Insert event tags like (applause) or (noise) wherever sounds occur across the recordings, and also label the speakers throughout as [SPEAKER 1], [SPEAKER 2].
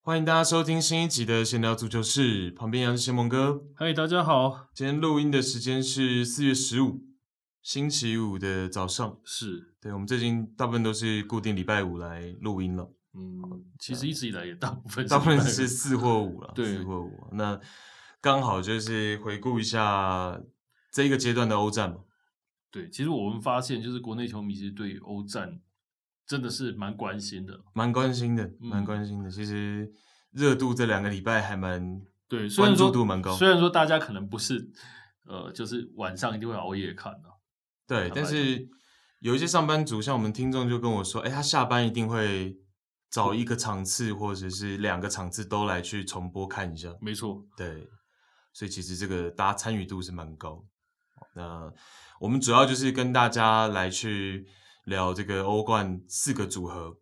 [SPEAKER 1] 欢迎大家收听新一集的闲聊足球室，旁边一样是仙蒙哥。
[SPEAKER 2] 嗨，大家好，
[SPEAKER 1] 今天录音的时间是四月十五，星期五的早上。
[SPEAKER 2] 是，
[SPEAKER 1] 对我们最近大部分都是固定礼拜五来录音了，
[SPEAKER 2] 嗯，其实一直以来也大部分
[SPEAKER 1] 大部分
[SPEAKER 2] 拜
[SPEAKER 1] 是
[SPEAKER 2] 二
[SPEAKER 1] 四或五了，
[SPEAKER 2] 对
[SPEAKER 1] 四或五。啊那刚好就是回顾一下这一个阶段的欧战嘛，
[SPEAKER 2] 对，其实我们发现就是国内球迷其实对于欧战真的是蛮关心的，
[SPEAKER 1] 蛮关心的，
[SPEAKER 2] 嗯
[SPEAKER 1] 蛮关心的。其实热度这两个礼拜还蛮
[SPEAKER 2] 对，虽然
[SPEAKER 1] 关
[SPEAKER 2] 说
[SPEAKER 1] 注度蛮高
[SPEAKER 2] 虽然说大家可能不是呃，就是晚上一定会熬夜看啊的、
[SPEAKER 1] 对，
[SPEAKER 2] 坦
[SPEAKER 1] 但
[SPEAKER 2] 白
[SPEAKER 1] 是有一些上班族，像我们听众就跟我说，哎，他下班一定会找一个场次或者是两个场次都来去重播看一下。
[SPEAKER 2] 没错，
[SPEAKER 1] 对，所以其实这个大家参与度是蛮高。那我们主要就是跟大家来去聊这个欧冠四个组合，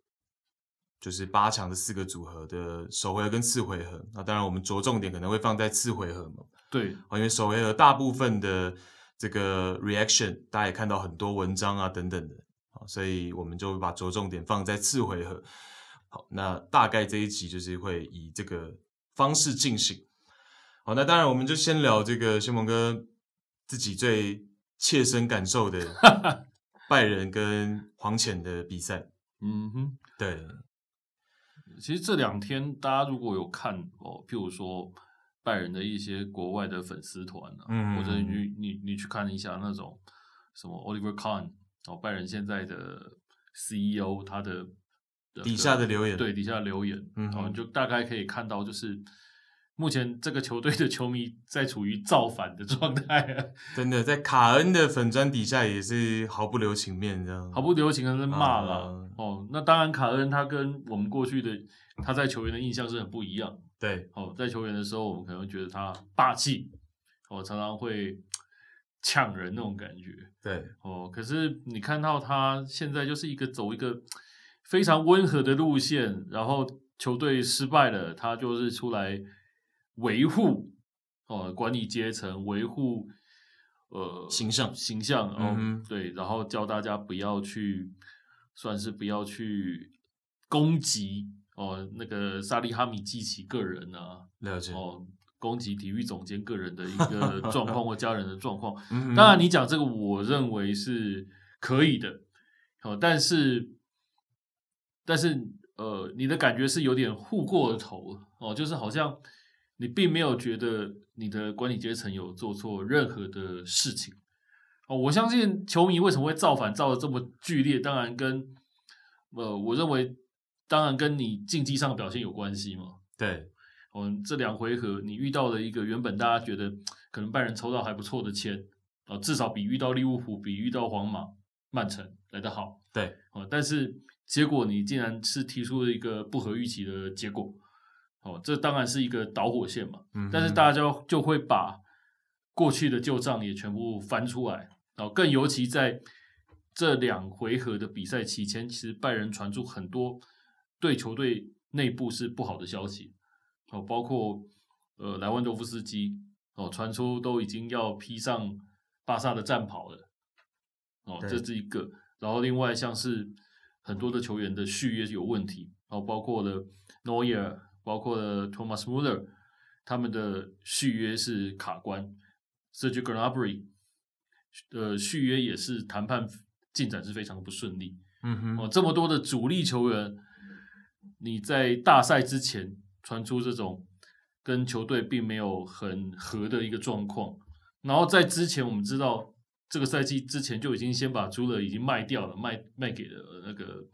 [SPEAKER 1] 就是八强的四个组合的首回合跟次回合。那当然，我们着重点可能会放在次回合嘛。
[SPEAKER 2] 对，
[SPEAKER 1] 啊，因为首回合大部分的这个 reaction，大家也看到很多文章啊等等的啊，所以我们就把着重点放在次回合。好，那大概这一集就是会以这个方式进行。好，那当然我们就先聊这个仙蒙哥自己最切身感受
[SPEAKER 2] (laughs)
[SPEAKER 1] 的拜仁跟黄潜的比赛。
[SPEAKER 2] 嗯哼。
[SPEAKER 1] 对，
[SPEAKER 2] 其实这两天大家如果有看哦，譬如说拜仁的一些国外的粉丝团啊，
[SPEAKER 1] 嗯
[SPEAKER 2] 或者你你你去看一下那种什么 Oliver Kahn 哦，拜仁现在的 CEO 他的
[SPEAKER 1] 底下的留言
[SPEAKER 2] 对底下留言，
[SPEAKER 1] 嗯
[SPEAKER 2] 哦，
[SPEAKER 1] 哼
[SPEAKER 2] 你就大概可以看到就是。目前这个球队的球迷在处于造反的状态、啊，
[SPEAKER 1] 真的在卡恩的粉砖底下也是毫不留情面，这样
[SPEAKER 2] 毫不留情的在骂了、
[SPEAKER 1] 啊
[SPEAKER 2] 哦。那当然，卡恩他跟我们过去的他在球员的印象是很不一样的。
[SPEAKER 1] 对，
[SPEAKER 2] 哦，在球员的时候，我们可能会觉得他霸气，哦，常常会抢人那种感觉，
[SPEAKER 1] 对，
[SPEAKER 2] 哦，可是你看到他现在就是一个走一个非常温和的路线，然后球队失败了，他就是出来维护哦管理阶层，维护呃
[SPEAKER 1] 形象
[SPEAKER 2] 形象哦、
[SPEAKER 1] 嗯哼
[SPEAKER 2] 对，然后教大家不要去，算是不要去攻击哦那个萨利哈米季奇个人啊，
[SPEAKER 1] 了解。
[SPEAKER 2] 哦攻击体育总监个人的一个状况或家人的状况。
[SPEAKER 1] 嗯
[SPEAKER 2] 当然，你讲这个，我认为是可以的，哦，但是，但是，呃，你的感觉是有点护过头了哦，就是好像你并没有觉得你的管理阶层有做错任何的事情，哦，我相信球迷为什么会造反造的这么剧烈，当然跟，呃，我认为当然跟你竞技上的表现有关系嘛，
[SPEAKER 1] 对，
[SPEAKER 2] 嗯，这两回合你遇到了一个原本大家觉得可能拜仁抽到还不错的签，啊、至少比遇到利物浦、比遇到皇马、曼城来得好
[SPEAKER 1] 对，
[SPEAKER 2] 啊、但是结果你竟然是提出了一个不合预期的结果，哦、这当然是一个导火线嘛。
[SPEAKER 1] 嗯
[SPEAKER 2] 但是
[SPEAKER 1] 哼
[SPEAKER 2] 大家就就会把过去的旧账也全部翻出来，然后更尤其在这两回合的比赛期间，其实拜仁传出很多对球队内部是不好的消息，哦，包括呃莱万多夫斯基哦，传出都已经要披上巴萨的战袍了，哦，
[SPEAKER 1] 对
[SPEAKER 2] 这是一个，然后另外像是很多的球员的续约有问题，然后包括了 Neuer，包括了 Thomas Muller，他们的续约是卡关，Sergio Gnabry，呃，续约也是谈判进展是非常不顺利。
[SPEAKER 1] 嗯哼，
[SPEAKER 2] 哦，这么多的主力球员，你在大赛之前传出这种跟球队并没有很合的一个状况，然后在之前我们知道这个赛季之前就已经先把朱勒已经卖掉了，卖卖给了那个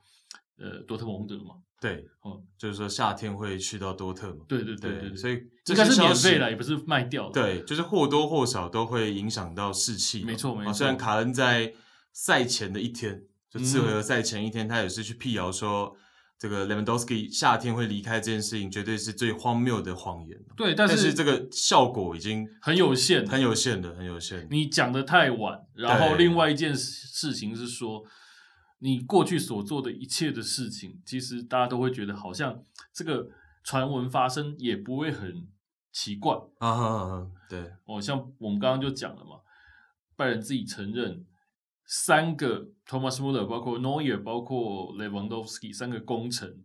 [SPEAKER 2] 呃多特蒙德嘛，
[SPEAKER 1] 对，
[SPEAKER 2] 哦，
[SPEAKER 1] 就是说夏天会去到多特嘛，
[SPEAKER 2] 对对对对，
[SPEAKER 1] 所
[SPEAKER 2] 以
[SPEAKER 1] 以这
[SPEAKER 2] 应该
[SPEAKER 1] 些
[SPEAKER 2] 是免
[SPEAKER 1] 消息
[SPEAKER 2] 费了，也不是卖掉的，
[SPEAKER 1] 对，就是或多或少都会影响到士气嘛，
[SPEAKER 2] 没错没错
[SPEAKER 1] 啊虽然卡恩在赛前的一天，就
[SPEAKER 2] 嗯
[SPEAKER 1] 次回合赛前一天，他也是去辟谣说。这个 Lewandowski 夏天会离开这件事情，绝对是最荒谬的谎言。哦
[SPEAKER 2] 对，但
[SPEAKER 1] 但
[SPEAKER 2] 是
[SPEAKER 1] 这个效果已经
[SPEAKER 2] 很有限
[SPEAKER 1] 很有限的，很有限的。
[SPEAKER 2] 你讲的太晚，然后
[SPEAKER 1] 对
[SPEAKER 2] 另外一件事情是说，你过去所做的一切的事情，其实大家都会觉得好像这个传闻发生也不会很奇怪
[SPEAKER 1] 啊哈啊哈，对，
[SPEAKER 2] 哦。像我们刚刚就讲了嘛，拜仁自己承认三个 Thomas Muller，包括 Neuer，包括 Lewandowski 三个功臣，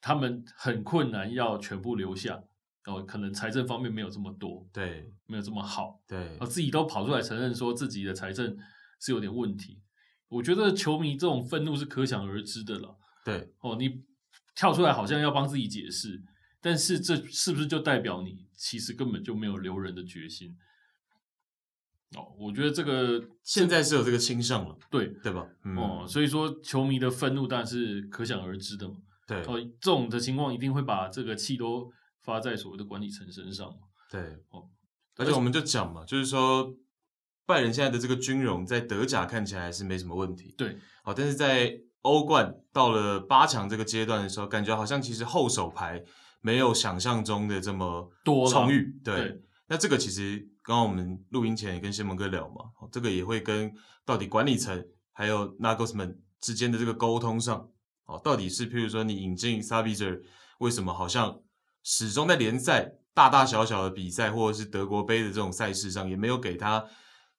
[SPEAKER 2] 他们很困难要全部留下，哦，可能财政方面没有这么多，
[SPEAKER 1] 对
[SPEAKER 2] 没有这么好，
[SPEAKER 1] 对
[SPEAKER 2] 哦，自己都跑出来承认说自己的财政是有点问题。我觉得球迷这种愤怒是可想而知的了。
[SPEAKER 1] 对
[SPEAKER 2] 哦，你跳出来好像要帮自己解释，但是这是不是就代表你其实根本就没有留人的决心？哦，我觉得这个
[SPEAKER 1] 现在是有这个倾向了，
[SPEAKER 2] 对
[SPEAKER 1] 对吧？嗯，
[SPEAKER 2] 哦，所以说球迷的愤怒当然是可想而知的嘛。
[SPEAKER 1] 对
[SPEAKER 2] 哦，这种的情况一定会把这个气都发在所谓的管理层身上嘛。
[SPEAKER 1] 对
[SPEAKER 2] 哦，
[SPEAKER 1] 而且我们就讲嘛，就是说拜仁现在的这个军容在德甲看起来是没什么问题，
[SPEAKER 2] 对，
[SPEAKER 1] 好，但是在欧冠到了八强这个阶段的时候，感觉好像其实后手牌没有想象中的这么
[SPEAKER 2] 多了
[SPEAKER 1] 充裕，对。
[SPEAKER 2] 对，
[SPEAKER 1] 那这个其实刚刚我们录音前也跟仙盟哥聊嘛，哦这个也会跟到底管理层还有 Nagelsmann 之间的这个沟通上，哦，到底是譬如说你引进 Sabitzer，为什么好像始终在联赛大大小小的比赛或者是德国杯的这种赛事上，也没有给他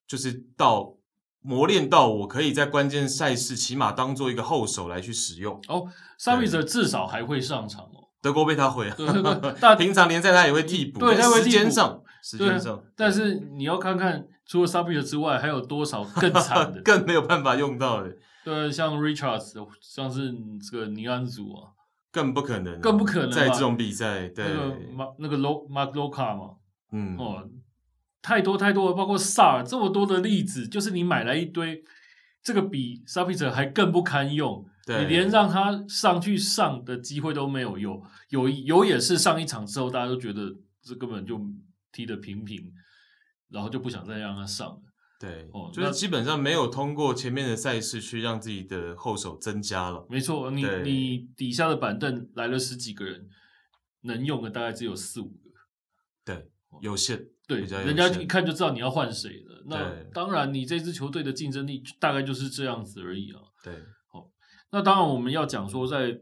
[SPEAKER 1] 就是到磨练到我可以在关键赛事起码当做一个后手来去使用。
[SPEAKER 2] 哦，萨米泽至少还会上场哦。
[SPEAKER 1] 德国杯他会啊
[SPEAKER 2] 对对
[SPEAKER 1] (laughs)
[SPEAKER 2] 对但
[SPEAKER 1] 平常联赛他也会替补，
[SPEAKER 2] 对他会
[SPEAKER 1] 时
[SPEAKER 2] 替
[SPEAKER 1] 间
[SPEAKER 2] 补
[SPEAKER 1] 上时
[SPEAKER 2] 对啊
[SPEAKER 1] 间上，
[SPEAKER 2] 但是你要看看，除了萨比尔之外，还有
[SPEAKER 1] (laughs)
[SPEAKER 2] 多少更惨的？
[SPEAKER 1] 更没有办法用到的，
[SPEAKER 2] 对，啊像 Richards，像是这个尼安祖啊，
[SPEAKER 1] 更不可能，
[SPEAKER 2] 更不可能吧
[SPEAKER 1] 在这种比赛，对
[SPEAKER 2] 那，个马那个 Lo Mark Loca 嘛，
[SPEAKER 1] 嗯，
[SPEAKER 2] 哦，太多太多了，包括萨尔这么多的例子，就是你买来一堆，这个比 s a p i 者还更不堪用，
[SPEAKER 1] 对
[SPEAKER 2] 你连让他上去上的机会都没有有有有也是上一场之后，大家都觉得这根本就踢得平平，然后就不想再让他上了。
[SPEAKER 1] 对
[SPEAKER 2] 哦，
[SPEAKER 1] 就
[SPEAKER 2] 那
[SPEAKER 1] 是基本上没有通过前面的赛事去让自己的后手增加了，
[SPEAKER 2] 没错，你
[SPEAKER 1] 对
[SPEAKER 2] 你底下的板凳来了十几个人，能用的大概只有四五个。
[SPEAKER 1] 对，有限，
[SPEAKER 2] 对，
[SPEAKER 1] 比较有
[SPEAKER 2] 人家
[SPEAKER 1] 限
[SPEAKER 2] 一看就知道你要换谁了。那
[SPEAKER 1] 对
[SPEAKER 2] 当然，你这支球队的竞争力就大概就是这样子而已啊。
[SPEAKER 1] 对，
[SPEAKER 2] 那当然，我们要讲说，在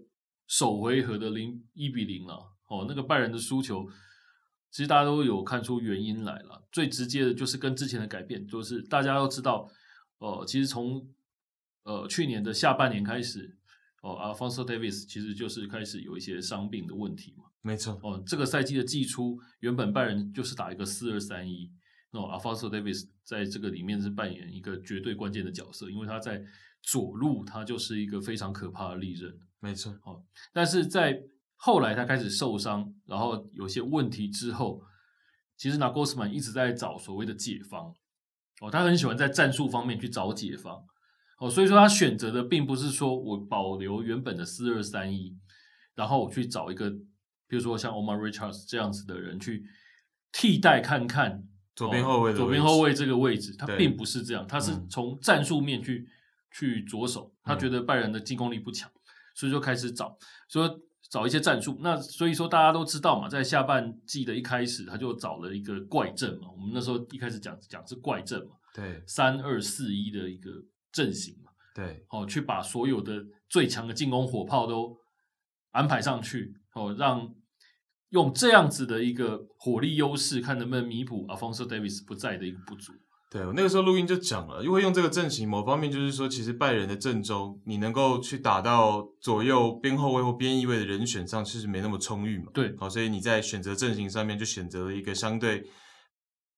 [SPEAKER 2] 首回合的零一比零了，哦，那个拜仁的输球，其实大家都有看出原因来了。最直接的就是跟之前的改变，就是大家都知道，呃，其实从呃去年的下半年开始，哦、阿方索· Davis 其实就是开始有一些伤病的问题嘛。
[SPEAKER 1] 没错，
[SPEAKER 2] 哦，这个赛季的季初，原本拜仁就是打一个四二三一，那 Alfonso Davis 在这个里面是扮演一个绝对关键的角色，因为他在左路他就是一个非常可怕的利刃，
[SPEAKER 1] 没错，
[SPEAKER 2] 哦但是在后来他开始受伤，然后有些问题之后，其实拿 g o s m a n 一直在找所谓的解方，哦，他很喜欢在战术方面去找解方，哦，所以说他选择的并不是说我保留原本的四二三一，然后我去找一个，比如说像 Omar Richards 这样子的人去替代看看
[SPEAKER 1] 左边后卫的
[SPEAKER 2] 左
[SPEAKER 1] 位
[SPEAKER 2] 边
[SPEAKER 1] 置
[SPEAKER 2] 后卫这个位置，他
[SPEAKER 1] 对
[SPEAKER 2] 并不是这样，他是
[SPEAKER 1] 嗯
[SPEAKER 2] 从战术面去、去着手，他
[SPEAKER 1] 嗯
[SPEAKER 2] 觉得拜仁的进攻力不强，所以就开始找，说找一些战术。那所以说大家都知道嘛，在下半季的一开始，他就找了一个怪阵嘛，我们那时候一开始讲讲是怪阵嘛，
[SPEAKER 1] 对
[SPEAKER 2] 三二四一的一个阵型嘛，
[SPEAKER 1] 对
[SPEAKER 2] 哦，去把所有的最强的进攻火炮都安排上去，哦，让用这样子的一个火力优势，看能不能弥补 Alfonso Davis 不在的一个不足。
[SPEAKER 1] 对，我那个时候录音就讲了，因为用这个阵型，某方面就是说，其实拜仁的阵中，你能够去打到左右边后卫或边翼位的人选上，其实没那么充裕嘛。
[SPEAKER 2] 对
[SPEAKER 1] 好，所以你在选择阵型上面就选择了一个相对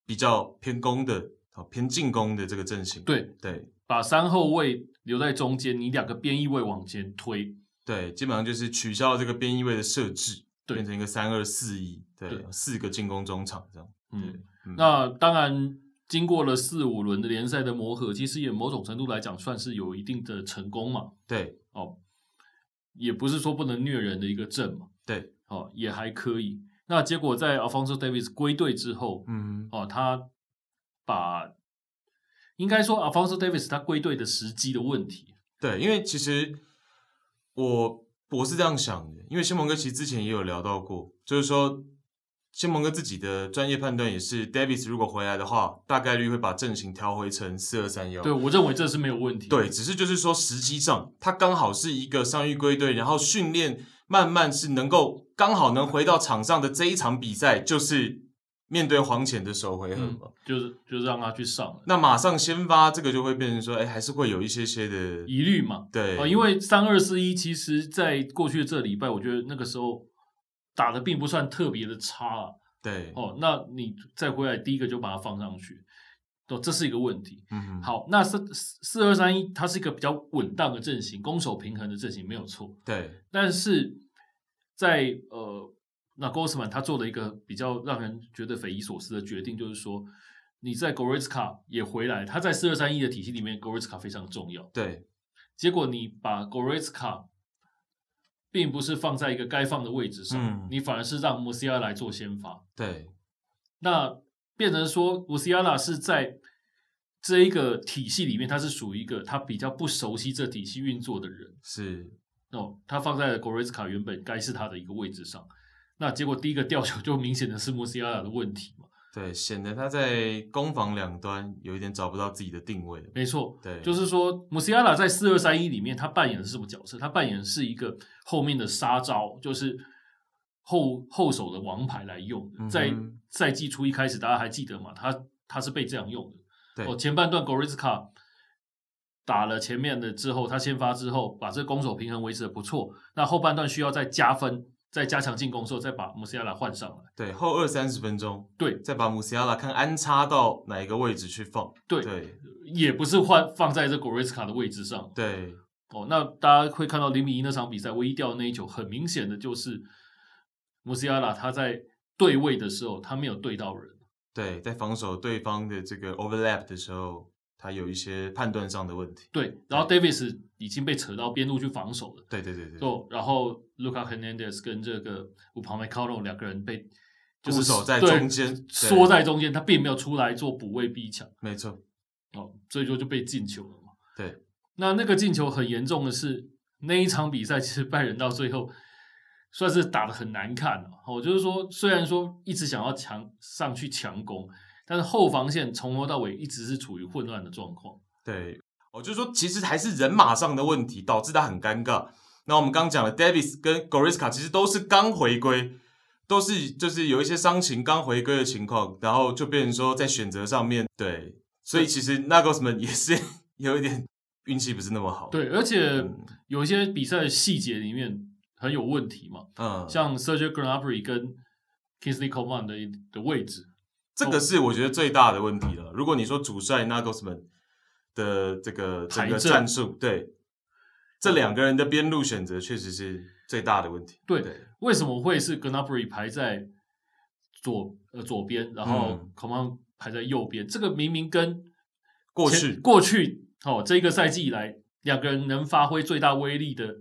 [SPEAKER 1] 比较偏攻的、好偏进攻的这个阵型。
[SPEAKER 2] 对，
[SPEAKER 1] 对
[SPEAKER 2] 把三后卫留在中间，你两个边翼位往前推，
[SPEAKER 1] 对，基本上就是取消这个边翼位的设置，
[SPEAKER 2] 对
[SPEAKER 1] 变成一个三二四一，对
[SPEAKER 2] 对，
[SPEAKER 1] 四个进攻中场这样。
[SPEAKER 2] 嗯，
[SPEAKER 1] 嗯
[SPEAKER 2] 那当然，经过了四五轮的联赛的磨合，其实也某种程度来讲算是有一定的成功嘛。
[SPEAKER 1] 对
[SPEAKER 2] 哦，也不是说不能虐人的一个阵嘛，
[SPEAKER 1] 对，
[SPEAKER 2] 哦，也还可以。那结果在 Alfonso Davis 归队之后，
[SPEAKER 1] 嗯，
[SPEAKER 2] 哦，他把应该说 Alfonso Davis 他归队的时机的问题，
[SPEAKER 1] 对，因为其实我我是这样想的，因为仙蒙哥其实之前也有聊到过，就是说仙蒙哥自己的专业判断也是，Davis 如果回来的话，大概率会把阵型调回成四二三幺。
[SPEAKER 2] 对我认为这是没有问题。
[SPEAKER 1] 对，只是就是说，时机上他刚好是一个伤愈归队，然后训练慢慢是能够刚好能回到场上的这一场比赛，就是面对黄潜的首回合嘛。
[SPEAKER 2] 嗯，就是就让他去上了
[SPEAKER 1] 那马上先发这个就会变成说，哎，还是会有一些些的
[SPEAKER 2] 疑虑嘛。
[SPEAKER 1] 对，
[SPEAKER 2] 哦，因为三二四一，其实在过去的这礼拜，我觉得那个时候打的并不算特别的差啊、
[SPEAKER 1] 对，
[SPEAKER 2] 哦，那你再回来第一个就把它放上去，哦，这是一个问题。
[SPEAKER 1] 嗯，，
[SPEAKER 2] 好，那四四二三一，它是一个比较稳当的阵型，攻守平衡的阵型没有错。
[SPEAKER 1] 对，
[SPEAKER 2] 但是在呃，那 g o s m a n 他做了一个比较让人觉得匪夷所思的决定，就是说你在 Goretzka 也回来，他在四二三一的体系里面，Goretzka 非常重要。
[SPEAKER 1] 对，
[SPEAKER 2] 结果你把 Goretzka 并不是放在一个该放的位置上，
[SPEAKER 1] 嗯
[SPEAKER 2] 你反而是让 Musiala 来做先发。
[SPEAKER 1] 对，
[SPEAKER 2] 那变成说乌西亚拉是在这一个体系里面，他是属于一个他比较不熟悉这体系运作的人
[SPEAKER 1] 是，
[SPEAKER 2] 哦，他放在了 Goretzka 原本该是他的一个位置上，那结果第一个吊球就明显的是穆西亚拉的问题嘛，
[SPEAKER 1] 对，显得他在攻防两端有一点找不到自己的定位。
[SPEAKER 2] 没错，
[SPEAKER 1] 对，
[SPEAKER 2] 就是说穆西亚拉在四二三一里面他扮演的是什么角色？他扮演的是一个后面的杀招，就是后后手的王牌来用的，
[SPEAKER 1] 嗯哼
[SPEAKER 2] 在赛季初一开始大家还记得嘛，他他是被这样用的。
[SPEAKER 1] 对
[SPEAKER 2] 哦，前半段 Gorizka 打了前面的之后，他先发之后，把这攻守平衡维持的不错。那后半段需要再加分，再加强进攻的时候，再把穆西亚拉换上来。
[SPEAKER 1] 对，后二三十分钟
[SPEAKER 2] 对，
[SPEAKER 1] 再把姆西亚拉看安插到哪一个位置去放。
[SPEAKER 2] 对
[SPEAKER 1] 对，
[SPEAKER 2] 也不是换放在这 Gorizka 的位置上。
[SPEAKER 1] 对，
[SPEAKER 2] 哦，那大家会看到零比一那场比赛唯一掉的那一球，很明显的就是穆西亚拉他在对位的时候，他没有对到人。
[SPEAKER 1] 对，在防守对方的这个 overlap 的时候，他有一些判断上的问题。
[SPEAKER 2] 对，然后 Davis 已经被扯到边路去防守了。
[SPEAKER 1] 对，对，对，对，
[SPEAKER 2] 就然后 Luca Hernandez 跟这个 u p a m e c a n o 两个人被就是
[SPEAKER 1] 固守在
[SPEAKER 2] 对
[SPEAKER 1] 中间对
[SPEAKER 2] 缩在中间，他并没有出来做补位逼抢
[SPEAKER 1] 没错，
[SPEAKER 2] 哦，所以说就被进球了嘛。
[SPEAKER 1] 对，
[SPEAKER 2] 那那个进球很严重的是那一场比赛，其实拜仁到最后算是打得很难看了、哦，就是说虽然说一直想要强上去强攻，但是后防线从头到尾一直是处于混乱的状况。
[SPEAKER 1] 对，哦，就是说，其实还是人马上的问题导致他很尴尬。那我们刚讲了，Davis 跟 Goriska 其实都是刚回归，都是就是有一些伤情刚回归的情况，然后就变成说在选择上面，对，所以其实 Nagelsmann 也是 (laughs) 有一点运气不是那么好。，
[SPEAKER 2] 对，而且
[SPEAKER 1] 嗯
[SPEAKER 2] 有一些比赛的细节里面很有问题嘛。
[SPEAKER 1] 嗯，
[SPEAKER 2] 像 Sergio Gnabry 跟 Kingsley Coman 的的位置，
[SPEAKER 1] 这个是我觉得最大的问题了。如果你说主帅 Nagelsmann 的这个整个
[SPEAKER 2] 排阵嗯
[SPEAKER 1] 战术，对，这两个人的边路选择确实是最大的问题。
[SPEAKER 2] 对为什么会是 Gnabry 排在左呃左边，然后
[SPEAKER 1] 嗯
[SPEAKER 2] Coman 排在右边？这个明明跟
[SPEAKER 1] 过
[SPEAKER 2] 前
[SPEAKER 1] 去
[SPEAKER 2] 过去哦这个赛季以来两个人能发挥最大威力的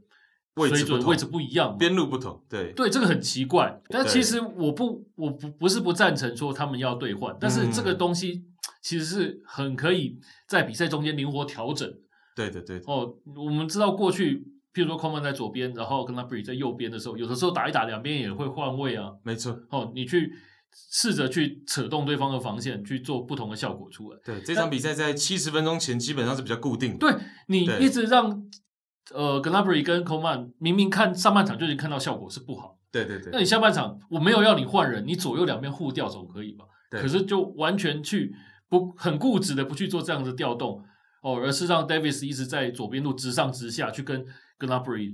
[SPEAKER 1] 位置
[SPEAKER 2] 水
[SPEAKER 1] 不
[SPEAKER 2] 准
[SPEAKER 1] 同
[SPEAKER 2] 位置不一样嘛，
[SPEAKER 1] 边路不同，对，
[SPEAKER 2] 对，这个很奇怪。但
[SPEAKER 1] 对
[SPEAKER 2] 其实我不，我不不是不赞成说他们要兑换，但是这
[SPEAKER 1] 嗯
[SPEAKER 2] 个东西其实是很可以在比赛中间灵活调整。
[SPEAKER 1] 对的，对的，
[SPEAKER 2] 哦，我们知道过去，譬如说 Coman 在左边，然后跟 l a b r y 在右边的时候，有的时候打一打，两边也会换位啊。
[SPEAKER 1] 没错，
[SPEAKER 2] 哦，你去试着去扯动对方的防线，去做不同的效果出来。
[SPEAKER 1] 对，这场比赛在七十分钟前基本上是比较固定的，
[SPEAKER 2] 对你
[SPEAKER 1] 对
[SPEAKER 2] 一直让呃 g l a b r y 跟 Coman 明明看上半场就已经看到效果是不好，
[SPEAKER 1] 对对对
[SPEAKER 2] 那你下半场我没有要你换人，你左右两边互调总可以吧？
[SPEAKER 1] 对
[SPEAKER 2] 可是就完全去不很固执的不去做这样的调动哦，而是让 Davis 一直在左边路直上直下去跟跟 l a b r y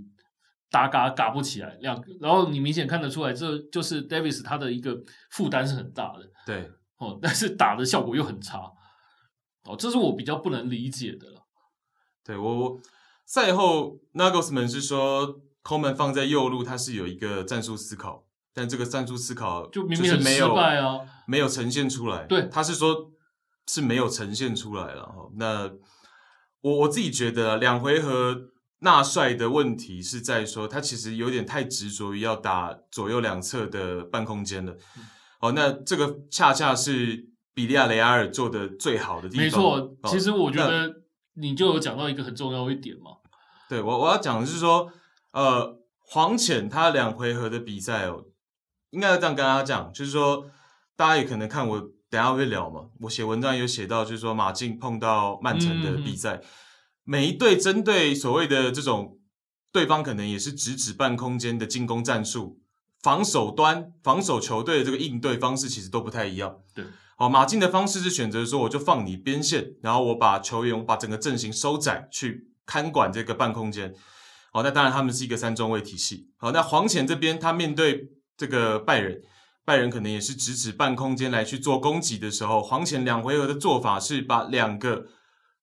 [SPEAKER 2] 搭嘎嘎不起来，两个然后你明显看得出来，这就是 Davis 他的一个负担是很大的
[SPEAKER 1] 对
[SPEAKER 2] 哦，但是打的效果又很差哦，这是我比较不能理解的了。
[SPEAKER 1] 对，我我赛后 Nagelsmann 是说 Coleman 放在右路，他是有一个战术思考，但这个战术思考
[SPEAKER 2] 就明明
[SPEAKER 1] 是
[SPEAKER 2] 很
[SPEAKER 1] 没
[SPEAKER 2] 失
[SPEAKER 1] 有
[SPEAKER 2] 败啊，
[SPEAKER 1] 没有呈现出来，
[SPEAKER 2] 对
[SPEAKER 1] 他是说是没有呈现出来了哈。那我我自己觉得啊两回合。纳帅的问题是在说，他其实有点太执着于要打左右两侧的半空间了。
[SPEAKER 2] 嗯
[SPEAKER 1] 哦，那这个恰恰是比利亚雷亚尔做的最好的地方。
[SPEAKER 2] 没错，
[SPEAKER 1] 哦
[SPEAKER 2] 其实我觉得你就有讲到一个很重要一点嘛，
[SPEAKER 1] 对我我要讲的是说，呃，黄潜他两回合的比赛哦，应该要这样跟大家讲，就是说，大家也可能看我等一下会聊嘛，我写文章有写到，就是说马竞碰到曼城的比赛，每一队针对所谓的这种对方可能也是直指半空间的进攻战术。防守端、防守球队的这个应对方式其实都不太一样。
[SPEAKER 2] 对，
[SPEAKER 1] 好，马竞的方式是选择说，我就放你边线，然后我把球员，我把整个阵型收窄，去看管这个半空间。好，那当然他们是一个三中卫体系。好，那黄潜这边他面对这个拜仁，拜仁可能也是直指半空间来去做攻击的时候，黄潜两回合的做法是把两个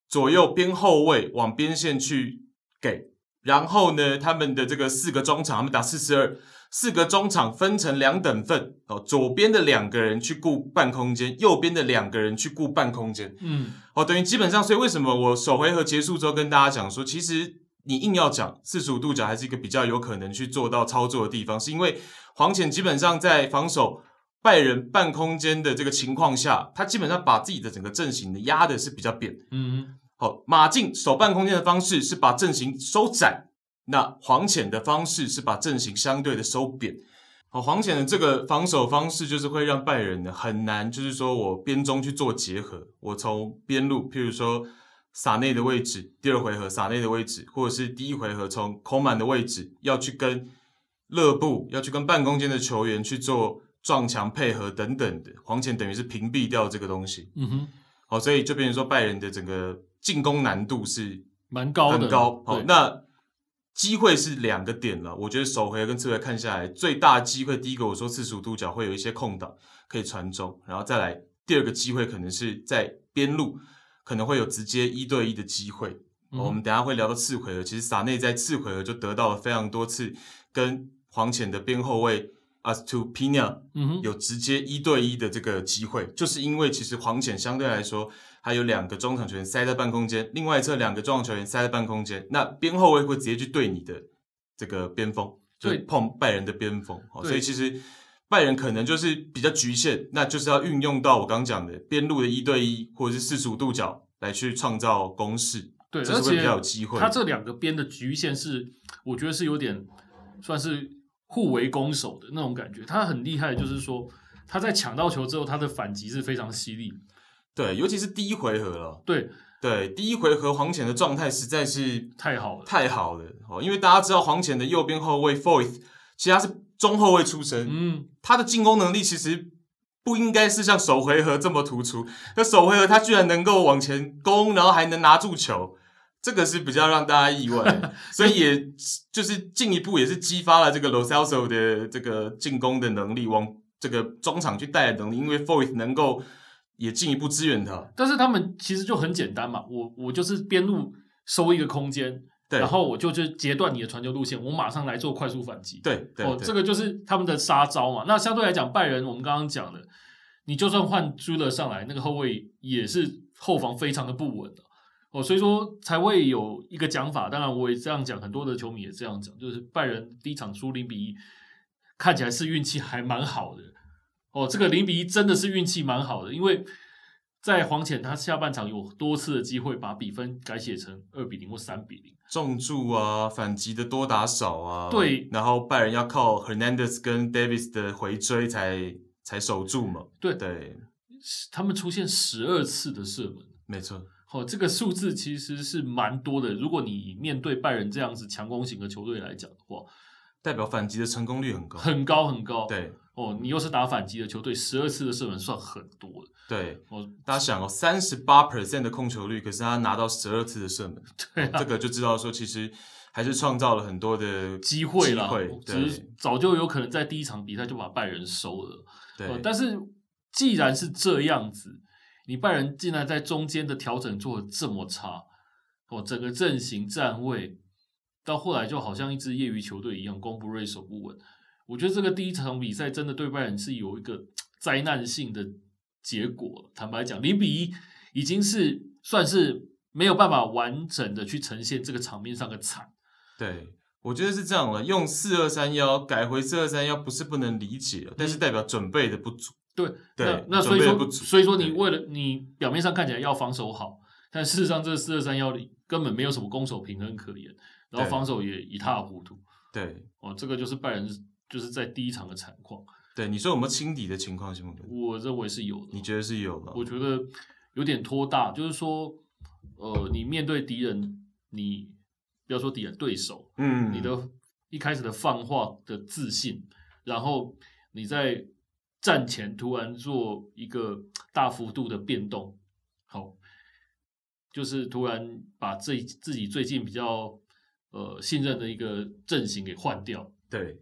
[SPEAKER 1] 左右边后卫往边线去给，然后呢，他们的这个四个中场，他们打四四二，四个中场分成两等份哦，左边的两个人去顾半空间，右边的两个人去顾半空间。
[SPEAKER 2] 嗯，
[SPEAKER 1] 哦，等于基本上，所以为什么我首回合结束之后跟大家讲说，其实你硬要讲四十五度角还是一个比较有可能去做到操作的地方，是因为黄潜基本上在防守拜仁半空间的这个情况下，他基本上把自己的整个阵型的压的是比较扁。
[SPEAKER 2] 嗯
[SPEAKER 1] 好，马竞守半空间的方式是把阵型收窄，那黄潜的方式是把阵型相对的收扁。好，黄潜的这个防守方式就是会让拜仁呢很难，就是说我边中去做结合，我从边路，譬如说撒内的位置，第二回合撒内的位置，或者是第一回合从孔满的位置要去跟勒布，要去跟半空间的球员去做撞墙配合等等的，黄潜等于是屏蔽掉这个东西。
[SPEAKER 2] 嗯哼，
[SPEAKER 1] 好，所以就变成说拜仁的整个进攻难度是
[SPEAKER 2] 蛮高的，
[SPEAKER 1] 很高。好
[SPEAKER 2] 对，
[SPEAKER 1] 那机会是两个点了，我觉得首回合跟次回合看下来，最大的机会，第一个我说四十五度角会有一些空档可以传中，然后再来第二个机会可能是在边路可能会有直接一对一的机会。
[SPEAKER 2] 嗯
[SPEAKER 1] 哦我们等一下会聊到次回合，其实萨内在次回合就得到了非常多次跟黄潜的边后卫 Astupina
[SPEAKER 2] 嗯哼，
[SPEAKER 1] 有直接一对一的这个机会，就是因为其实黄潜相对来说，还有两个中场球员塞在半空间，另外一侧两个中场球员塞在半空间，那边后卫会直接去对你的这个边锋，就
[SPEAKER 2] 对
[SPEAKER 1] 碰拜仁的边锋，哦
[SPEAKER 2] 对
[SPEAKER 1] 所以其实拜仁可能就是比较局限，那就是要运用到我刚讲的边路的一对一或者是四十五度角来去创造攻势，
[SPEAKER 2] 对，
[SPEAKER 1] 这
[SPEAKER 2] 而
[SPEAKER 1] 是会
[SPEAKER 2] 且
[SPEAKER 1] 比较有机会的。
[SPEAKER 2] 他这两个边的局限是，我觉得是有点算是互为攻守的那种感觉。他很厉害，就是说他在抢到球之后，他的反击是非常犀利。
[SPEAKER 1] 对，尤其是第一回合了，
[SPEAKER 2] 对，
[SPEAKER 1] 对，第一回合黄潜的状态实在是
[SPEAKER 2] 太好了。
[SPEAKER 1] 太好了哦，因为大家知道黄潜的右边后卫 Foyth，其实他是中后卫出身，
[SPEAKER 2] 嗯，
[SPEAKER 1] 他的进攻能力其实不应该是像首回合这么突出。那首回合他居然能够往前攻，然后还能拿住球，这个是比较让大家意外
[SPEAKER 2] (laughs)
[SPEAKER 1] 的，所以也就是进一步也是激发了这个 Lo Celso 的这个进攻的能力，往这个中场去带的能力，因为 Foyth 能够也进一步支援他。
[SPEAKER 2] 但是他们其实就很简单嘛，我我就是边路收一个空间，
[SPEAKER 1] 对
[SPEAKER 2] 然后我就去截断你的传球路线，我马上来做快速反击。
[SPEAKER 1] 对对对，
[SPEAKER 2] 哦，这个就是他们的杀招嘛。那相对来讲，拜仁我们刚刚讲的，你就算换朱勒上来，那个后卫也是后防非常的不稳的、哦，所以说才会有一个讲法。当然，我也这样讲，很多的球迷也这样讲，就是拜仁第一场输零比一，看起来是运气还蛮好的。哦，这个零比一真的是运气蛮好的，因为在黄潜他下半场有多次的机会把比分改写成二比零或三比零。
[SPEAKER 1] 重注啊，反击的多打少啊，
[SPEAKER 2] 对，
[SPEAKER 1] 然后拜仁要靠 Hernandez 跟 Davis 的回追才才守住嘛，
[SPEAKER 2] 对
[SPEAKER 1] 对，
[SPEAKER 2] 他们出现十二次的射门。
[SPEAKER 1] 没错，
[SPEAKER 2] 好、这个数字其实是蛮多的。如果你面对拜仁这样子强攻型的球队来讲的话，
[SPEAKER 1] 代表反击的成功率很高，
[SPEAKER 2] 很高很高。，
[SPEAKER 1] 对
[SPEAKER 2] 哦，你又是打反击的球队，十二次的射门算很多了。
[SPEAKER 1] 对，
[SPEAKER 2] 哦，
[SPEAKER 1] 大家想哦，三十八 percent 的控球率，可是他拿到十二次的射门，哦
[SPEAKER 2] 对啊，
[SPEAKER 1] 这个就知道说其实还是创造了很多的
[SPEAKER 2] 机会啦，
[SPEAKER 1] 机
[SPEAKER 2] 只
[SPEAKER 1] 对
[SPEAKER 2] 是早就有可能在第一场比赛就把拜仁收了。哦
[SPEAKER 1] 对，，
[SPEAKER 2] 但是既然是这样子，你拜仁竟然在中间的调整做的这么差，哦，整个阵型站位到后来就好像一支业余球队一样，攻不锐，守不稳。我觉得这个第一场比赛真的对拜仁是有一个灾难性的结果了。坦白讲，零比一已经是算是没有办法完整的去呈现这个场面上的惨。
[SPEAKER 1] 对，我觉得是这样了，用四二三幺改回四二三幺不是不能理解，啊但
[SPEAKER 2] 嗯
[SPEAKER 1] 是代表准备的不足，
[SPEAKER 2] 对，
[SPEAKER 1] 对
[SPEAKER 2] 那那所
[SPEAKER 1] 准
[SPEAKER 2] 以
[SPEAKER 1] 备得
[SPEAKER 2] 说，
[SPEAKER 1] 不足
[SPEAKER 2] 所以说你
[SPEAKER 1] 对
[SPEAKER 2] 为了你表面上看起来要防守好，但事实上这四二三幺里根本没有什么攻守平衡可言，然后
[SPEAKER 1] 对
[SPEAKER 2] 防守也一塌糊涂。
[SPEAKER 1] 对
[SPEAKER 2] 哦，这个就是拜仁就是在第一场的惨况，
[SPEAKER 1] 对，你说有没有轻敌的情况，新梦哥？
[SPEAKER 2] 我认为是有的。
[SPEAKER 1] 你觉得是有了？
[SPEAKER 2] 我觉得有点拖大，就是说，呃，你面对敌人，你不要说敌人对手，
[SPEAKER 1] 嗯，
[SPEAKER 2] 你的一开始的放话的自信，然后你在战前突然做一个大幅度的变动，好，就是突然把自己自己最近比较呃信任的一个阵型给换掉，
[SPEAKER 1] 对，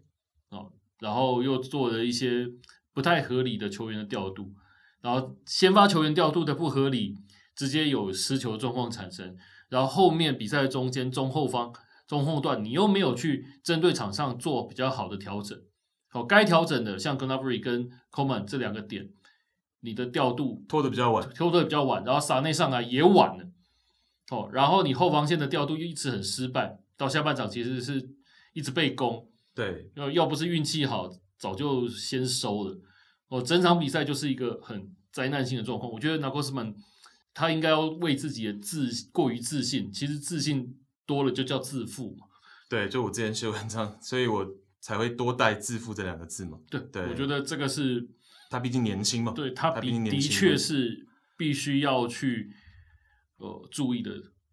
[SPEAKER 2] 然后又做了一些不太合理的球员的调度，然后先发球员调度的不合理，直接有失球状况产生，然后后面比赛中间中后方中后段你又没有去针对场上做比较好的调整，好、该调整的像 g n a b r y 跟 Coleman 这两个点，你的调度
[SPEAKER 1] 拖得比较晚，
[SPEAKER 2] 拖得比较晚，然后撒内上来也晚了，哦，然后你后防线的调度又一直很失败，到下半场其实是一直被攻。
[SPEAKER 1] 对，
[SPEAKER 2] 要要不是运气好，早就先收了。哦，整场比赛就是一个很灾难性的状况。我觉得 n a g o s m a n 他应该要为自己的自过于自信，其实自信多了就叫自负嘛。
[SPEAKER 1] 对，就我之前写文章，所以我才会多带“自负”这两个字嘛。
[SPEAKER 2] 对，
[SPEAKER 1] 对
[SPEAKER 2] 我觉得这个是
[SPEAKER 1] 他毕竟年轻嘛，
[SPEAKER 2] 对他
[SPEAKER 1] 他毕
[SPEAKER 2] 比
[SPEAKER 1] 竟年
[SPEAKER 2] 的
[SPEAKER 1] 轻
[SPEAKER 2] 确
[SPEAKER 1] 嘛
[SPEAKER 2] 是必须要去呃注意的。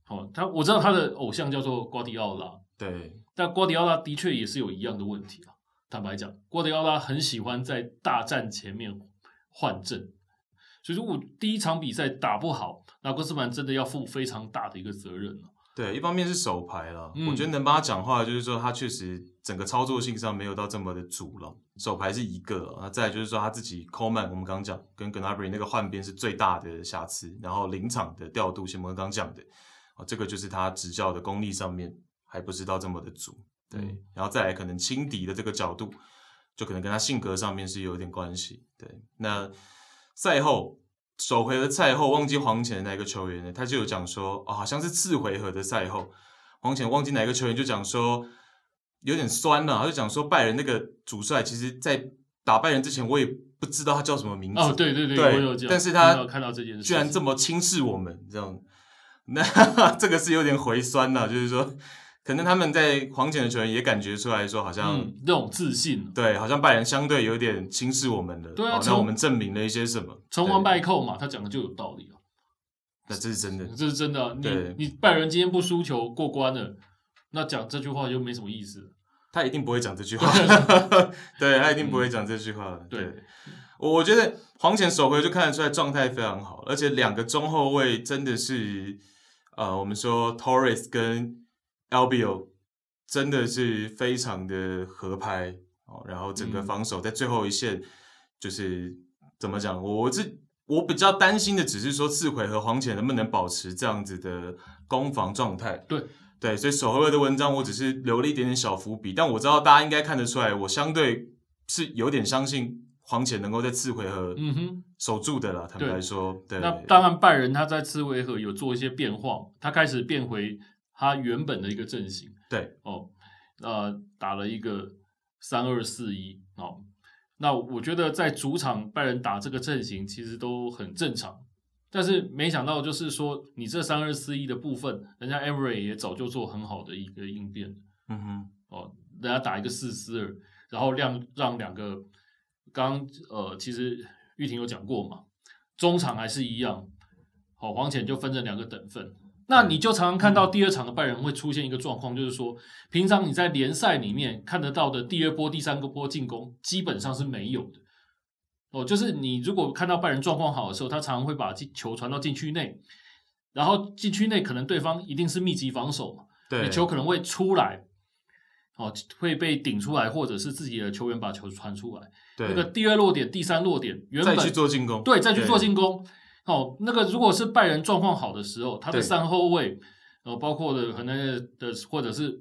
[SPEAKER 2] 哦，他我知道他的偶像叫做瓜迪奥拉，
[SPEAKER 1] 对，
[SPEAKER 2] 但瓜迪奥拉的确也是有一样的问题啊。坦白讲，瓜迪奥拉很喜欢在大战前面换阵，所以说我第一场比赛打不好，那格斯曼真的要负非常大的一个责任了、
[SPEAKER 1] 对，一方面是手牌了，
[SPEAKER 2] 嗯
[SPEAKER 1] 我觉得能帮他讲话，就是说他确实整个操作性上没有到这么的足了。手牌是一个啊，那再来就是说他自己 Coleman，我们刚刚讲跟 g n a b r y 那个换边是最大的瑕疵，然后临场的调度，先我们刚刚讲的啊，这个就是他执教的功力上面还不是到这么的足。对，
[SPEAKER 2] 嗯
[SPEAKER 1] 然后再来可能轻敌的这个角度，就可能跟他性格上面是有点关系。对，那赛后首回合赛后忘记黄潜哪一个球员呢？他就有讲说，哦，好像是次回合的赛后，黄潜忘记哪一个球员就讲说有点酸了、他就讲说拜仁那个主帅其实，在打败人之前我也不知道他叫什么名字。
[SPEAKER 2] 哦，对对对，我
[SPEAKER 1] 嗯
[SPEAKER 2] 有
[SPEAKER 1] 对
[SPEAKER 2] 这，样，
[SPEAKER 1] 但是他
[SPEAKER 2] 看到看到这件事情，
[SPEAKER 1] 居然这么轻视我们，这样， (laughs) 那这个是有点回酸了、就是说，可能他们在黄潜的球员也感觉出来说，好像、
[SPEAKER 2] 嗯那种自信啊，
[SPEAKER 1] 对，好像拜仁相对有点轻视我们了，
[SPEAKER 2] 对啊
[SPEAKER 1] 好那
[SPEAKER 2] 从
[SPEAKER 1] 我们证明了一些什么？
[SPEAKER 2] 成
[SPEAKER 1] 对
[SPEAKER 2] 王败寇嘛，他讲的就有道理啊，
[SPEAKER 1] 那这是真的，
[SPEAKER 2] 这是真的啊、
[SPEAKER 1] 对
[SPEAKER 2] 你你拜仁今天不输球过关了，那讲这句话就没什么意思了。
[SPEAKER 1] 他一定不会讲这
[SPEAKER 2] (laughs)
[SPEAKER 1] 句话，对他一定不会讲这句话的。
[SPEAKER 2] 嗯对
[SPEAKER 1] 对，我我觉得黄潜首回就看得出来状态非常好，而且两个中后卫真的是，呃，我们说 Torres 跟 Albio 真的是非常的合拍哦，然后整个
[SPEAKER 2] 嗯
[SPEAKER 1] 防守在最后一线就是怎么讲，我我是。我比较担心的只是说，次回和黄潜能不能保持这样子的攻防状态，对，所以守卫的文章我只是留了一点点小伏笔，但我知道大家应该看得出来，我相对是有点相信黄潜能够在次回合
[SPEAKER 2] 嗯哼。
[SPEAKER 1] 守住的啦。坦白说，对，
[SPEAKER 2] 那当然，拜仁他在次回合有做一些变化，他开始变回他原本的一个阵型。
[SPEAKER 1] 对，
[SPEAKER 2] 哦，呃，打了一个三二四一哦。那我觉得在主场拜仁打这个阵型其实都很正常，但是没想到就是说你这三二四一的部分，人家 Every 也早就做很好的一个应变
[SPEAKER 1] 嗯哼，
[SPEAKER 2] 哦，人家打一个四四二，然后让让两个刚呃，其实玉婷有讲过嘛，中场还是一样，好、黄潜就分成两个等份。那你就常常看到第二场的拜仁会出现一个状况，就是说，平常你在联赛里面看得到的第二波、第三个波进攻，基本上是没有的。哦，就是你如果看到拜仁状况好的时候，他常常会把进球传到禁区内，然后禁区内可能对方一定是密集防守嘛，
[SPEAKER 1] 对，
[SPEAKER 2] 你球可能会出来，哦，会被顶出来，或者是自己的球员把球传出来。
[SPEAKER 1] 对
[SPEAKER 2] 那个第二落点、第三落点，原
[SPEAKER 1] 再
[SPEAKER 2] 本
[SPEAKER 1] 去做进攻，
[SPEAKER 2] 对再去做进攻。哦，那个如果是拜仁状况好的时候，他的
[SPEAKER 1] 对
[SPEAKER 2] 三后卫，呃，包括的可能的或者是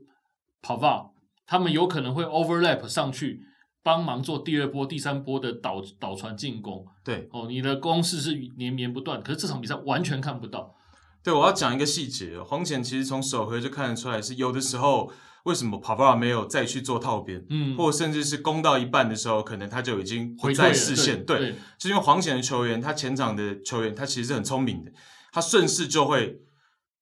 [SPEAKER 2] Pava，他们有可能会 overlap 上去，帮忙做第二波、第三波的导导传进攻。
[SPEAKER 1] 对
[SPEAKER 2] 哦，你的攻势是连绵不断，可是这场比赛完全看不到。
[SPEAKER 1] 对，我要讲一个细节哦，黄潜其实从首回就看得出来是有的时候为什么 p a v a 没有再去做套边，
[SPEAKER 2] 嗯，
[SPEAKER 1] 或甚至是攻到一半的时候，可能他就已经不
[SPEAKER 2] 回退
[SPEAKER 1] 在
[SPEAKER 2] 了
[SPEAKER 1] 视线，
[SPEAKER 2] 对对
[SPEAKER 1] 就是因为黄潜的球员，他前场的球员，他其实是很聪明的，他顺势就会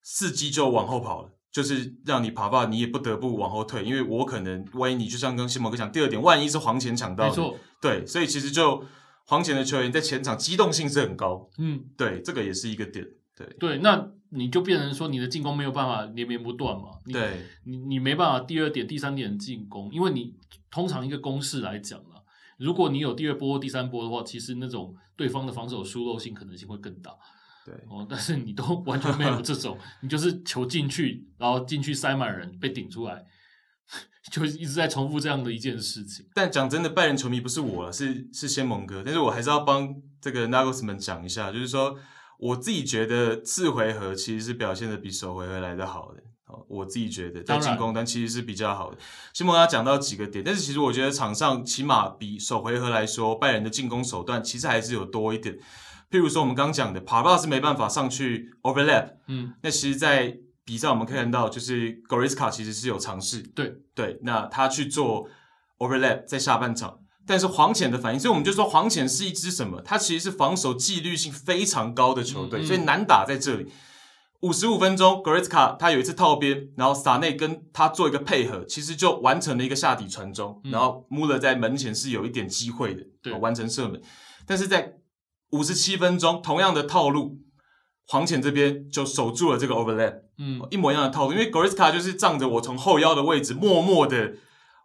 [SPEAKER 1] 伺机就往后跑了，就是让你爬吧，你也不得不往后退，因为我可能万一你就像跟西蒙哥讲，第二点，万一是黄潜抢到
[SPEAKER 2] 没
[SPEAKER 1] 的，
[SPEAKER 2] 错，
[SPEAKER 1] 对，所以其实就黄潜的球员在前场机动性是很高，
[SPEAKER 2] 嗯。
[SPEAKER 1] 对，这个也是一个点，对
[SPEAKER 2] 对，那你就变成说你的进攻没有办法连绵不断嘛？你
[SPEAKER 1] 对
[SPEAKER 2] 你你没办法第二点、第三点进攻，因为你通常一个攻势来讲啦，啊如果你有第二波、第三波的话，其实那种对方的防守疏漏性可能性会更大。
[SPEAKER 1] 对，
[SPEAKER 2] 哦，但是你都完全没有
[SPEAKER 1] (laughs)
[SPEAKER 2] 这种，你就是球进去，然后进去塞满人，被顶出来， (laughs) 就是一直在重复这样的一件事情。
[SPEAKER 1] 但讲真的，拜仁球迷不是我了，是是先蒙哥。但是我还是要帮这个 Nagelsmann 讲一下，就是说我自己觉得次回合其实是表现的比首回合来的好的。哦我自己觉得在
[SPEAKER 2] 当然
[SPEAKER 1] 进攻端其实是比较好的。先蒙他讲到几个点，但是其实我觉得场上起码比首回合来说，拜仁的进攻手段其实还是有多一点。譬如说我们刚讲的，帕巴是没办法上去 overlap，
[SPEAKER 2] 嗯，
[SPEAKER 1] 那其实，在比赛我们可以看到，就是 Goretzka 其实是有尝试，
[SPEAKER 2] 对
[SPEAKER 1] 对，那他去做 overlap 在下半场，但是黄潜的反应，所以我们就说黄潜是一支什么？它其实是防守纪律性非常高的球队，
[SPEAKER 2] 嗯嗯
[SPEAKER 1] 所以难打在这里。五十五分钟，Goretzka 他有一次套边，然后萨内跟他做一个配合，其实就完成了一个下底传中，
[SPEAKER 2] 嗯
[SPEAKER 1] 然后穆勒在门前是有一点机会的，
[SPEAKER 2] 对
[SPEAKER 1] 哦完成射门。但是在五十七分钟，同样的套路，黄潜这边就守住了这个 overlap，哦
[SPEAKER 2] 嗯，
[SPEAKER 1] 一模一样的套路，因为 Goretzka 就是仗着我从后腰的位置默默的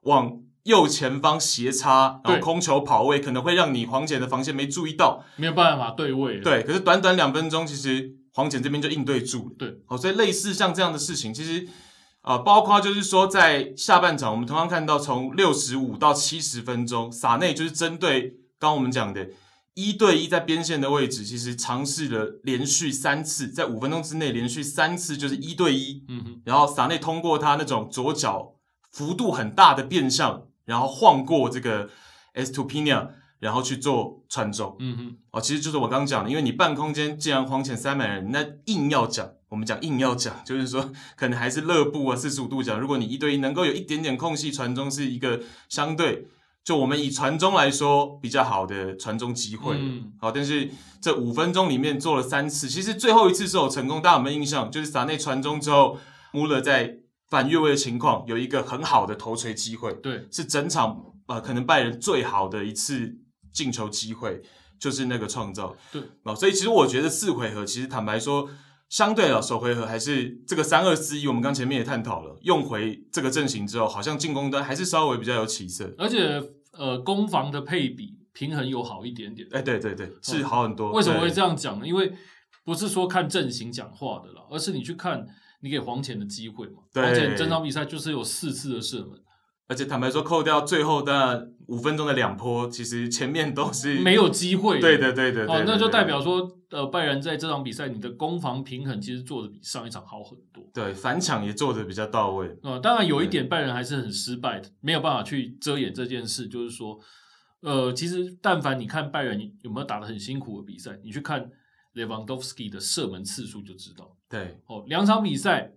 [SPEAKER 1] 往右前方斜插，然
[SPEAKER 2] 对
[SPEAKER 1] 后空球跑位，可能会让你黄潜的防线没注意到。
[SPEAKER 2] 没有办法对位。，
[SPEAKER 1] 对，可是短短两分钟，其实黄潜这边就应对住了。
[SPEAKER 2] 对，
[SPEAKER 1] 哦，所以类似像这样的事情，其实啊、呃包括就是说在下半场，我们同样看到从六十五到七十分钟，萨内就是针对刚刚我们讲的。一对一在边线的位置，其实尝试了连续三次，在五分钟之内连续三次就是一对一，
[SPEAKER 2] 嗯哼，
[SPEAKER 1] 然后萨内通过他那种左脚幅度很大的变向，然后晃过这个 S t u p i n a 然后去做传中。
[SPEAKER 2] 嗯哼，
[SPEAKER 1] 哦，其实就是我刚刚讲的，因为你半空间既然黄潜塞满人，那硬要讲，我们讲硬要讲，就是说可能还是勒布啊，四十五度角。如果你一对一能够有一点点空隙传中，是一个相对就我们以传中来说比较好的传中机会。
[SPEAKER 2] 嗯
[SPEAKER 1] 好，但是这五分钟里面做了三次，其实最后一次是有成功，大家有没有印象？就是萨内传中之后，穆勒在反越位的情况有一个很好的头锤机会。
[SPEAKER 2] 对，
[SPEAKER 1] 是整场呃可能拜仁最好的一次进球机会，就是那个创造。
[SPEAKER 2] 对
[SPEAKER 1] 哦，所以其实我觉得四回合，其实坦白说，相对了首回合还是这个三二四一，我们刚前面也探讨了，用回这个阵型之后，好像进攻端还是稍微比较有起色。
[SPEAKER 2] 而且呃，攻防的配比平衡有好一点点。
[SPEAKER 1] 哎，对对对，是好很多。
[SPEAKER 2] 哦为什么会
[SPEAKER 1] 对
[SPEAKER 2] 这样讲呢？因为不是说看阵型讲话的啦，而是你去看你给黄潜的机会嘛。
[SPEAKER 1] 对
[SPEAKER 2] 黄潜整场比赛就是有四次的射门，
[SPEAKER 1] 而且坦白说，扣掉最后的五分钟的两波，其实前面都是
[SPEAKER 2] 没。有机会。
[SPEAKER 1] 对对对对对
[SPEAKER 2] 哦，那就
[SPEAKER 1] 对
[SPEAKER 2] 代表说，呃，拜仁在这场比赛你的攻防平衡其实做的比上一场好很多。
[SPEAKER 1] 对反抢也做的比较到位。
[SPEAKER 2] 呃，当然有一点拜仁还是很失败的，没有办法去遮掩这件事，就是说，呃，其实但凡你看拜仁有没有打得很辛苦的比赛，你去看 Lewandowski 的射门次数就知道。
[SPEAKER 1] 对
[SPEAKER 2] 哦，两场比赛，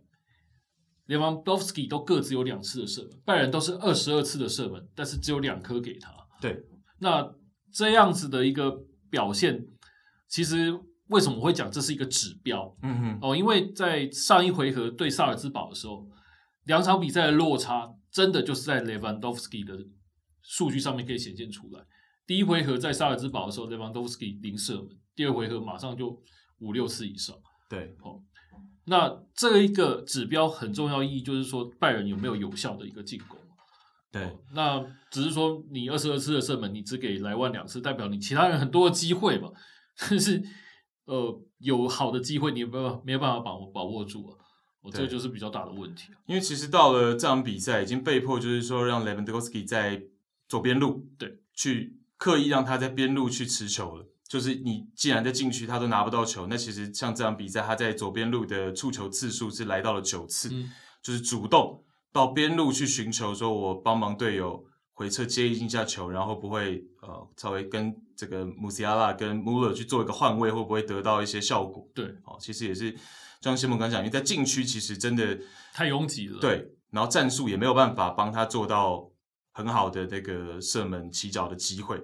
[SPEAKER 2] 连 e 多夫斯基都各自有两次的射门，拜仁都是二十二次的射门，但是只有两颗给他。
[SPEAKER 1] 对，
[SPEAKER 2] 那这样子的一个表现，其实为什么我会讲这是一个指标？
[SPEAKER 1] 嗯哼，
[SPEAKER 2] 哦，因为在上一回合对萨尔兹堡的时候，两场比赛的落差真的就是在 Lewandowski 的数据上面可以显现出来。第一回合在萨尔兹堡的时候，Lewandowski 零射门，第二回合马上就五六次以上。
[SPEAKER 1] 对
[SPEAKER 2] 那这一个指标很重要意义就是说，拜仁有没有有效的一个进攻？
[SPEAKER 1] 对
[SPEAKER 2] 哦，那只是说你二十二次的射门，你只给莱万两次，代表你其他人很多的机会嘛。 (laughs) 但是，呃，有好的机会你也没有办法没有办法把握把握住啊，我、这
[SPEAKER 1] 对
[SPEAKER 2] 就是比较大的问题。啊
[SPEAKER 1] 因为其实到了这场比赛，已经被迫就是说让 Lewandowski 在左边路
[SPEAKER 2] 对
[SPEAKER 1] 去刻意让他在边路去持球了。就是你既然在禁区他都拿不到球，那其实像这场比赛，他在左边路的触球次数是来到了九次，
[SPEAKER 2] 嗯
[SPEAKER 1] 就是主动到边路去寻求，说我帮忙队友回撤接应一下球，然后不会呃稍微跟这个穆西亚拉跟穆勒去做一个换位，会不会得到一些效果？
[SPEAKER 2] 对，
[SPEAKER 1] 哦，其实也是就像谢梦刚讲，因为在禁区其实真的
[SPEAKER 2] 太拥挤了。，
[SPEAKER 1] 对，然后战术也没有办法帮他做到很好的那个射门起脚的机会。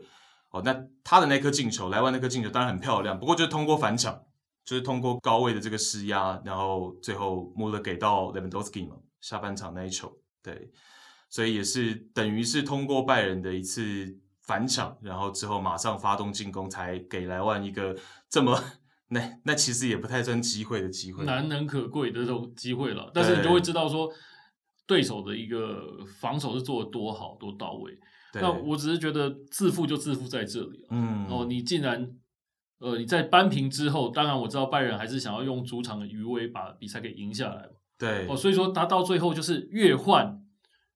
[SPEAKER 1] 哦，那他的那颗进球，莱万那颗进球当然很漂亮，不过就是通过反抢，就是通过高位的这个施压，然后最后穆勒给到 Lewandowski 嘛，下半场那一球，对，所以也是等于是通过拜仁的一次反抢，然后之后马上发动进攻，才给莱万一个这么那那其实也不太算机会的机会，
[SPEAKER 2] 难能可贵的这种机会了，但是你就会知道说，对手的一个防守是做的多好多到位。
[SPEAKER 1] 对
[SPEAKER 2] 那我只是觉得自负就自负在这里、啊。
[SPEAKER 1] 嗯
[SPEAKER 2] 哦，你竟然，呃，你在扳平之后，当然我知道拜仁还是想要用主场的余威把比赛给赢下来嘛。
[SPEAKER 1] 对
[SPEAKER 2] 哦，所以说他到最后就是越换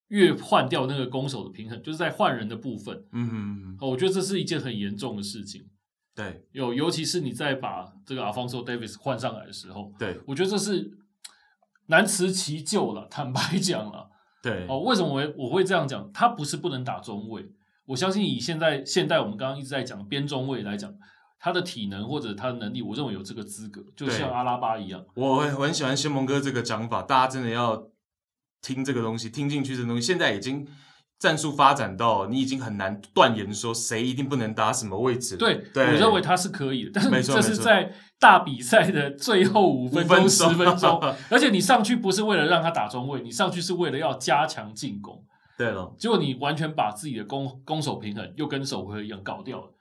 [SPEAKER 2] 越换掉那个攻守的平衡，就是在换人的部分。
[SPEAKER 1] 嗯哼嗯哼
[SPEAKER 2] 哦，我觉得这是一件很严重的事情。
[SPEAKER 1] 对
[SPEAKER 2] 有，尤其是你在把这个 Alfonso Davis 换上来的时候，
[SPEAKER 1] 对
[SPEAKER 2] 我觉得这是难辞其咎了。坦白讲了，
[SPEAKER 1] 对
[SPEAKER 2] 哦，为什么我会我会这样讲？他不是不能打中卫，我相信以现在现代我们刚刚一直在讲边中卫来讲，他的体能或者他的能力，我认为有这个资格，就
[SPEAKER 1] 对
[SPEAKER 2] 像阿拉巴一样。
[SPEAKER 1] 我很我很喜欢仙蒙哥这个讲法，大家真的要听这个东西，听进去这个东西。现在已经战术发展到你已经很难断言说谁一定不能打什么位置了。
[SPEAKER 2] 对，
[SPEAKER 1] 对，
[SPEAKER 2] 我认为他是可以的，但
[SPEAKER 1] 没
[SPEAKER 2] 是
[SPEAKER 1] 错没
[SPEAKER 2] 这是
[SPEAKER 1] 错
[SPEAKER 2] 在大比赛的最后五分
[SPEAKER 1] 五分
[SPEAKER 2] 钟、十
[SPEAKER 1] 钟
[SPEAKER 2] 分钟，而且你上去不是为了让他打中卫，你上去是为了要加强进攻，
[SPEAKER 1] 对了，
[SPEAKER 2] 结果你完全把自己的攻攻守平衡又跟首回合一样搞掉了。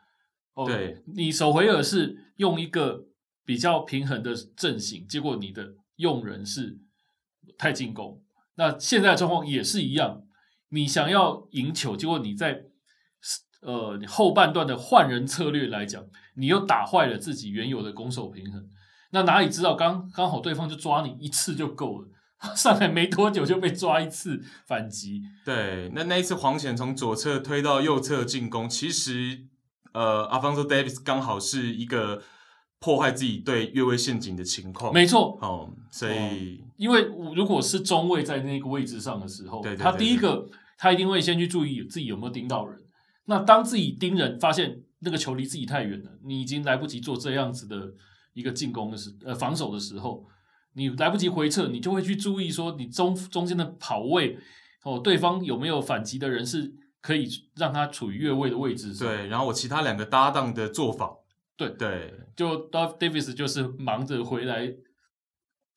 [SPEAKER 2] 哦
[SPEAKER 1] 对，
[SPEAKER 2] 你首回合是用一个比较平衡的阵型，结果你的用人是太进攻。那现在的状况也是一样，你想要赢球，结果你在呃你后半段的换人策略来讲，你又打坏了自己原有的攻守平衡。那哪里知道刚刚好对方就抓你一次就够了， (laughs) 上来没多久就被抓一次反击，
[SPEAKER 1] 对，那那一次黄潜从左侧推到右侧进攻，其实呃，阿方索 Davis 刚好是一个破坏自己对越位陷阱的情况。
[SPEAKER 2] 没错，
[SPEAKER 1] 哦，所以、
[SPEAKER 2] 因为我如果是中卫在那个位置上的时候，
[SPEAKER 1] 对对对
[SPEAKER 2] 他第一个他一定会先去注意自己有没有盯到人。那当自己盯人，发现那个球离自己太远了，你已经来不及做这样子的一个进攻的时呃防守的时候，你来不及回撤，你就会去注意说你中中间的跑位哦，对方有没有反击的人是可以让他处于越位的位置上。
[SPEAKER 1] 对，然后我其他两个搭档的做法，
[SPEAKER 2] 对
[SPEAKER 1] 对，
[SPEAKER 2] 就 Dove Davis 就是忙着回来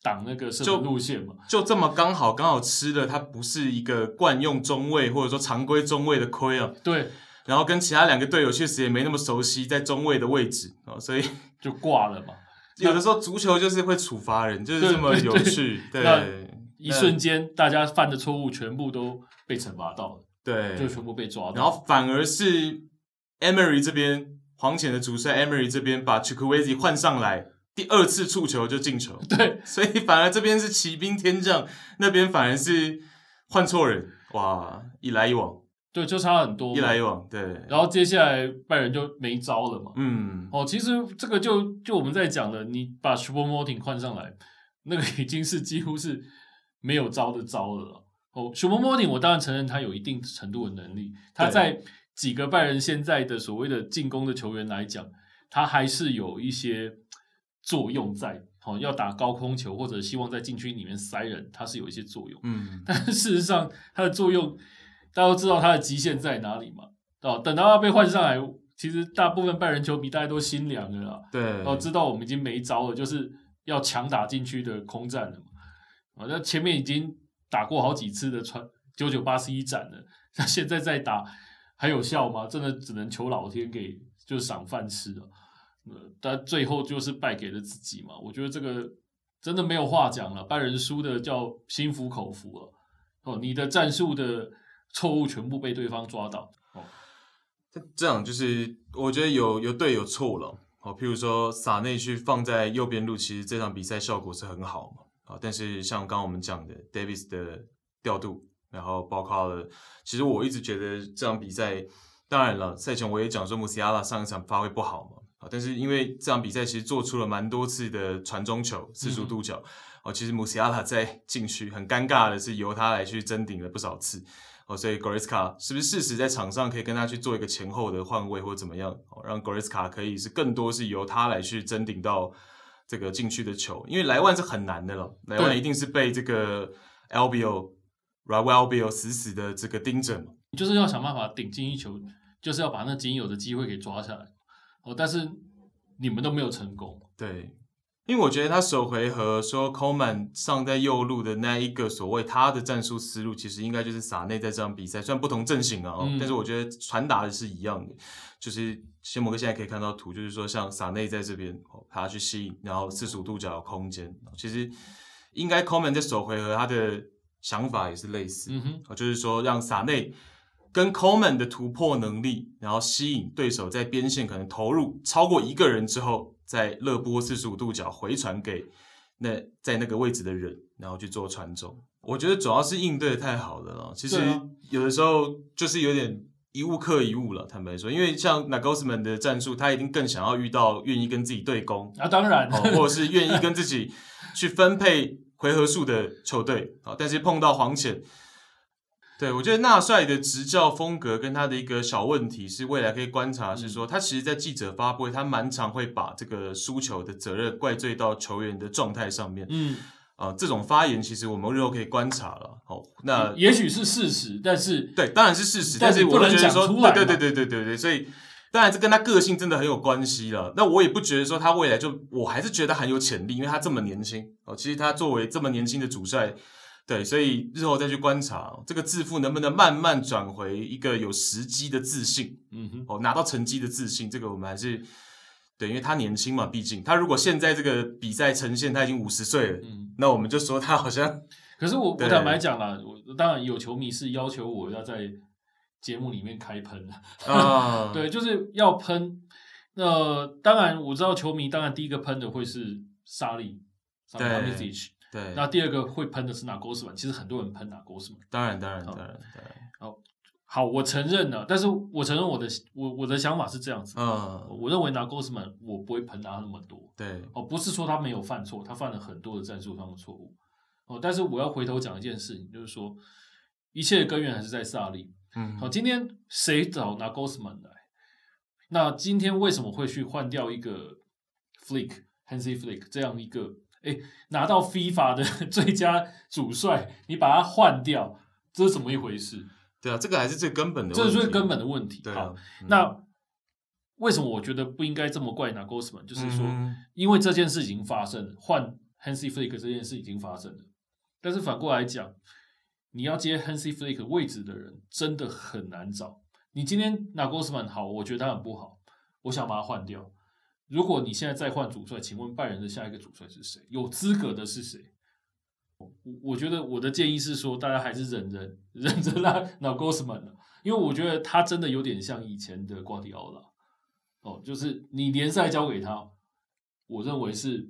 [SPEAKER 2] 挡那个射
[SPEAKER 1] 就
[SPEAKER 2] 门路线嘛。
[SPEAKER 1] 就这么刚好刚好吃了，他不是一个惯用中卫或者说常规中卫的亏啊。
[SPEAKER 2] 对，
[SPEAKER 1] 然后跟其他两个队友确实也没那么熟悉在中卫的位置啊、哦，所以
[SPEAKER 2] 就挂了嘛。
[SPEAKER 1] 有的时候足球就是会处罚人，就是
[SPEAKER 2] 对
[SPEAKER 1] 这么
[SPEAKER 2] 对
[SPEAKER 1] 有
[SPEAKER 2] 对
[SPEAKER 1] 趣。对
[SPEAKER 2] 那
[SPEAKER 1] 对
[SPEAKER 2] 一瞬间，大家犯的错误全部都被惩罚到了，就全部被抓
[SPEAKER 1] 然
[SPEAKER 2] 到。
[SPEAKER 1] 后反而是 Emery 这边黄潜的主帅 Emery 这边把 c h u k w e z i 换上来，第二次触球就进球，
[SPEAKER 2] 对，
[SPEAKER 1] 所以反而这边是骑兵天降，那边反而是换错人，哇，一来一往，
[SPEAKER 2] 对，就差很多嘛。
[SPEAKER 1] 一来一往，对，
[SPEAKER 2] 然后接下来拜仁就没招了嘛。
[SPEAKER 1] 嗯，
[SPEAKER 2] 哦，其实这个就就我们在讲了，你把 s u p e r m o r t i n 换上来，那个已经是几乎是没有招的招了啦。哦 s u p e r m o r t i n 我当然承认他有一定程度的能力，他
[SPEAKER 1] 对
[SPEAKER 2] 在几个拜仁现在的所谓的进攻的球员来讲，他还是有一些作用在。哦，要打高空球或者希望在禁区里面塞人，它是有一些作用。
[SPEAKER 1] 嗯，
[SPEAKER 2] 但事实上，它的作用大家都知道它的极限在哪里嘛。哦，等到它被换上来，其实大部分拜仁球迷大家都心凉了啦。
[SPEAKER 1] 对，
[SPEAKER 2] 哦，知道我们已经没招了，就是要强打禁区的空战了嘛。哦，那前面已经打过好几次的传九九八十一斩了， (laughs) 那现在再打还有效吗？真的只能求老天给就是赏饭吃了。呃，但最后就是败给了自己嘛。我觉得这个真的没有话讲了，拜仁输的叫心服口服了。哦，你的战术的错误全部被对方抓到。哦，
[SPEAKER 1] 这样就是我觉得有有对有错了。好，譬如说撒内去放在右边路，其实这场比赛效果是很好嘛。啊，但是像刚刚我们讲的 Davis 的调度，然后包括了，其实我一直觉得这场比赛，当然了，赛前我也讲说穆斯亚拉上一场发挥不好嘛。啊，但是因为这场比赛其实做出了蛮多次的传中球、四十
[SPEAKER 2] 嗯
[SPEAKER 1] 度角，哦，其实穆斯亚拉在禁区很尴尬的是由他来去争顶了不少次。哦，所以 Goretzka 是不是适时在场上可以跟他去做一个前后的换位或怎么样，哦、让 Goretzka 可以是更多是由他来去争顶到这个禁区的球，因为莱万是很难的了，莱万
[SPEAKER 2] 对
[SPEAKER 1] 一定是被这个 Albio Raul Albio 死死的这个盯着嘛，
[SPEAKER 2] 你就是要想办法顶进一球，就是要把那仅有的机会给抓下来。哦，但是你们都没有成功。
[SPEAKER 1] 对。因为我觉得他首回合说 Coleman 上在右路的那一个所谓他的战术思路，其实应该就是撒内在这场比赛，虽然不同阵型啊、哦
[SPEAKER 2] 嗯
[SPEAKER 1] 但是我觉得传达的是一样的。就是仙魔哥现在可以看到图，就是说像撒内在这边，哦他去吸引，然后四十五度角有空间。其实应该 Coleman 在首回合他的想法也是类似，
[SPEAKER 2] 嗯哼，
[SPEAKER 1] 哦就是说让撒内跟 Coleman 的突破能力，然后吸引对手在边线可能投入超过一个人之后，在热波四十五度角回传给那在那个位置的人，然后去做传中。我觉得主要是应对的太好了啦。其实
[SPEAKER 2] 对啊
[SPEAKER 1] 有的时候就是有点一物克一物了。坦白说，因为像 Nagosman 的战术，他一定更想要遇到愿意跟自己对攻，
[SPEAKER 2] 啊，当 (laughs) 然，
[SPEAKER 1] 哦，或者是愿意跟自己去分配回合数的球队啊、哦但是碰到黄潜，对我觉得纳帅的执教风格跟他的一个小问题是，未来可以观察是说，他其实，在记者发布会，他蛮常会把这个输球的责任怪罪到球员的状态上面
[SPEAKER 2] 嗯，
[SPEAKER 1] 啊、这种发言其实我们日后可以观察了。好、那
[SPEAKER 2] 也许是事实，但是
[SPEAKER 1] 对，当然是事实，
[SPEAKER 2] 但
[SPEAKER 1] 但
[SPEAKER 2] 你
[SPEAKER 1] 是
[SPEAKER 2] 不
[SPEAKER 1] 我会
[SPEAKER 2] 能
[SPEAKER 1] 觉得
[SPEAKER 2] 讲
[SPEAKER 1] 说，
[SPEAKER 2] 出来
[SPEAKER 1] 对对
[SPEAKER 2] 嘛
[SPEAKER 1] 对对对对对，所以当然这跟他个性真的很有关系了。那我也不觉得说他未来就，我还是觉得很有潜力，因为他这么年轻哦。其实他作为这么年轻的主帅，对，所以日后再去观察、哦、这个自负能不能慢慢转回一个有时机的自信
[SPEAKER 2] 嗯哼，
[SPEAKER 1] 哦，拿到成绩的自信，这个我们还是。对，因为他年轻嘛，毕竟他如果现在这个比赛呈现他已经五十岁了，
[SPEAKER 2] 嗯，
[SPEAKER 1] 那我们就说他好像 (laughs)
[SPEAKER 2] 可是我我
[SPEAKER 1] 对
[SPEAKER 2] 坦白讲啦，我当然有球迷是要求我要在节目里面开喷啊，
[SPEAKER 1] 啊，
[SPEAKER 2] 对，就是要喷。那、当然我知道球迷当然第一个喷的会是沙利，沙利
[SPEAKER 1] 对
[SPEAKER 2] a m i z i c
[SPEAKER 1] 对，
[SPEAKER 2] 那第二个会喷的是哪郭斯曼，其实很多人喷哪郭斯曼。
[SPEAKER 1] 当然当然
[SPEAKER 2] 好
[SPEAKER 1] 当然当然，
[SPEAKER 2] 好，我承认了，但是我承认我的我我的想法是这样子，
[SPEAKER 1] 嗯，
[SPEAKER 2] 我认为拿 g o s m a n 我不会喷他那么多
[SPEAKER 1] 对，
[SPEAKER 2] 哦，不是说他没有犯错，他犯了很多的战术上的错误哦，但是我要回头讲一件事情，就是说一切的根源还是在萨利。
[SPEAKER 1] 嗯
[SPEAKER 2] 好、今天谁找拿 g o s m a n 来？那今天为什么会去换掉一个 Flick Hansi Flick 这样一个哎拿到 FIFA 的 (laughs) 最佳主帅，你把他换掉，这是怎么一回事？
[SPEAKER 1] 对啊，这个还是最根本的问
[SPEAKER 2] 这
[SPEAKER 1] 题，
[SPEAKER 2] 是最根本的问题。
[SPEAKER 1] 对
[SPEAKER 2] 好
[SPEAKER 1] 啊。嗯
[SPEAKER 2] 那为什么我觉得不应该这么怪拿 Gosman？就是说，
[SPEAKER 1] 嗯
[SPEAKER 2] 因为这件事情发生了，换 Hansi Flick 这件事已经发生了，但是反过来讲，你要接 Hansi Flick 位置的人真的很难找。你今天拿 Gosman 好，我觉得他很不好，我想把他换掉。如果你现在再换主帅，请问拜仁的下一个主帅是谁？有资格的是谁？我我觉得我的建议是说，大家还是忍忍忍着 (laughs) 那那 Gosman 了，因为我觉得他真的有点像以前的瓜迪奥拉。哦，就是你联赛交给他，我认为是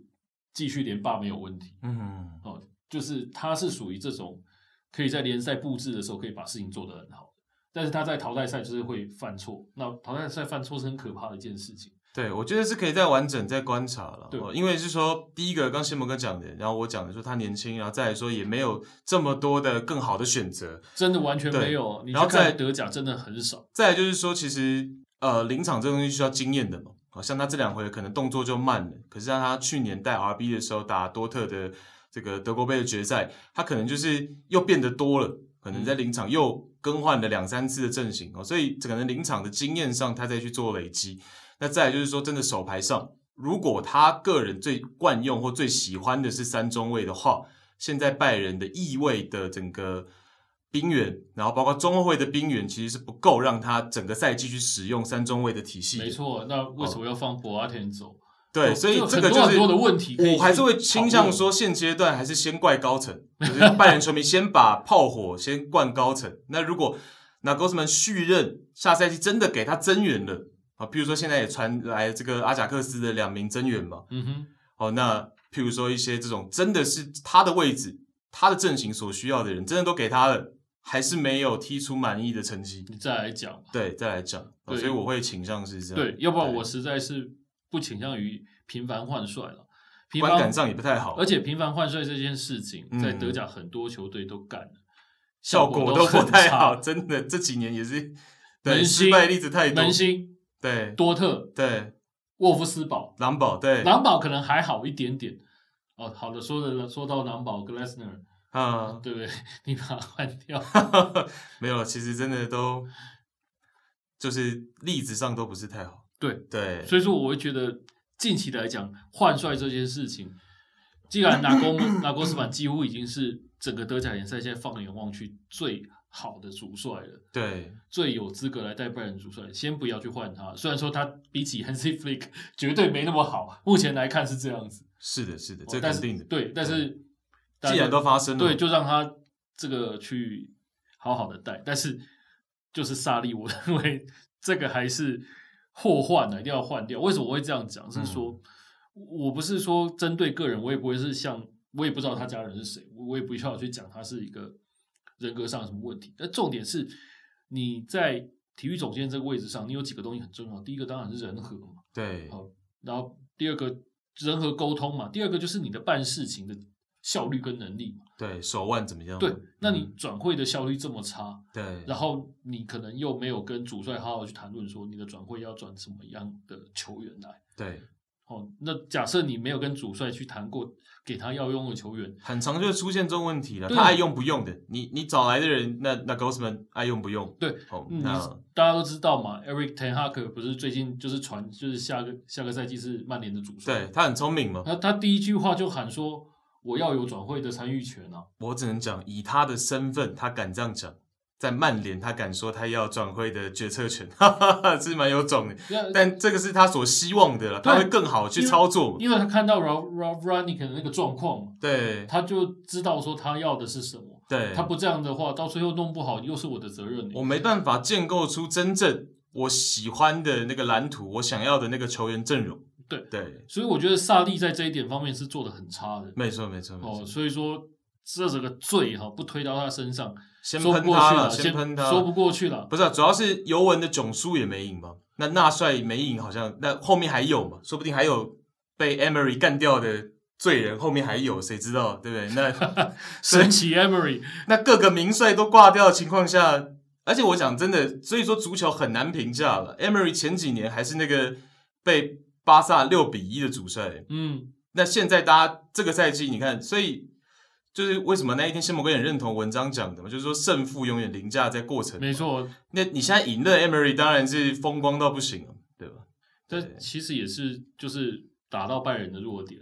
[SPEAKER 2] 继续连霸没有问题。
[SPEAKER 1] 嗯，
[SPEAKER 2] 哦，就是他是属于这种可以在联赛布置的时候可以把事情做得很好，但是他在淘汰赛就是会犯错。那淘汰赛犯错是很可怕的一件事情。
[SPEAKER 1] 对，我觉得是可以再完整再观察了，
[SPEAKER 2] 对
[SPEAKER 1] 哦因为是说第一个刚谢蒙哥讲的，然后我讲的说他年轻，然后再来说也没有这么多的更好的选择，
[SPEAKER 2] 真的完全
[SPEAKER 1] 对
[SPEAKER 2] 没有，你去
[SPEAKER 1] 然后再
[SPEAKER 2] 看德甲真的很少。
[SPEAKER 1] 再来就是说其实呃临场这东西需要经验的嘛，好像他这两回可能动作就慢了，可是让他去年带 RB 的时候打多特的这个德国杯的决赛，他可能就是又变得多了。可能在临场又更换了两三次的阵型哦，所以可能临场的经验上，他再去做累积。那再来就是说，真的手牌上，如果他个人最惯用或最喜欢的是三中卫的话，现在拜仁的翼位的整个兵源，然后包括中后卫的兵源，其实是不够让他整个赛季去使用三中卫的体系的。
[SPEAKER 2] 没，错，那为什么要放博阿田走？
[SPEAKER 1] 哦对，
[SPEAKER 2] 就
[SPEAKER 1] 所以
[SPEAKER 2] 就
[SPEAKER 1] 这个
[SPEAKER 2] 很
[SPEAKER 1] 就
[SPEAKER 2] 多
[SPEAKER 1] 是
[SPEAKER 2] 很多的问题可以去讨论，
[SPEAKER 1] 我还是会倾向说，现阶段还是先怪高
[SPEAKER 2] (laughs)
[SPEAKER 1] 层，就是拜仁球迷先把炮火先灌高层。那如果那 g o s m a n 续任，下赛季真的给他增援了啊，譬如说现在也传来这个阿贾克斯的两名增援嘛，
[SPEAKER 2] 嗯哼，
[SPEAKER 1] 哦，那譬如说一些这种真的是他的位置、他的阵型所需要的人，真的都给他了，还是没有踢出满意的成绩，
[SPEAKER 2] 你再来讲。
[SPEAKER 1] 对，再来讲，哦
[SPEAKER 2] 对
[SPEAKER 1] 所以我会倾向是这样，
[SPEAKER 2] 对，要不然我实在是不倾向于频繁换帅了。频繁
[SPEAKER 1] 观感上也不太好，
[SPEAKER 2] 而且频繁换帅这件事情，
[SPEAKER 1] 嗯
[SPEAKER 2] 在德甲很多球队都干了，
[SPEAKER 1] 效果都不太好，
[SPEAKER 2] 很差。
[SPEAKER 1] 真的这几年也是对
[SPEAKER 2] 门兴
[SPEAKER 1] 失败例子太多
[SPEAKER 2] 门，兴、
[SPEAKER 1] 对
[SPEAKER 2] 多特、
[SPEAKER 1] 对，
[SPEAKER 2] 沃夫斯堡、
[SPEAKER 1] 狼堡对，
[SPEAKER 2] 狼堡可能还好一点点。哦，好的，说的说到狼堡 Glasner，、
[SPEAKER 1] 啊，
[SPEAKER 2] 对不对？ (laughs) 你把他换掉，
[SPEAKER 1] (laughs) 没有，其实真的都就是例子上都不是太好，
[SPEAKER 2] 对
[SPEAKER 1] 对，
[SPEAKER 2] 所以说我会觉得近期来讲换帅这件事情，既然拿公拿公斯曼几乎已经是整个德甲联赛现在放眼望去最好的主帅了。
[SPEAKER 1] 对
[SPEAKER 2] 最有资格来带拜仁主帅，先不要去换他。虽然说他比起 (laughs) Hansi Flick 绝对没那么好，目前来看是这样子，
[SPEAKER 1] 是的，是的，
[SPEAKER 2] 哦
[SPEAKER 1] 这
[SPEAKER 2] 但
[SPEAKER 1] 肯
[SPEAKER 2] 是
[SPEAKER 1] 定的，
[SPEAKER 2] 对，但是
[SPEAKER 1] 既然都发生了，
[SPEAKER 2] 对，就让他这个去好好的带。但是就是萨利，我认为这个还是祸患啊，一定要换掉。为什么我会这样讲？是说、我不是说针对个人，我也不会是像我也不知道他家人是谁，我我也不需要去讲他是一个人格上有什么问题。但重点是你在体育总监这个位置上，你有几个东西很重要。第一个当然是人和嘛，
[SPEAKER 1] 对，
[SPEAKER 2] 好然后第二个人和沟通嘛，第二个就是你的办事情的效率跟能力嘛。
[SPEAKER 1] 对，手腕怎么样？
[SPEAKER 2] 对，那你
[SPEAKER 1] 嗯
[SPEAKER 2] 转会的效率这么差，
[SPEAKER 1] 对，
[SPEAKER 2] 然后你可能又没有跟主帅好好去谈论说你的转会要转什么样的球员来。
[SPEAKER 1] 对，
[SPEAKER 2] 哦，那假设你没有跟主帅去谈过给他要用的球员，
[SPEAKER 1] 很常就会出现这种问题了。
[SPEAKER 2] 对啊
[SPEAKER 1] 他爱用不用的，你你找来的人，那那 g o s m a n 爱用不用？
[SPEAKER 2] 对，
[SPEAKER 1] 哦，
[SPEAKER 2] 嗯，
[SPEAKER 1] 那
[SPEAKER 2] 大家都知道嘛，Eric Ten Hag 不是最近就是传就是下个下个赛季是曼联的主帅，
[SPEAKER 1] 对，他很聪明嘛。
[SPEAKER 2] 他他第一句话就喊说我要有转会的参与权啊，
[SPEAKER 1] 我只能讲，以他的身份，他敢这样讲，在曼联他敢说他要转会的决策权， (laughs) 哈哈哈，是蛮有种的。
[SPEAKER 2] 那
[SPEAKER 1] 但这个是他所希望的了，
[SPEAKER 2] 呃对
[SPEAKER 1] 他会更好去操作嘛。
[SPEAKER 2] 因为他看到 Rav Rav Rani 可能那个状况嘛，
[SPEAKER 1] 对
[SPEAKER 2] 他就知道说他要的是什么，
[SPEAKER 1] 对，
[SPEAKER 2] 他不这样的话，到最后弄不好又是我的责任欸。
[SPEAKER 1] 我没办法建构出真正我喜欢的那个蓝图，我想要的那个球员阵容。
[SPEAKER 2] 对
[SPEAKER 1] 对，
[SPEAKER 2] 所以我觉得萨利在这一点方面是做的很差的
[SPEAKER 1] 没错没错没
[SPEAKER 2] 哦，
[SPEAKER 1] 错，
[SPEAKER 2] 所以说这整个罪哈不推到他身上，
[SPEAKER 1] 先
[SPEAKER 2] 说
[SPEAKER 1] 喷
[SPEAKER 2] 不过
[SPEAKER 1] 他
[SPEAKER 2] 去
[SPEAKER 1] 了，
[SPEAKER 2] 了，
[SPEAKER 1] 先喷他
[SPEAKER 2] 说
[SPEAKER 1] 了。
[SPEAKER 2] 不过去了。
[SPEAKER 1] 不是、啊，主要是尤文的囧叔也没赢嘛，那纳帅没赢，好像那后面还有嘛，说不定还有被 Emery 干掉的罪人，后面还有，谁知道，对不 (laughs) 对？
[SPEAKER 2] (laughs)
[SPEAKER 1] 那
[SPEAKER 2] 神奇 Emery，
[SPEAKER 1] 那各个名帅都挂掉的情况下，而且我讲真的，所以说足球很难评价了。Emery 前几年还是那个被巴萨六比一的主帅，
[SPEAKER 2] 嗯，
[SPEAKER 1] 那现在大家这个赛季，你看，所以就是为什么那一天谢某哥也认同文章讲的嘛，就是说胜负永远凌驾在过程，
[SPEAKER 2] 没错，
[SPEAKER 1] 那你现在赢了 Emery，当然是风光到不行了，对吧？
[SPEAKER 2] 但其实也是就是打到拜仁的弱点。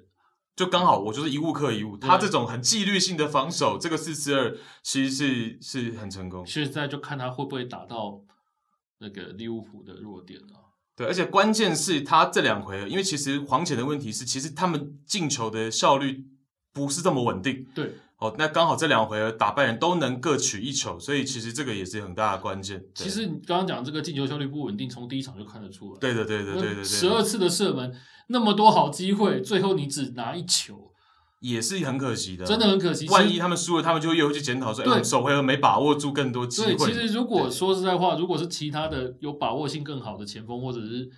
[SPEAKER 1] 就刚好我就是一物克一物，
[SPEAKER 2] 对
[SPEAKER 1] 他这种很纪律性的防守，这个四四二其实是是很成功，
[SPEAKER 2] 现在就看他会不会打到那个利物浦的弱点啊。
[SPEAKER 1] 对，而且关键是他这两回合，因为其实黄潜的问题是，其实他们进球的效率不是这么稳定
[SPEAKER 2] 对，
[SPEAKER 1] 哦，那刚好这两回合打败人都能各取一球，所以其实这个也是很大的关键。对
[SPEAKER 2] 其实你刚刚讲这个进球效率不稳定，从第一场就看得出来。
[SPEAKER 1] 对的，对的，对的，对的，
[SPEAKER 2] 十二次的射门，那么多好机会，最后你只拿一球，
[SPEAKER 1] 也是很可惜的，
[SPEAKER 2] 真的。很可惜。
[SPEAKER 1] 啊万一
[SPEAKER 2] 其实
[SPEAKER 1] 他们输了，他们就又会去检讨说，哎，
[SPEAKER 2] 对
[SPEAKER 1] 我们首回合没把握住更多机会。
[SPEAKER 2] 对，其实如果
[SPEAKER 1] 对
[SPEAKER 2] 说实在话，如果是其他的有把握性更好的前锋或者是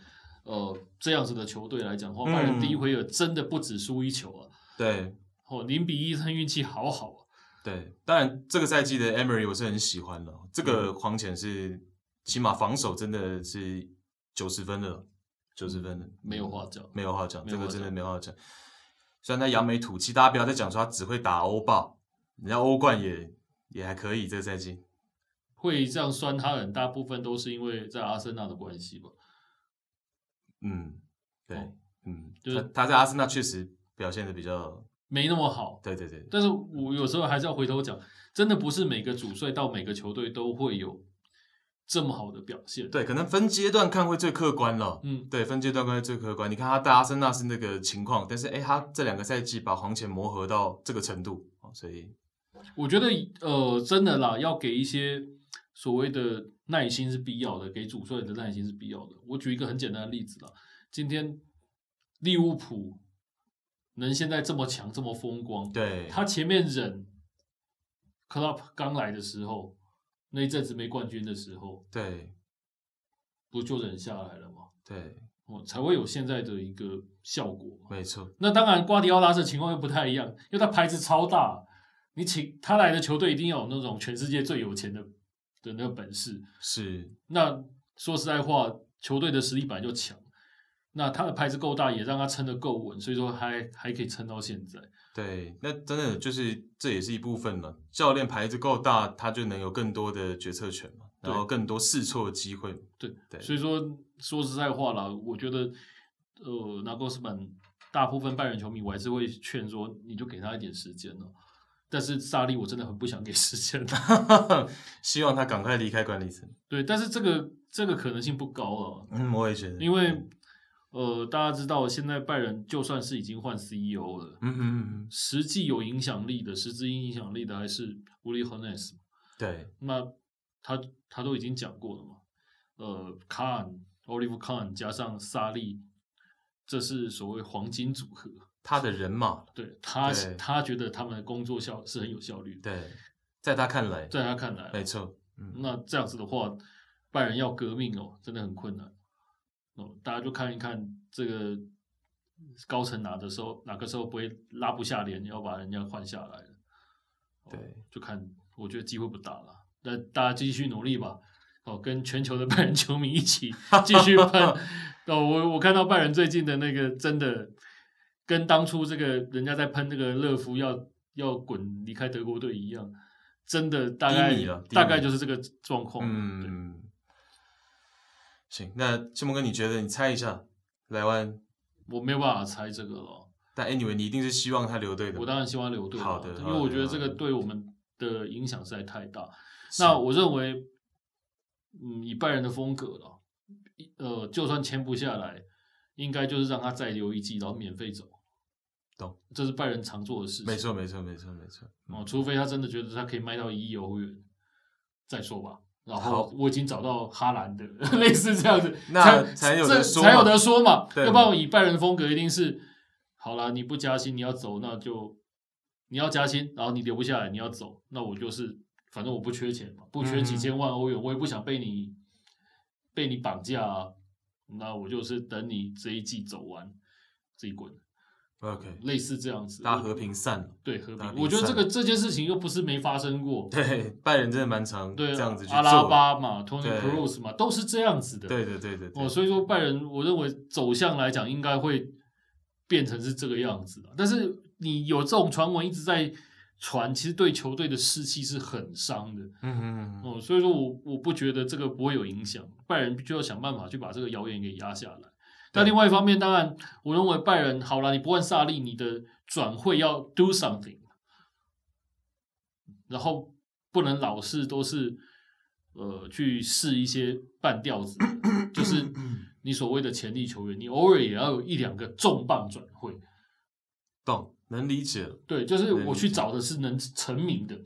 [SPEAKER 2] 呃这样子的球队来讲的话，
[SPEAKER 1] 嗯
[SPEAKER 2] 拜仁第一回合真的不止输一球啊，
[SPEAKER 1] 对，
[SPEAKER 2] 哦，零比一，他运气好好啊。
[SPEAKER 1] 对，当然这个赛季的 Emery 我是很喜欢了，这个黄潜是起码防守真的是九十分了，九十分了，
[SPEAKER 2] 嗯没有话讲
[SPEAKER 1] 没有话讲，
[SPEAKER 2] 没
[SPEAKER 1] 这
[SPEAKER 2] 有话
[SPEAKER 1] 个
[SPEAKER 2] 讲
[SPEAKER 1] 真的没有话讲。虽然他扬眉吐气，大家不要再讲说他只会打欧霸，人家欧冠也也还可以，这个赛季
[SPEAKER 2] 会这样酸他的人，大部分都是因为在阿森纳的关系吧。
[SPEAKER 1] 嗯，对，
[SPEAKER 2] 哦
[SPEAKER 1] 嗯，
[SPEAKER 2] 就是
[SPEAKER 1] 他他在阿森纳确实表现的比较，
[SPEAKER 2] 没那么好。
[SPEAKER 1] 对对对，
[SPEAKER 2] 但是我有时候还是要回头讲，真的不是每个主帅到每个球队都会有这么好的表现。，
[SPEAKER 1] 对，可能分阶段看会最客观了。
[SPEAKER 2] 嗯，
[SPEAKER 1] 对，分阶段关系最客观。你看他带阿森纳是那个情况，但是哎，他这两个赛季把黄潜磨合到这个程度，哦所以
[SPEAKER 2] 我觉得呃，真的啦，要给一些所谓的耐心是必要的，给主帅的耐心是必要的。我举一个很简单的例子啦，今天利物浦能现在这么强，这么风光，
[SPEAKER 1] 对
[SPEAKER 2] 他前面忍 c l u b 刚来的时候，那一阵子没冠军的时候，
[SPEAKER 1] 对
[SPEAKER 2] 不就忍下来了吗？
[SPEAKER 1] 对，
[SPEAKER 2] 哦，才会有现在的一个效果嘛。
[SPEAKER 1] 没错，
[SPEAKER 2] 那当然，瓜迪奥拉这情况又不太一样，因为他牌子超大，你请他来的球队一定要有那种全世界最有钱的的那个本事。
[SPEAKER 1] 是
[SPEAKER 2] 那说实在话，球队的实力本来就强，那他的牌子够大，也让他撑得够稳，所以说还还可以撑到现在。
[SPEAKER 1] 对。那真的就是这也是一部分了。教练牌子够大，他就能有更多的决策权嘛，
[SPEAKER 2] 对
[SPEAKER 1] 然后更多试错的机会。
[SPEAKER 2] 对，
[SPEAKER 1] 对
[SPEAKER 2] 所以说说实在话啦，我觉得呃，拿戈斯曼大部分拜仁球迷，我还是会劝说，你就给他一点时间了。但是萨利，我真的很不想给时
[SPEAKER 1] (laughs)
[SPEAKER 2] 间。(laughs)
[SPEAKER 1] 希望他赶快离开管理层。
[SPEAKER 2] 对，但是这个这个可能性不高啊，
[SPEAKER 1] 嗯，我也觉得，
[SPEAKER 2] 因为呃，大家知道现在拜仁就算是已经换 CEO 了，
[SPEAKER 1] 嗯哼嗯哼，
[SPEAKER 2] 实际有影响力的、实质影响力的还是乌利和内斯。
[SPEAKER 1] 对
[SPEAKER 2] 那他他都已经讲过了嘛。呃，Khan、Oliver Khan 加上萨利，这是所谓黄金组合。
[SPEAKER 1] 他的人马，
[SPEAKER 2] 对他
[SPEAKER 1] 对
[SPEAKER 2] 他觉得他们的工作效是很有效率的，
[SPEAKER 1] 对，在他看来，
[SPEAKER 2] 在他看来，啊
[SPEAKER 1] 没错，嗯，
[SPEAKER 2] 那这样子的话，拜仁要革命哦，真的很困难哦。大家就看一看这个高层哪的时候哪个时候不会拉不下脸，要把人家换下来了。哦
[SPEAKER 1] 对，
[SPEAKER 2] 就看我觉得机会不大了，那大家继续努力吧。哦，跟全球的 (laughs) 拜仁球迷一起继
[SPEAKER 1] (laughs)
[SPEAKER 2] 续喷。哦，我我看到拜仁最近的那个真的跟当初这个人家在喷那个勒夫要要滚离开德国队一样，真的大概
[SPEAKER 1] 低迷了低迷
[SPEAKER 2] 大概就是这个状况。哦对，
[SPEAKER 1] 嗯，行，那谢蒙哥，你觉得你猜一下，莱万？
[SPEAKER 2] 我没有办法猜这个了。
[SPEAKER 1] 但 anyway，你一定是希望他留队的嘛，
[SPEAKER 2] 我当然希望留队了，
[SPEAKER 1] 好的
[SPEAKER 2] 因
[SPEAKER 1] 好
[SPEAKER 2] 为
[SPEAKER 1] 的
[SPEAKER 2] 我觉得
[SPEAKER 1] 好的
[SPEAKER 2] 这个对我们的影响实在太大。
[SPEAKER 1] 是
[SPEAKER 2] 那我认为，嗯，以拜仁的风格了，一呃，就算签不下来，应该就是让他再留一季，然后免费走。
[SPEAKER 1] 懂，
[SPEAKER 2] 这是拜仁常做的事情。
[SPEAKER 1] 没错，没错，没错，没错，
[SPEAKER 2] 哦
[SPEAKER 1] 嗯，
[SPEAKER 2] 除非他真的觉得他可以卖到一亿欧元，再说吧。然后
[SPEAKER 1] 好
[SPEAKER 2] 我已经找到哈兰的 (laughs) 类似这样子，
[SPEAKER 1] 那才
[SPEAKER 2] 才
[SPEAKER 1] 有
[SPEAKER 2] 这
[SPEAKER 1] 得说
[SPEAKER 2] 才有
[SPEAKER 1] 嘛
[SPEAKER 2] 得说嘛。
[SPEAKER 1] 对
[SPEAKER 2] 要不然以拜仁的风格一定是，好了，你不加薪，你要走，那就你要加薪，然后你留不下来，你要走，那我就是反正我不缺钱嘛，不缺几
[SPEAKER 1] 嗯
[SPEAKER 2] 千万欧元，我也不想被你被你绑架啊。那我就是等你这一季走完，自己滚，
[SPEAKER 1] ，OK，
[SPEAKER 2] 类似这样子。
[SPEAKER 1] 大家和平散了。
[SPEAKER 2] 对和
[SPEAKER 1] 打
[SPEAKER 2] 平，
[SPEAKER 1] 比
[SPEAKER 2] 我觉得
[SPEAKER 1] 赛
[SPEAKER 2] 这个这件事情又不是没发生过。
[SPEAKER 1] 对，拜仁真的蛮常
[SPEAKER 2] 对，啊
[SPEAKER 1] 这样子去
[SPEAKER 2] 阿拉
[SPEAKER 1] 做的。
[SPEAKER 2] 巴嘛，Tony
[SPEAKER 1] 对
[SPEAKER 2] Cruz 嘛，都是这样子的。
[SPEAKER 1] 对对对对对，
[SPEAKER 2] 哦，所以说拜仁，我认为走向来讲应该会变成是这个样子的。但是你有这种传闻一直在传，其实对球队的士气是很伤的。
[SPEAKER 1] 嗯嗯嗯嗯，
[SPEAKER 2] 哦，所以说我我不觉得这个不会有影响，拜仁必须要想办法去把这个谣言给压下来。但另外一方面，当然，我认为拜仁好了，你不换萨利，你的转会要 do something，然后不能老是都是呃去试一些半吊子的，就是你所谓的潜力球员，你偶尔也要有一两个重磅转会。
[SPEAKER 1] 懂，能理解了。
[SPEAKER 2] 对，就是
[SPEAKER 1] 能
[SPEAKER 2] 我
[SPEAKER 1] 理
[SPEAKER 2] 去
[SPEAKER 1] 解
[SPEAKER 2] 找的是能成名的，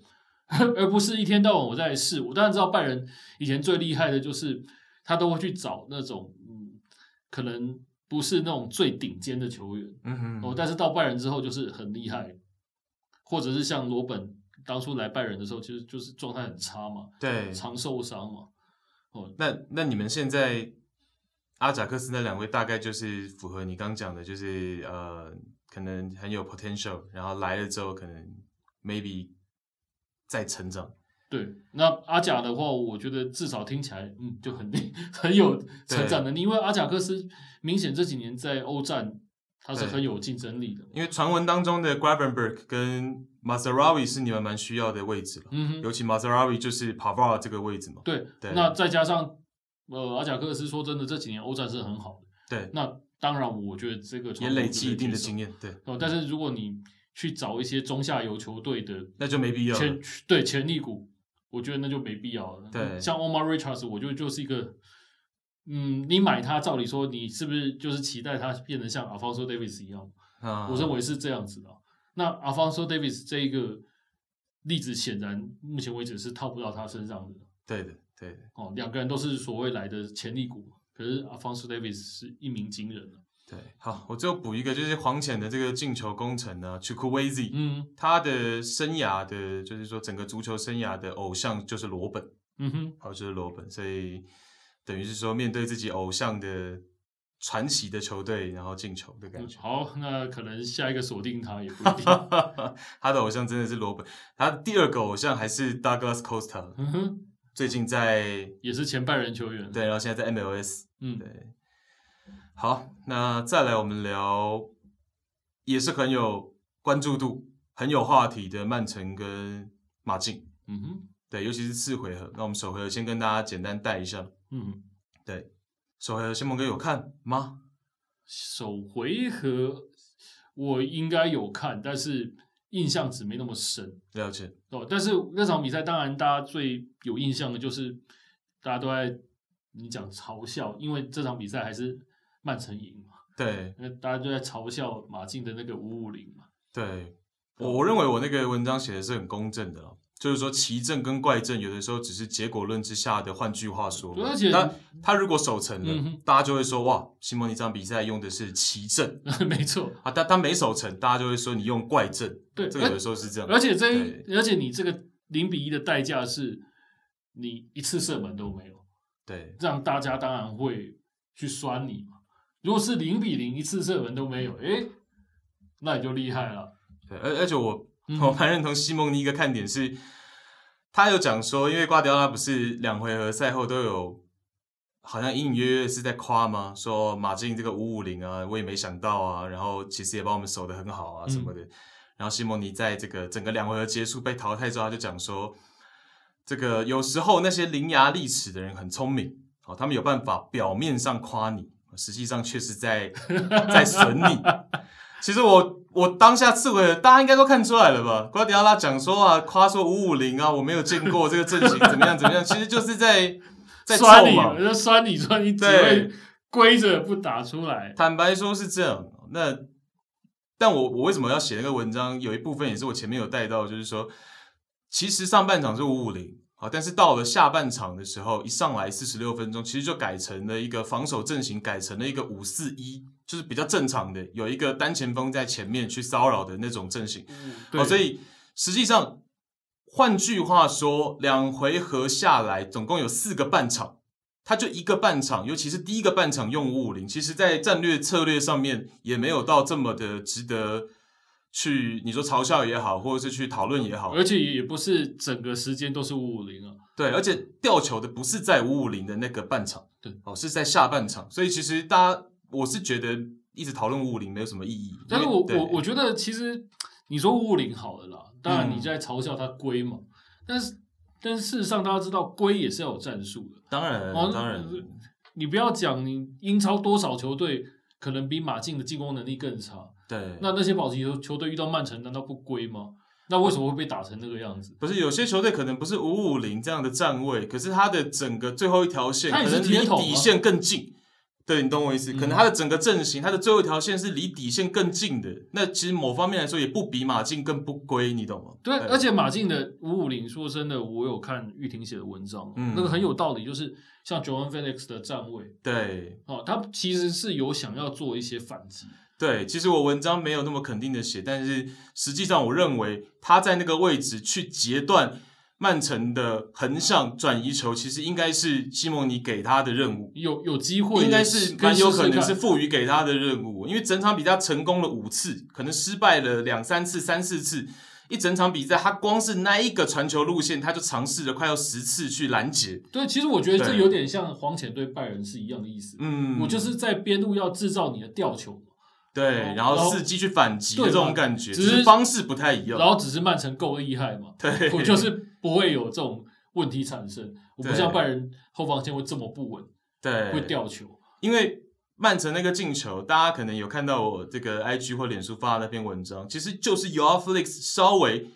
[SPEAKER 2] (laughs) 而不是一天到晚我在试。我当然知道拜仁以前最厉害的就是他都会去找那种嗯，可能不是那种最顶尖的球员
[SPEAKER 1] 嗯
[SPEAKER 2] 哦，
[SPEAKER 1] 嗯，
[SPEAKER 2] 但是到拜仁之后就是很厉害，或者是像罗本当初来拜仁的时候，其实就是状态很差嘛，
[SPEAKER 1] 对。
[SPEAKER 2] 常受伤嘛。
[SPEAKER 1] 那那你们现在阿贾克斯那两位大概就是符合你刚讲的，就是呃，可能很有 potential，然后来了之后可能 maybe 再成长。
[SPEAKER 2] 对，那阿贾的话，我觉得至少听起来，嗯，就很 (laughs) 很有成长能力，因为阿贾克斯明显这几年在欧战，他是
[SPEAKER 1] 对
[SPEAKER 2] 很有竞争力的。
[SPEAKER 1] 因为传闻当中的 Gravenberg 跟 Maserawi 是你们蛮需要的位置了，
[SPEAKER 2] 嗯哼，
[SPEAKER 1] 尤其 Maserawi 就是 Pavard 这个位置嘛。
[SPEAKER 2] 对，
[SPEAKER 1] 对
[SPEAKER 2] 那再加上呃，阿贾克斯说真的，这几年欧战是很好的。
[SPEAKER 1] 对，
[SPEAKER 2] 那当然，我觉得这个
[SPEAKER 1] 也累积一定的经验。对，
[SPEAKER 2] 哦，但是如果你去找一些中下游球队的
[SPEAKER 1] 那就没必要了。
[SPEAKER 2] 潜对潜力股，我觉得那就没必要了。
[SPEAKER 1] 对
[SPEAKER 2] 像 Omar Richards，我觉得就是一个，嗯，你买他，照理说你是不是就是期待他变得像 Alfonso Davis 一样？
[SPEAKER 1] 啊，
[SPEAKER 2] 我认为是这样子的啊。那 Alfonso Davis 这一个例子，显然目前为止是套不到他身上的
[SPEAKER 1] 对的，对的，
[SPEAKER 2] 哦。两个人都是所谓来的潜力股，可是 Alfonso Davis 是一鸣惊人了。啊
[SPEAKER 1] 对。好，我最后补一个，就是黄潜的这个进球功臣呢 c h u k w e z i
[SPEAKER 2] 嗯
[SPEAKER 1] 他的生涯的，就是说整个足球生涯的偶像就是罗本，
[SPEAKER 2] 嗯哼，
[SPEAKER 1] 哦，就是罗本，所以等于是说面对自己偶像的传奇的球队，然后进球的
[SPEAKER 2] 嗯
[SPEAKER 1] 感觉。 (laughs)
[SPEAKER 2] 好，那可能下一个锁定他也不一定。
[SPEAKER 1] 他的偶像真的是罗本，他的第二个偶像还是 Douglas Costa，
[SPEAKER 2] 嗯哼，
[SPEAKER 1] 最近在
[SPEAKER 2] 也是前拜仁球员。，
[SPEAKER 1] 对，然后现在在 MLS，
[SPEAKER 2] 嗯，
[SPEAKER 1] 对。好，那再来我们聊，也是很有关注度、很有话题的曼城跟马竞。
[SPEAKER 2] 嗯哼，
[SPEAKER 1] 对，尤其是次回合。那我们首回合先跟大家简单带一下。
[SPEAKER 2] 嗯，
[SPEAKER 1] 对，首回合先蒙哥有看吗？
[SPEAKER 2] 首回合我应该有看，但是印象值没那么深
[SPEAKER 1] 了解，
[SPEAKER 2] 哦。但是那场比赛，当然大家最有印象的就是大家都在你讲嘲笑，因为这场比赛还是曼城赢嘛，
[SPEAKER 1] 对
[SPEAKER 2] 那大家就在嘲笑马竞的那个五五零嘛。 (laughs)
[SPEAKER 1] 对，我我认为我那个文章写的是很公正的了。就是说奇症跟怪症有的时候只是结果论之下的，换句话说
[SPEAKER 2] 对
[SPEAKER 1] 嘛
[SPEAKER 2] 而且，
[SPEAKER 1] 那他如果守成了，
[SPEAKER 2] 嗯哼
[SPEAKER 1] 大家就会说哇，西蒙尼这场比赛用的是奇症
[SPEAKER 2] 没错。
[SPEAKER 1] 啊，但他没守成，大家就会说你用怪症，
[SPEAKER 2] 对
[SPEAKER 1] 这个有的时候是这样，
[SPEAKER 2] 而且这
[SPEAKER 1] 对
[SPEAKER 2] 一，而且你这个零比一的代价是，你一次射门都没有，
[SPEAKER 1] 对
[SPEAKER 2] 让大家当然会去酸你嘛。如果是零比零，一次射门都没有，诶，那你就厉害了。
[SPEAKER 1] 对，而而且我
[SPEAKER 2] 嗯
[SPEAKER 1] 我蛮认同西蒙尼一个看点是，他有讲说，因为瓜迪奥拉不是两回合赛后都有，好像隐隐约约是在夸吗？说马竞这个五五零啊，我也没想到啊，然后其实也把我们守得很好啊
[SPEAKER 2] 嗯
[SPEAKER 1] 什么的。然后西蒙尼在这个整个两回合结束被淘汰之后，他就讲说，这个有时候那些伶牙俐齿的人很聪明，哦，他们有办法表面上夸你，实际上却是在在损你。其实我我当下刺猬，大家应该都看出来了吧？瓜迪奥拉讲说啊，夸说五五零啊，我没有见过这个阵型怎么样怎么样，其实就是在
[SPEAKER 2] (laughs)
[SPEAKER 1] 在臭
[SPEAKER 2] 酸你，
[SPEAKER 1] 嘛
[SPEAKER 2] 我。就酸你，酸你只
[SPEAKER 1] 对
[SPEAKER 2] 会规着不打出来。
[SPEAKER 1] 坦白说是这样，那但我我为什么要写那个文章？有一部分也是我前面有带到，就是说，其实上半场是五五零啊，但是到了下半场的时候，一上来四十六分钟，其实就改成了一个防守阵型，改成了一个五四一，就是比较正常的，有一个单前锋在前面去骚扰的那种阵型。
[SPEAKER 2] 对，
[SPEAKER 1] 哦，所以实际上，换句话说，两回合下来，总共有四个半场，他就一个半场，尤其是第一个半场用五五零，其实在战略策略上面也没有到这么的值得去你说嘲笑也好，或者是去讨论也好
[SPEAKER 2] 而，且也不是整个时间都是五五零啊。
[SPEAKER 1] 对，而且吊球的不是在五五零的那个半场，
[SPEAKER 2] 对，
[SPEAKER 1] 哦，是在下半场，所以其实大家，我是觉得一直讨论五五零没有什么意义，
[SPEAKER 2] 但是
[SPEAKER 1] 因为
[SPEAKER 2] 我
[SPEAKER 1] 对
[SPEAKER 2] 我我觉得其实你说五五零好了啦，当然
[SPEAKER 1] 嗯
[SPEAKER 2] 你在嘲笑它龟嘛，但是但是事实上大家知道龟也是要有战术的。
[SPEAKER 1] 当然
[SPEAKER 2] 哦
[SPEAKER 1] 当然
[SPEAKER 2] 你不要讲你英超多少球队可能比马竞的进攻能力更差，
[SPEAKER 1] 对，
[SPEAKER 2] 那那些保级球球队遇到曼城难道不龟吗？那为什么会被打成那个样子？
[SPEAKER 1] 不是有些球队可能不是五五零这样的站位，可是他的整个最后一条线
[SPEAKER 2] 他也
[SPEAKER 1] 可
[SPEAKER 2] 是
[SPEAKER 1] 能离
[SPEAKER 2] 铁桶啊
[SPEAKER 1] 底线更近。对，你懂我意思？
[SPEAKER 2] 嗯
[SPEAKER 1] 可能他的整个阵型，他的最后一条线是离底线更近的。那其实某方面来说，也不比马竞更不归，你懂吗？
[SPEAKER 2] 对，啊而且马竞的五五零，说真的，我有看玉婷写的文章，啊
[SPEAKER 1] 嗯
[SPEAKER 2] 那个很有道理，就是像 Joan Felix 的站位
[SPEAKER 1] 对
[SPEAKER 2] 哦，他其实是有想要做一些反击，
[SPEAKER 1] 对，其实我文章没有那么肯定的写，但是实际上我认为他在那个位置去截断曼城的横向转移球，其实应该是西蒙尼给他的任务。
[SPEAKER 2] 有有机会
[SPEAKER 1] 应该是
[SPEAKER 2] 跟
[SPEAKER 1] 蛮有
[SPEAKER 2] 试试
[SPEAKER 1] 可能
[SPEAKER 2] 看
[SPEAKER 1] 是赋予给他的任务，因为整场比赛成功了五次，可能失败了两三次、三四次。一整场比赛，他光是那一个传球路线，他就尝试了快要十次去拦截。
[SPEAKER 2] 对，其实我觉得这
[SPEAKER 1] 对
[SPEAKER 2] 有点像黄潜对拜仁是一样的意思。
[SPEAKER 1] 嗯，
[SPEAKER 2] 我就是在边路要制造你的吊球嘛，
[SPEAKER 1] 对，然后伺机去反击的
[SPEAKER 2] 对
[SPEAKER 1] 这种感觉，
[SPEAKER 2] 只
[SPEAKER 1] 只
[SPEAKER 2] 是
[SPEAKER 1] 是方式不太一
[SPEAKER 2] 然
[SPEAKER 1] 样。
[SPEAKER 2] 后只是曼城够厉害嘛，
[SPEAKER 1] 对，
[SPEAKER 2] (laughs) 我就是不会有这种问题产生。我不
[SPEAKER 1] 对
[SPEAKER 2] 像拜仁后防线会这么不稳，
[SPEAKER 1] 对
[SPEAKER 2] 会掉球。
[SPEAKER 1] 因为曼城那个进球，大家可能有看到我这个 IG 或脸书发的那篇文章，其实就是 y o f l i x 稍微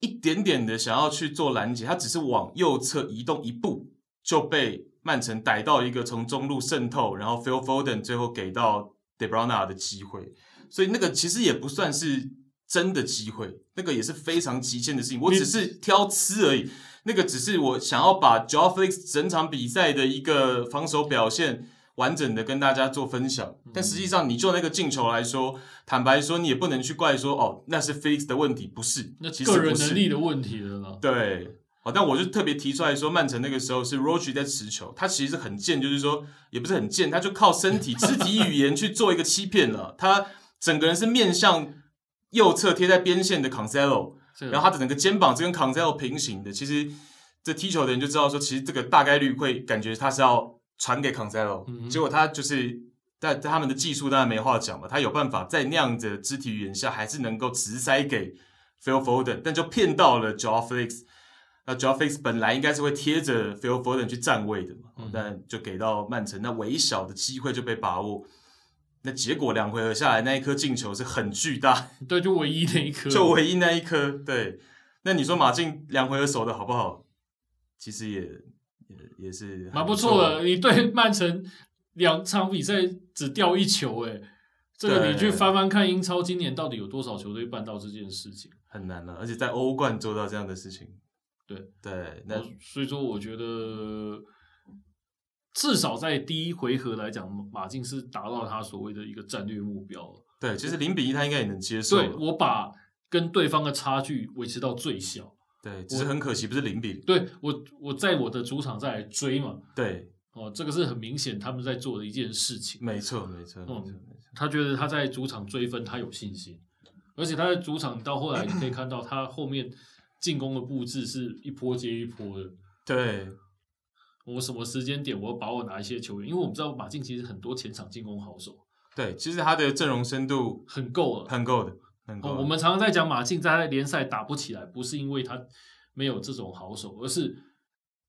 [SPEAKER 1] 一点点的想要去做拦截，他只是往右侧移动一步就被曼城逮到一个从中路渗透，然后 Phil Foden 最后给到 Debrana 的机会，所以那个其实也不算是真的机会，那个也是非常极限的事情，我
[SPEAKER 2] 你
[SPEAKER 1] 只是挑刺而已。那个只是我想要把 j o f l i x 整场比赛的一个防守表现完整的跟大家做分享，
[SPEAKER 2] 嗯
[SPEAKER 1] 但实际上你就那个进球来说，坦白说你也不能去怪说哦那是 Felix 的问题，不是，
[SPEAKER 2] 那
[SPEAKER 1] 其实
[SPEAKER 2] 个人
[SPEAKER 1] 不是
[SPEAKER 2] 能力的问题了啦。
[SPEAKER 1] 对。哦，但我就特别提出来说，曼城那个时候是 Roche 在持球，他其实很贱，就是说也不是很贱，他就靠身体、肢体语言去做一个欺骗了。他整个人是面向右侧贴在边线的 Cancelo，
[SPEAKER 2] 这个
[SPEAKER 1] 然后他整个肩膀是跟 Cancelo 平行的，其实这踢球的人就知道说，其实这个大概率会感觉他是要传给 Cancelo，、
[SPEAKER 2] 嗯哼
[SPEAKER 1] 结果他就是在在他们的技术当然没话讲嘛，他有办法在那样的肢体语言下，还是能够直塞给 Phil Foden，但就骗到了 Joe Felix。那 Joe Felix 本来应该是会贴着 Phil Foden 去站位的嘛，
[SPEAKER 2] 嗯
[SPEAKER 1] 但就给到曼城那微小的机会就被把握。那结果两回合下来，那一颗进球是很巨大
[SPEAKER 2] 对，就唯一那一颗，
[SPEAKER 1] 就唯一那一颗。对，那你说马竞两回合守的好不好？其实也也也是还
[SPEAKER 2] 蛮不
[SPEAKER 1] 不
[SPEAKER 2] 错的。。你对曼城两场比赛只掉一球、欸，哎，这个你
[SPEAKER 1] 对
[SPEAKER 2] 去翻翻看英超今年到底有多少球队办到这件事情。
[SPEAKER 1] 很难了，而且在欧冠做到这样的事情，
[SPEAKER 2] 对
[SPEAKER 1] 对，那
[SPEAKER 2] 我所以说，我觉得至少在第一回合来讲，马竞是达到他所谓的一个战略目标了。
[SPEAKER 1] 对，其实零比一他应该也能接受了，
[SPEAKER 2] 对我把跟对方的差距维持到最小。
[SPEAKER 1] 对，只是很可惜不是零比零，
[SPEAKER 2] 对我，我在我的主场再来追嘛。
[SPEAKER 1] 对，
[SPEAKER 2] 哦，这个是很明显他们在做的一件事情。
[SPEAKER 1] 没错，没错，没错，
[SPEAKER 2] 嗯
[SPEAKER 1] 没错
[SPEAKER 2] 他觉得他在主场追分，他有信心，而且他在主场到后来，你可以看到他后面进攻的布置是一波接一波的。
[SPEAKER 1] 对，
[SPEAKER 2] 我什么时间点我要把握哪一些球员？因为我们知道马竞其实很多前场进攻好手
[SPEAKER 1] 对，其实他的阵容深度
[SPEAKER 2] 很够了。啊
[SPEAKER 1] 很够的，很够
[SPEAKER 2] 哦
[SPEAKER 1] 的、，
[SPEAKER 2] 我们常常在讲马竞在联赛打不起来，不是因为他没有这种好手，而是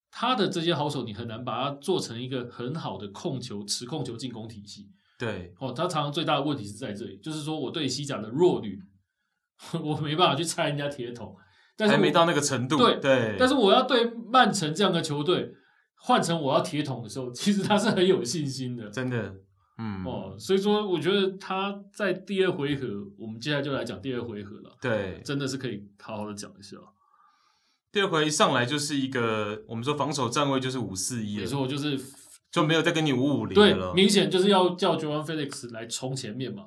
[SPEAKER 2] 他的这些好手你很难把它做成一个很好的控球、持控球进攻体系。
[SPEAKER 1] 对
[SPEAKER 2] 哦，他常常最大的问题是在这里，就是说我对西甲的弱旅， (laughs) 我没办法去拆人家铁桶，但是
[SPEAKER 1] 还
[SPEAKER 2] 我
[SPEAKER 1] 没到那个程度，
[SPEAKER 2] 对
[SPEAKER 1] 对，
[SPEAKER 2] 但是我要对曼城这样的球队换成我要铁桶的时候，其实他是很有信心的。
[SPEAKER 1] 真的，嗯，
[SPEAKER 2] 哦，所以说我觉得他在第二回合，我们接下来就来讲第二回合了，
[SPEAKER 1] 对，
[SPEAKER 2] 真的是可以好好的讲一下。
[SPEAKER 1] 第二回上来就是一个我们说防守站位就是五四一
[SPEAKER 2] 没
[SPEAKER 1] 了，
[SPEAKER 2] 错，就是
[SPEAKER 1] 就没有再跟你五五零
[SPEAKER 2] 对
[SPEAKER 1] 的，了，
[SPEAKER 2] 明显就是要叫 j o a n Felix 来冲前面嘛，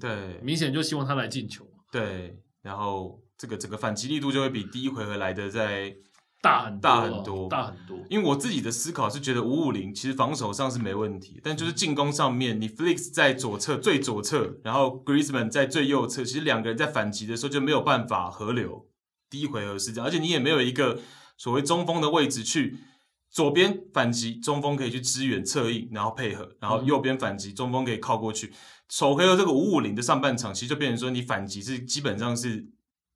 [SPEAKER 1] 对
[SPEAKER 2] 明显就希望他来进球嘛，
[SPEAKER 1] 对，然后这个整个反击力度就会比第一回合来的在。
[SPEAKER 2] 大很多
[SPEAKER 1] 大
[SPEAKER 2] 啊
[SPEAKER 1] 很多
[SPEAKER 2] 大很多。
[SPEAKER 1] 因为我自己的思考是觉得五五零其实防守上是没问题，但就是进攻上面，你 Flix 在左侧最左侧，然后 Griezmann 在最右侧，其实两个人在反击的时候就没有办法合流。第一回合是这样，而且你也没有一个所谓中锋的位置去左边反击，中锋可以去支援侧应，然后配合，然后右边反击，中锋可以靠过去。首回合这个五五零的上半场，其实就变成说你反击是基本上是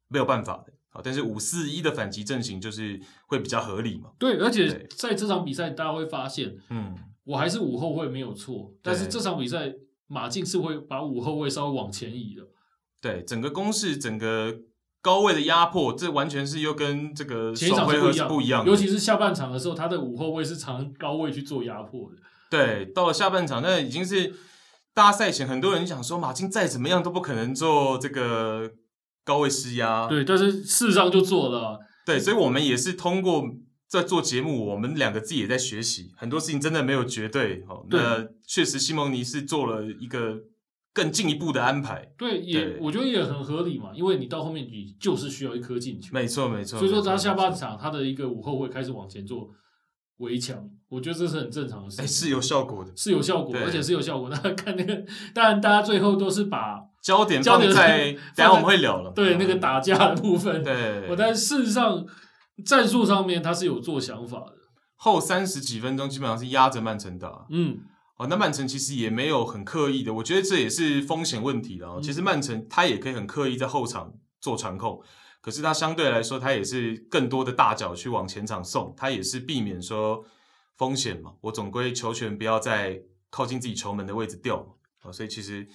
[SPEAKER 1] 没有办法的。好，但是五四一的反击阵型就是会比较合理嘛。
[SPEAKER 2] 对，而且
[SPEAKER 1] 对
[SPEAKER 2] 在这场比赛，大家会发现，
[SPEAKER 1] 嗯，
[SPEAKER 2] 我还是五后卫没有错，但是
[SPEAKER 1] 对
[SPEAKER 2] 这场比赛马竞是会把五后卫稍微往前移的。
[SPEAKER 1] 对，整个攻势，整个高位的压迫，这完全是又跟这个
[SPEAKER 2] 前一
[SPEAKER 1] 首
[SPEAKER 2] 场
[SPEAKER 1] 回
[SPEAKER 2] 是不
[SPEAKER 1] 合
[SPEAKER 2] 一
[SPEAKER 1] 是
[SPEAKER 2] 样，
[SPEAKER 1] 不一样的。
[SPEAKER 2] 尤其是下半场的时候，他的五后卫是常高位去做压迫的。
[SPEAKER 1] 对，到了下半场，那已经是大赛前，很多人想说马竞再怎么样都不可能做这个高位施压。
[SPEAKER 2] 对，但是事实上就做了啊，
[SPEAKER 1] 对，所以我们也是通过在做节目，我们两个自己也在学习，很多事情真的没有绝对。哦，
[SPEAKER 2] 对
[SPEAKER 1] 那确实西蒙尼是做了一个更进一步的安排。
[SPEAKER 2] 对，也
[SPEAKER 1] 对
[SPEAKER 2] 我觉得也很合理嘛，因为你到后面你就是需要一颗进球，
[SPEAKER 1] 没错，没错。
[SPEAKER 2] 所以说
[SPEAKER 1] 没错
[SPEAKER 2] 他下
[SPEAKER 1] 啊没
[SPEAKER 2] 半
[SPEAKER 1] 错
[SPEAKER 2] 场他的一个五后卫开始往前做围墙，我觉得这是很正常的事
[SPEAKER 1] 哎
[SPEAKER 2] 情，
[SPEAKER 1] 是有效果的，
[SPEAKER 2] 是有效果，
[SPEAKER 1] 对
[SPEAKER 2] 而且是有效果。 (laughs) 那看那个，当然大家最后都是把
[SPEAKER 1] 焦点
[SPEAKER 2] 焦
[SPEAKER 1] 放
[SPEAKER 2] 点
[SPEAKER 1] 在，等一下我们会聊了。
[SPEAKER 2] 对那个打架的部分，
[SPEAKER 1] 对，
[SPEAKER 2] 我但事实上战术上面他是有做想法的，
[SPEAKER 1] 后三十几分钟基本上是压着曼城打。
[SPEAKER 2] 嗯，
[SPEAKER 1] 哦，那曼城其实也没有很刻意的，我觉得这也是风险问题了、哦。
[SPEAKER 2] 嗯
[SPEAKER 1] 其实曼城他也可以很刻意在后场做传控，可是他相对来说他也是更多的大脚去往前场送，他也是避免说风险嘛。我总归球权不要在靠近自己球门的位置掉嘛。哦，所以其实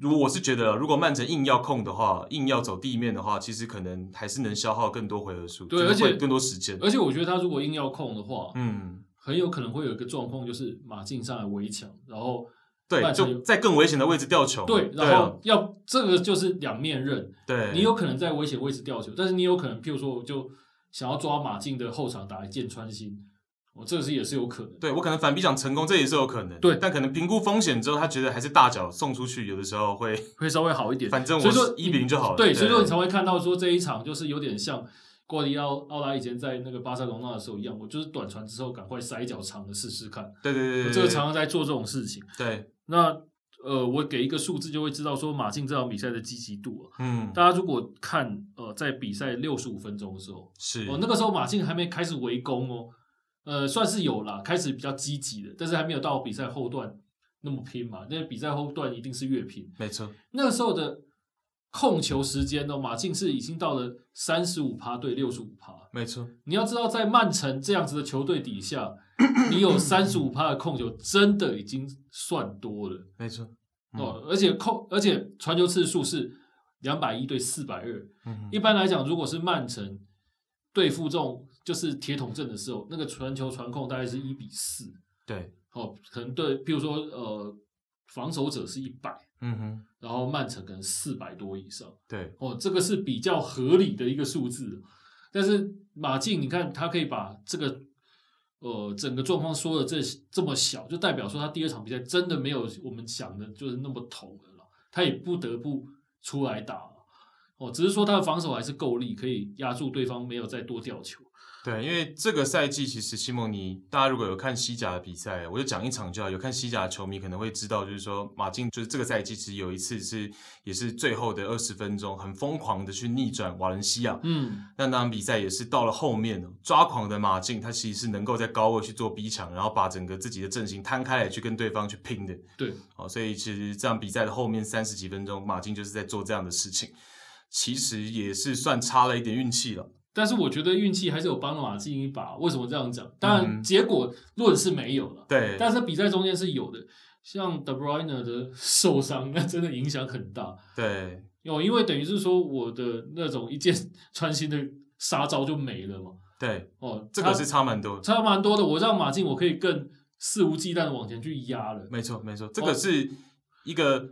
[SPEAKER 1] 如果我是觉得，如果曼城硬要控的话，硬要走地面的话，其实可能还是能消耗更多回合数，
[SPEAKER 2] 对
[SPEAKER 1] 就是
[SPEAKER 2] 而且
[SPEAKER 1] 会更多时间。
[SPEAKER 2] 而且我觉得他如果硬要控的话，
[SPEAKER 1] 嗯。
[SPEAKER 2] 很有可能会有一个状况，就是马竞上来围墙，然后
[SPEAKER 1] 对，
[SPEAKER 2] 曼城
[SPEAKER 1] 就
[SPEAKER 2] 有
[SPEAKER 1] 在更危险的位置吊球。
[SPEAKER 2] 对，
[SPEAKER 1] 对
[SPEAKER 2] 然
[SPEAKER 1] 啊
[SPEAKER 2] 后要这个就是两面刃，
[SPEAKER 1] 对，
[SPEAKER 2] 你有可能在危险位置吊球，但是你有可能，譬如说，我就想要抓马竞的后场打一箭穿心，我这个是也是有可能的。
[SPEAKER 1] 对我可能反逼抢成功，这也是有可能。
[SPEAKER 2] 对
[SPEAKER 1] 但可能评估风险之后，他觉得还是大脚送出去，有的时候会，
[SPEAKER 2] 会稍微好一点
[SPEAKER 1] 反正
[SPEAKER 2] 所
[SPEAKER 1] 我
[SPEAKER 2] 以说
[SPEAKER 1] 一比零就好了。
[SPEAKER 2] 对，所以说你才会看到说这一场就是有点像瓜迪奥奥拉以前在那个巴塞罗那的时候一样，我就是短传之后赶快塞一脚长的试试看，
[SPEAKER 1] 对对对
[SPEAKER 2] 我
[SPEAKER 1] 对，
[SPEAKER 2] 这个
[SPEAKER 1] 对
[SPEAKER 2] 常常在做这种事情。
[SPEAKER 1] 对，
[SPEAKER 2] 那呃，我给一个数字就会知道说马竞这场比赛的积极度、啊。
[SPEAKER 1] 嗯，
[SPEAKER 2] 大家如果看呃，在比赛六十五分钟的时候，
[SPEAKER 1] 是，
[SPEAKER 2] 哦，那个时候马竞还没开始围攻哦，呃，算是有啦，开始比较积极的，但是还没有到比赛后段那么拼嘛。那比赛后段一定是越拼。
[SPEAKER 1] 没错，
[SPEAKER 2] 那个时候的控球时间呢、哦，马竞是已经到了三十五趴对六十五趴。
[SPEAKER 1] 没错，
[SPEAKER 2] 你要知道，在曼城这样子的球队底下，你有三十五趴的控球，真的已经算多了
[SPEAKER 1] 没错。嗯
[SPEAKER 2] 哦。而且控，而且传球次数是两百一对四百二，
[SPEAKER 1] 嗯
[SPEAKER 2] 一般来讲，如果是曼城对付这种就是铁桶阵的时候，那个传球传控大概是一比四，
[SPEAKER 1] 对，
[SPEAKER 2] 哦，可能对，比如说呃，防守者是一百，
[SPEAKER 1] 嗯哼，
[SPEAKER 2] 然后曼城可能四百多以上。
[SPEAKER 1] 对，
[SPEAKER 2] 哦，这个是比较合理的一个数字。啊但是马竞，你看他可以把这个呃整个状况说的这这么小，就代表说他第二场比赛真的没有我们想的就是那么投的了，他也不得不出来打了。哦，只是说他的防守还是够力，可以压住对方没有再多掉球。啊
[SPEAKER 1] 对，因为这个赛季其实西蒙尼，大家如果有看西甲的比赛，我就讲一场就好。有看西甲的球迷可能会知道，就是说马竞就是这个赛季其实有一次是也是最后的二十分钟，很疯狂的去逆转瓦伦西亚。
[SPEAKER 2] 嗯，
[SPEAKER 1] 那那场比赛也是到了后面哦，抓狂的马竞，他其实是能够在高位去做逼抢，然后把整个自己的阵型摊开来去跟对方去拼的。
[SPEAKER 2] 对，
[SPEAKER 1] 哦，所以其实这场比赛的后面三十几分钟，马竞就是在做这样的事情，其实也是算差了一点运气了。
[SPEAKER 2] 但是我觉得运气还是有帮马竞一把。为什么这样讲？当然
[SPEAKER 1] 嗯
[SPEAKER 2] 结果论是没有了，
[SPEAKER 1] 对，
[SPEAKER 2] 但是比赛中间是有的。像 De Bruyne 的受伤， (laughs) 那真的影响很大。
[SPEAKER 1] 对，
[SPEAKER 2] 哦，因为等于是说我的那种一箭穿心的杀招就没了嘛。
[SPEAKER 1] 对，
[SPEAKER 2] 哦，
[SPEAKER 1] 这个
[SPEAKER 2] 他
[SPEAKER 1] 是差蛮多的。
[SPEAKER 2] 差蛮多的。我让马竞，我可以更肆无忌惮的往前去压了。
[SPEAKER 1] 没错，没错，这个是一个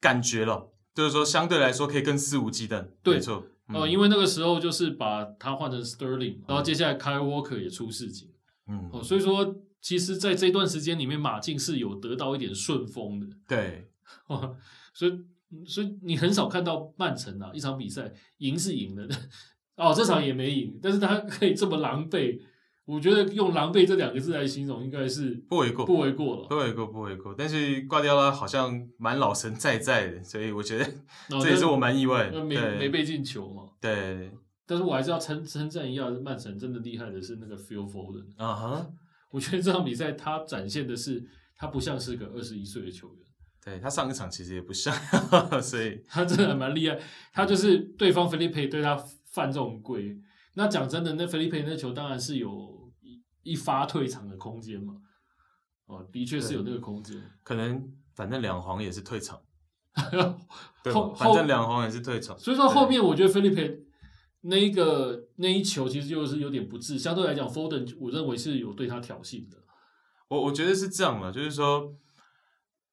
[SPEAKER 1] 感觉了，就是说相对来说可以更肆无忌惮。
[SPEAKER 2] 对
[SPEAKER 1] 没错，嗯
[SPEAKER 2] 哦，因为那个时候就是把他换成 Sterling，嘛然后接下来 Kyle Walker 也出事情。
[SPEAKER 1] 嗯，
[SPEAKER 2] 哦，
[SPEAKER 1] 嗯
[SPEAKER 2] 所以说其实在这段时间里面，马竞是有得到一点顺风的。
[SPEAKER 1] 对，
[SPEAKER 2] (laughs) 哦，所以嗯所以你很少看到曼城啊，一场比赛赢是赢的，哦，这场也没赢，但是他可以这么狼狈，我觉得用狼狈这两个字来形容应该是
[SPEAKER 1] 不为过，
[SPEAKER 2] 不为过了。哦
[SPEAKER 1] 不为过，不为过。但是瓜迪奥拉好像蛮老神在在的，所以我觉得 (laughs)
[SPEAKER 2] 哦
[SPEAKER 1] 这也是我蛮意外
[SPEAKER 2] 那
[SPEAKER 1] 的。
[SPEAKER 2] 没没
[SPEAKER 1] 对，
[SPEAKER 2] 被进球嘛，
[SPEAKER 1] 对，
[SPEAKER 2] 但是我还是要称称赞一下曼城，真的厉害的是那个 Phil Foden，
[SPEAKER 1] 啊哈，
[SPEAKER 2] 我觉得这场比赛他展现的是他不像是个二十一岁的球员。
[SPEAKER 1] 对他上一场其实也不像， (laughs) 所以
[SPEAKER 2] 他真的还蛮厉害，他就是对方菲利佩对他犯这种规。那讲真的，那菲利佩那球当然是有一一发退场的空间嘛，哦，的确是有那个空间。
[SPEAKER 1] 可能反正两黄也是退场，对
[SPEAKER 2] 后
[SPEAKER 1] 吧，反正两黄也是退场。
[SPEAKER 2] 所以说后面我觉得菲利佩那一个那一球其实就是有点不智，相对来讲，Foden 我认为是有对他挑衅的。
[SPEAKER 1] 我我觉得是这样了，就是说，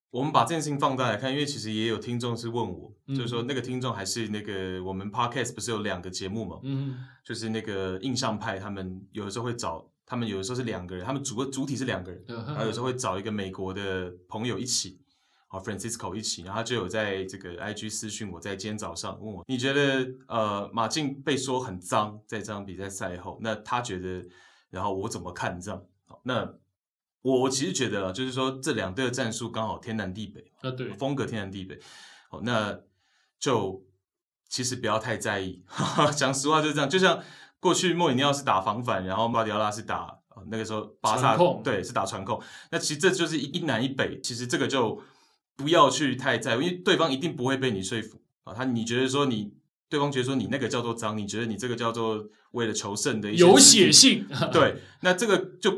[SPEAKER 1] 我们把这件事情放大来看，因为其实也有听众是问我，
[SPEAKER 2] 嗯
[SPEAKER 1] 就是说那个听众还是那个我们 podcast 不是有两个节目嘛，
[SPEAKER 2] 嗯，
[SPEAKER 1] 就是那个印象派，他们有的时候会找，他们有的时候是两个人，他们主主体是两个人，
[SPEAKER 2] 啊
[SPEAKER 1] 然后有时候会找一个美国的朋友一起，啊，Francisco 一起，然后他就有在这个 IG 私讯我，在今天早上问我，你觉得呃马竞被说很脏，在这场比赛赛后，那他觉得，然后我怎么看这样？好那我我其实觉得啊，就是说这两队的战术刚好天南地北，
[SPEAKER 2] 啊对，
[SPEAKER 1] 风格天南地北。好，那就其实不要太在意。 (laughs) 讲实话就是这样，就像过去莫里尼奥是打防反，然后马迪奥拉是打、呃那个时候巴萨
[SPEAKER 2] 传控
[SPEAKER 1] 对是打传控。那其实这就是一一南一北，其实这个就不要去太在乎，因为对方一定不会被你说服啊。他你觉得说你对方觉得说你那个叫做脏，你觉得你这个叫做为了求胜的一些
[SPEAKER 2] 有
[SPEAKER 1] 肢
[SPEAKER 2] 血
[SPEAKER 1] 体
[SPEAKER 2] 性。
[SPEAKER 1] 对，那这个就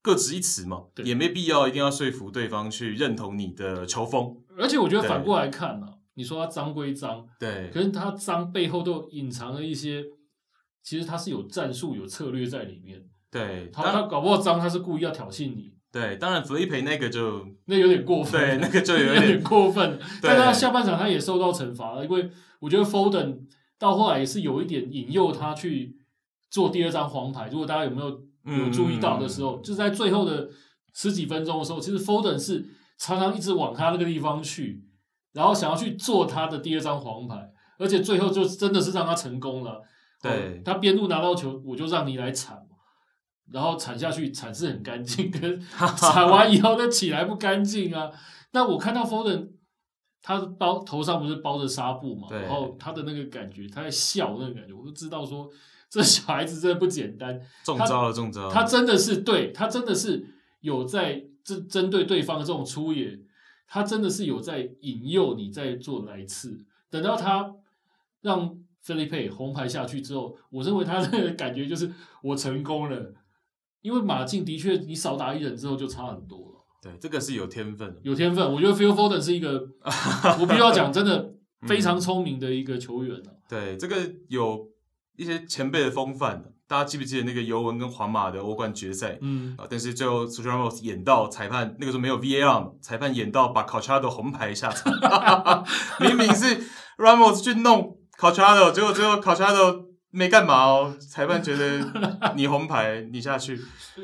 [SPEAKER 1] 各执一词嘛，
[SPEAKER 2] 对
[SPEAKER 1] 也没必要一定要说服对方去认同你的球风。
[SPEAKER 2] 而且我觉得
[SPEAKER 1] 对
[SPEAKER 2] 反过来看呢、你说他脏归脏，
[SPEAKER 1] 对，
[SPEAKER 2] 可是他脏背后都隐藏了一些，其实他是有战术、有策略在里面。
[SPEAKER 1] 对，
[SPEAKER 2] 他
[SPEAKER 1] 当
[SPEAKER 2] 他搞不好脏，他是故意要挑衅你，
[SPEAKER 1] 对，当然 Felipe 那个就
[SPEAKER 2] 那有点过分。
[SPEAKER 1] 对，那个就有
[SPEAKER 2] 有
[SPEAKER 1] 点
[SPEAKER 2] 过分。但他下半场他也受到惩罚了，因为我觉得 Foden 到后来也是有一点引诱他去做第二张黄牌。如果大家有没有
[SPEAKER 1] 嗯
[SPEAKER 2] 有注意到的时候，就是在最后的十几分钟的时候，其实 Foden 是常常一直往他那个地方去，然后想要去做他的第二张黄牌，而且最后就真的是让他成功了。
[SPEAKER 1] 对
[SPEAKER 2] 哦他边路拿到球，我就让你来铲嘛，然后铲下去，铲是很干净，可
[SPEAKER 1] (laughs)
[SPEAKER 2] 是铲完以后那起来不干净啊。那我看到 Foden，他包头上不是包着纱布嘛，
[SPEAKER 1] 对
[SPEAKER 2] 然后他的那个感觉，他在笑那个感觉，我就知道说这小孩子真的不简单，
[SPEAKER 1] 中招了，中招了。
[SPEAKER 2] 他真的是对他真的是有在针针对对方的这种粗野，他真的是有在引诱你在做来刺。等到他让菲利佩红牌下去之后，我认为他的感觉就是我成功了，因为马竞的确你少打一人之后就差很多了，
[SPEAKER 1] 对这个是有天分的，
[SPEAKER 2] 有天分。我觉得 Phil Foden 是一个，我必须要讲，真的非常聪明的一个球员了、啊
[SPEAKER 1] 对这个有一些前辈的风范的。大家记不记得那个尤文跟皇马的欧冠决赛？
[SPEAKER 2] 嗯，
[SPEAKER 1] 啊，但是最后 s u r a m o s 演到裁判那个时候没有 VAR，嘛裁判演到把 c a c h a d o 红牌下场， (laughs) 明明是 Ramos 去弄 c a c h a d o 结果最后 c a c h a d o 没干嘛哦，裁判觉得你红牌，你下去。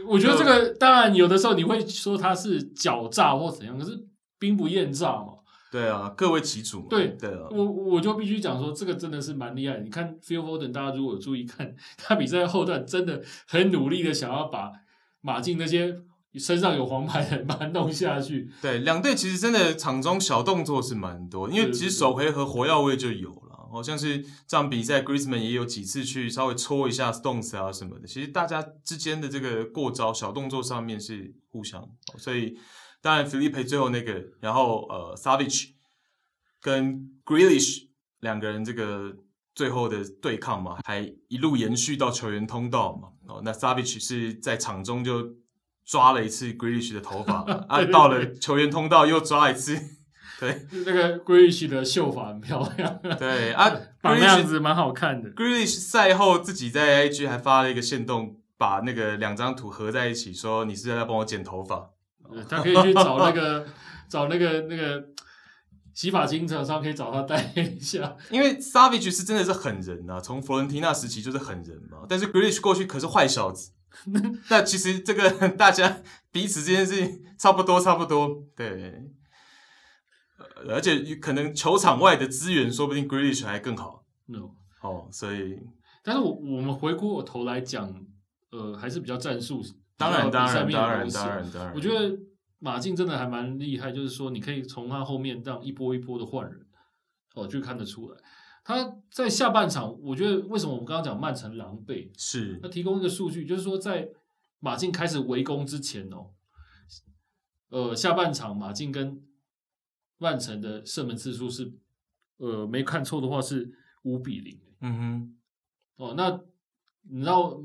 [SPEAKER 2] 我觉得这个当然有的时候你会说他是狡诈或怎样，可是兵不厌诈嘛。
[SPEAKER 1] 对啊，各为其主嘛。
[SPEAKER 2] 对
[SPEAKER 1] 对啊，
[SPEAKER 2] 我我就必须讲说，这个真的是蛮厉害的。你看 Phil Foden，大家如果有注意看，他比赛后段真的很努力的想要把马竞那些身上有黄牌的人把他弄下去。
[SPEAKER 1] 对，两队其实真的场中小动作是蛮多，因为
[SPEAKER 2] 对
[SPEAKER 1] 其
[SPEAKER 2] 对
[SPEAKER 1] 实首回合火药味就有了，好、像是这场比赛 Griezmann 也有几次去稍微戳一下 Stones 啊什么的，其实大家之间的这个过招小动作上面是互相，哦所以当然 Felipe 最后那个，然后呃 Savage 跟 Grealish 两个人这个。最后的对抗嘛，还一路延续到球员通道嘛。哦，那 Savage 是在场中就抓了一次 Grealish 的头发嘛啊，
[SPEAKER 2] (laughs) 对对
[SPEAKER 1] 到了球员通道又抓一次， (laughs) 对
[SPEAKER 2] 那个 Grish 的秀法很漂亮，
[SPEAKER 1] 对啊
[SPEAKER 2] 绑那样
[SPEAKER 1] ，Grealish
[SPEAKER 2] 子蛮好看的。
[SPEAKER 1] Grealish 赛后自己在 IG 还发了一个线动，把那个两张图合在一起，说你是在帮我剪头发。
[SPEAKER 2] 呃他可以去找那个找那个那个洗发精厂商，可以找他代言一下。
[SPEAKER 1] 因为 Savage 是真的是狠人呐、啊，从弗伦蒂娜时期就是狠人嘛。但是 Grealish 过去可是坏小
[SPEAKER 2] (laughs)
[SPEAKER 1] 子。那其实这个 (laughs) 大家彼此之间是差不多，差不多对。呃而且可能球场外的资源，说不定 Grealish 还更好
[SPEAKER 2] No，
[SPEAKER 1] 哦。所以
[SPEAKER 2] 但是我我们回过头来讲，呃，还是比较战术，
[SPEAKER 1] 当然，
[SPEAKER 2] 比较
[SPEAKER 1] 当
[SPEAKER 2] 比赛
[SPEAKER 1] 然，
[SPEAKER 2] 面
[SPEAKER 1] 当
[SPEAKER 2] 的
[SPEAKER 1] 然，
[SPEAKER 2] 东
[SPEAKER 1] 当然，
[SPEAKER 2] 西
[SPEAKER 1] 当然，
[SPEAKER 2] 我觉得马竞真的还蛮厉害，就是说你可以从他后面这样一波一波的换人，哦，就看得出来。他在下半场，我觉得为什么我们刚刚讲曼城狼狈，
[SPEAKER 1] 是
[SPEAKER 2] 他提供一个数据，就是说在马竞开始围攻之前哦，呃，下半场马竞跟曼城的射门次数是，呃，没看错的话是五比零
[SPEAKER 1] 嗯哼，
[SPEAKER 2] 哦。那你知道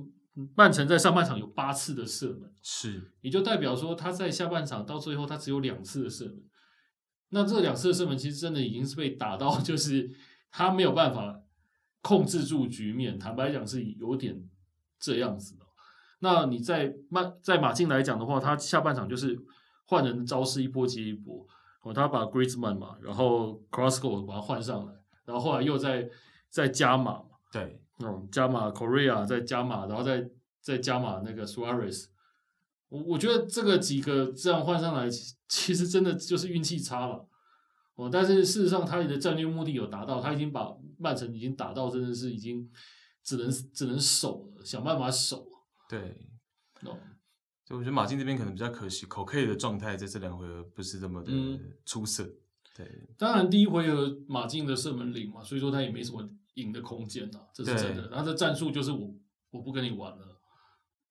[SPEAKER 2] 曼城在上半场有八次的射门。
[SPEAKER 1] 是
[SPEAKER 2] 也就代表说他在下半场到最后他只有两次的射门。那这两次的射门其实真的已经是被打到，就是他没有办法控制住局面。坦白讲是有点这样子的。那你在马在马竞来讲的话，他下半场就是换人的招式一波接一波。哦，他把 Griezmann 嘛，然后 Crossgo 把他换上来，然后后来又再再加码嘛，
[SPEAKER 1] 对，
[SPEAKER 2] 嗯，加码 Korea，再加码，然后再再加码那个 Suarez。我我觉得这个几个这样换上来，其其实真的就是运气差了。哦，但是事实上他的战略目的有达到，他已经把曼城已经打到真的是已经只能只能守了，想办法守了。
[SPEAKER 1] 对。
[SPEAKER 2] 哦，
[SPEAKER 1] 所以我觉得马竞这边可能比较可惜，口 K 的状态在这两回合不是这么的
[SPEAKER 2] 嗯
[SPEAKER 1] 出色。对，
[SPEAKER 2] 当然第一回合马竞的射门零嘛，所以说他也没什么赢的空间呐，这是真的。他的战术就是我我不跟你玩了。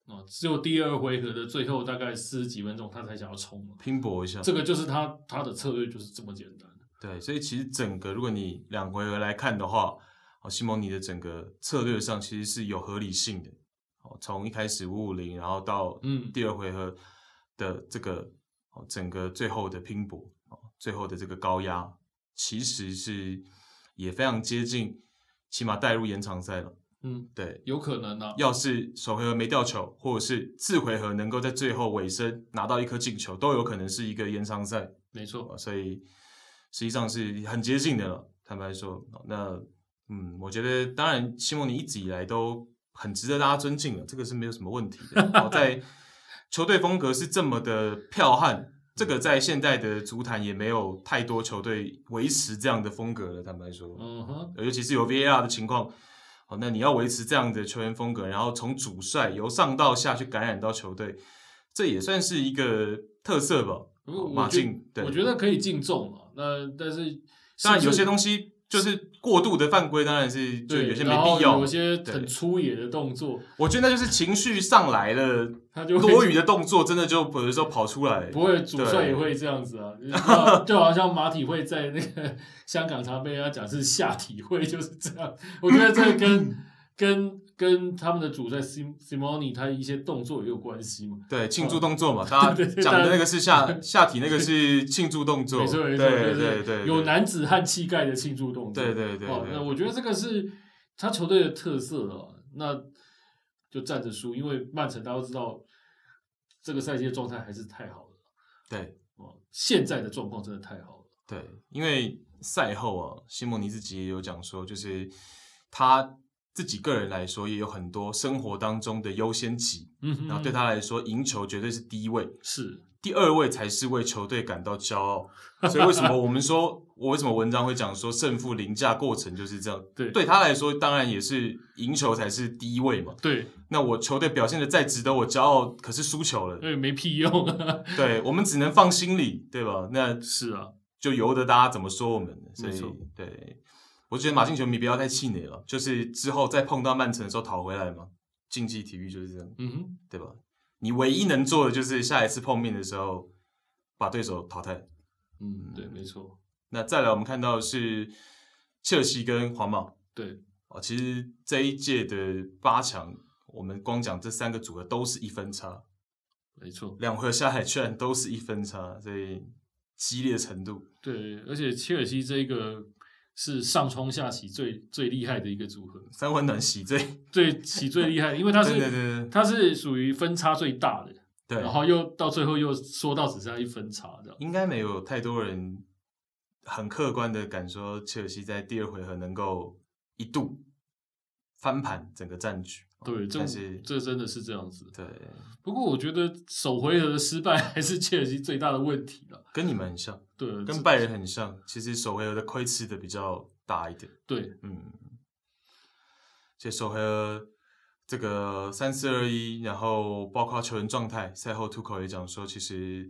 [SPEAKER 2] 哦，只有第二回合的最后大概四十几分钟，他才想要冲了。
[SPEAKER 1] 拼搏一下。
[SPEAKER 2] 这个就是他他的策略就是这么简单。
[SPEAKER 1] 对，所以其实整个如果你两回合来看的话，哦，西蒙尼的整个策略上其实是有合理性的。哦，从一开始五五零，然后到
[SPEAKER 2] 嗯
[SPEAKER 1] 第二回合的这个哦，整个最后的拼搏，哦，最后的这个高压，其实是也非常接近，起码带入延长赛了。
[SPEAKER 2] 嗯，
[SPEAKER 1] 对，
[SPEAKER 2] 有可能啊。
[SPEAKER 1] 要是首回合没掉球，或者是次回合能够在最后尾声拿到一颗进球，都有可能是一个延长赛，
[SPEAKER 2] 没错，
[SPEAKER 1] 呃所以实际上是很接近的了。坦白说，啊那嗯，我觉得当然，西蒙尼一直以来都很值得大家尊敬了，这个是没有什么问题的。哦在球队风格是这么的剽悍，这个在现代的足坛也没有太多球队维持这样的风格了。坦白说，
[SPEAKER 2] 嗯哼，
[SPEAKER 1] 尤其是有 VAR 的情况，好，那你要维持这样的球员风格，然后从主帅由上到下去感染到球队，这也算是一个特色吧。
[SPEAKER 2] 我我
[SPEAKER 1] 哦马
[SPEAKER 2] 觉
[SPEAKER 1] 竞，对，
[SPEAKER 2] 我觉得可以敬重啊。那但是是不是
[SPEAKER 1] 当然有些东西就是过度的犯规，当然是就
[SPEAKER 2] 对，
[SPEAKER 1] 有些没
[SPEAKER 2] 然后
[SPEAKER 1] 必要
[SPEAKER 2] 有。些
[SPEAKER 1] 对
[SPEAKER 2] 很粗野的动作，
[SPEAKER 1] 我觉得那就是情绪上来
[SPEAKER 2] (laughs)
[SPEAKER 1] 了，
[SPEAKER 2] 他就会
[SPEAKER 1] 多余的动作真的就有的时候跑出来。
[SPEAKER 2] 不会，主帅也会这样子啊，就就好像马体会在那个香港常被人家讲是下体会，就是这
[SPEAKER 1] (laughs)
[SPEAKER 2] 样。我觉得这个跟跟跟他们的主帅 Sim Simoni 他一些动作也有关系嘛。
[SPEAKER 1] 对庆祝动作
[SPEAKER 2] (laughs)
[SPEAKER 1] 嘛，大家
[SPEAKER 2] 哦对对对
[SPEAKER 1] 讲的那个是
[SPEAKER 2] (laughs)
[SPEAKER 1] 下下体，那个是庆祝动作。
[SPEAKER 2] 没错没
[SPEAKER 1] 对
[SPEAKER 2] 错，
[SPEAKER 1] 对
[SPEAKER 2] 就是
[SPEAKER 1] 对对，
[SPEAKER 2] 有男子汉气概的庆祝动作。哦
[SPEAKER 1] 对对对对
[SPEAKER 2] 啊哦，那我觉得这个是他球队的特色了。那就站着输，因为曼城大家都知道这个赛季的状态还是太好了
[SPEAKER 1] 对
[SPEAKER 2] 哦，现在的状况真的太好了。
[SPEAKER 1] 对，因为赛后啊，西蒙尼自己也有讲说，就是他自己个人来说，也有很多生活当中的优先级，
[SPEAKER 2] 嗯哼
[SPEAKER 1] 然后对他来说，赢球绝对是第一位，
[SPEAKER 2] 是
[SPEAKER 1] 第二位才是为球队感到骄傲。所以为什么我们说，我为什么文章会讲说胜负凌驾过程就是这样？
[SPEAKER 2] 对
[SPEAKER 1] 对他来说，当然也是赢球才是第一位嘛。
[SPEAKER 2] 对，
[SPEAKER 1] 那我球队表现的再值得我骄傲，可是输球了
[SPEAKER 2] 因，为没屁用啊。 (laughs)
[SPEAKER 1] 对我们只能放心里，对吧？那
[SPEAKER 2] 是啊，
[SPEAKER 1] 就由得大家怎么说我们了。所
[SPEAKER 2] 没错
[SPEAKER 1] 以，对我觉得马竞球迷不要太气馁了，就是之后再碰到曼城的时候讨回来嘛。竞技体育就是这样，
[SPEAKER 2] 嗯哼，
[SPEAKER 1] 对吧？你唯一能做的就是下一次碰面的时候把对手淘汰。
[SPEAKER 2] 嗯，对，没错，
[SPEAKER 1] 那再来，我们看到的是切尔西跟皇马
[SPEAKER 2] 对，
[SPEAKER 1] 哦，其实这一届的八强，我们光讲这三个组合都是一分差，
[SPEAKER 2] 没错，
[SPEAKER 1] 两回合下来居然都是一分差，所以激烈程度
[SPEAKER 2] 对，而且切尔西这个是上冲下洗最最厉害的一个组合，
[SPEAKER 1] 三温暖喜最，
[SPEAKER 2] 最洗最厉害，因为
[SPEAKER 1] (laughs)
[SPEAKER 2] 它
[SPEAKER 1] 对对
[SPEAKER 2] 是
[SPEAKER 1] 对
[SPEAKER 2] 它是属于分差最大的，
[SPEAKER 1] 对
[SPEAKER 2] 然
[SPEAKER 1] 对，
[SPEAKER 2] 后又到最后又缩到只剩下一分差这样。
[SPEAKER 1] 应该没有太多人很客观的敢说切尔西在第二回合能够一度翻盘整个战局，
[SPEAKER 2] 对，这
[SPEAKER 1] 但哦是
[SPEAKER 2] 这真的是这样子。
[SPEAKER 1] 对
[SPEAKER 2] 不过我觉得首回合的失败还是切尔西最大的问题了。
[SPEAKER 1] 跟你们很像，
[SPEAKER 2] 对，这
[SPEAKER 1] 跟拜仁很像，其实首回合的亏吃的比较大一点。
[SPEAKER 2] 对
[SPEAKER 1] 嗯，接受和这个三四二一，然后包括球员状态，赛后吐口也讲说，其实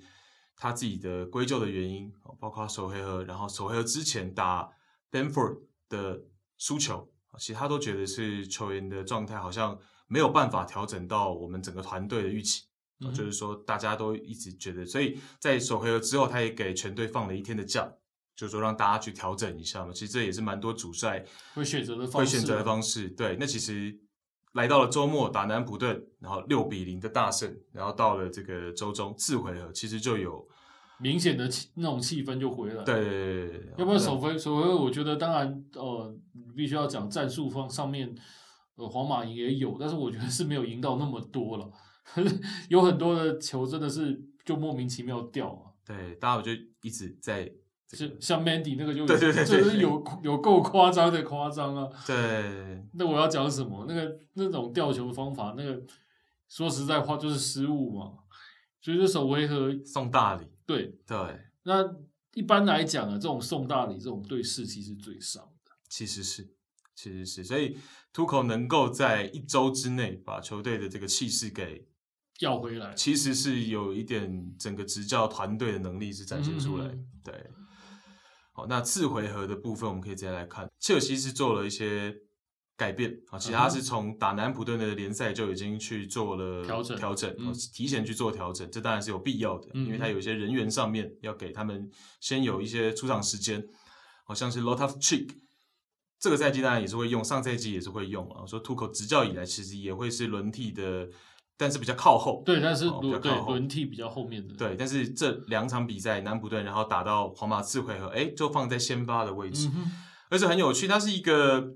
[SPEAKER 1] 他自己的归咎的原因，哦包括首回合，然后首回合之前打 Benford 的输球，哦其实他都觉得是球员的状态好像没有办法调整到我们整个团队的预期。哦
[SPEAKER 2] 嗯
[SPEAKER 1] 就是说大家都一直觉得，所以在首回合之后，他也给全队放了一天的假，就是说让大家去调整一下嘛。其实这也是蛮多主帅
[SPEAKER 2] 会选择的方
[SPEAKER 1] 会
[SPEAKER 2] 式，
[SPEAKER 1] 选择的方式。对，那其实来到了周末打南普顿，然后六比零的大胜，然后到了这个周中次回合，其实就有
[SPEAKER 2] 明显的气那种气氛就回来。
[SPEAKER 1] 对，对对对对，
[SPEAKER 2] 要不然
[SPEAKER 1] 那
[SPEAKER 2] 首回首回合，我觉得当然呃，必须要讲战术方上面，呃，皇马也有，但是我觉得是没有赢到那么多了， (laughs) 有很多的球真的是就莫名其妙掉啊。
[SPEAKER 1] 对大家我就一直在这
[SPEAKER 2] 像
[SPEAKER 1] 个
[SPEAKER 2] 像 Mandy 那个就
[SPEAKER 1] 对对对对
[SPEAKER 2] 真的是有有够夸张的夸张啊！
[SPEAKER 1] 对
[SPEAKER 2] 那我要讲什么？那个那种吊球方法，那个说实在话就是失误嘛。所以这首回合
[SPEAKER 1] 送大礼，
[SPEAKER 2] 对，
[SPEAKER 1] 对，
[SPEAKER 2] 那一般来讲啊，这种送大礼这种对士气是最伤的。
[SPEAKER 1] 其实是，其实是，所以突口能够在一周之内把球队的这个气势给，
[SPEAKER 2] 要回来，
[SPEAKER 1] 其实是有一点整个执教团队的能力是展现出来。
[SPEAKER 2] 嗯
[SPEAKER 1] 对，好，那次回合的部分我们可以直接来看，切尔西是做了一些改变啊，其实他
[SPEAKER 2] 嗯哼
[SPEAKER 1] 是从打南普顿的联赛就已经去做了
[SPEAKER 2] 调整
[SPEAKER 1] 调整，哦
[SPEAKER 2] 嗯
[SPEAKER 1] 提前去做调整，这当然是有必要的，
[SPEAKER 2] 嗯
[SPEAKER 1] 因为他有一些人员上面要给他们先有一些出场时间，好像是 Lot of Chick。这个赛季当然也是会用，上赛季也是会用啊。说吐口执教以来，其实也会是轮替的，但是比较靠后。
[SPEAKER 2] 对，但是
[SPEAKER 1] 哦比较
[SPEAKER 2] 轮对
[SPEAKER 1] 靠后
[SPEAKER 2] 轮替比较后面的，
[SPEAKER 1] 对，但是这两场比赛南普顿，然后打到皇马次回合，哎，就放在先发的位置，
[SPEAKER 2] 嗯哼，
[SPEAKER 1] 而且很有趣，它是一个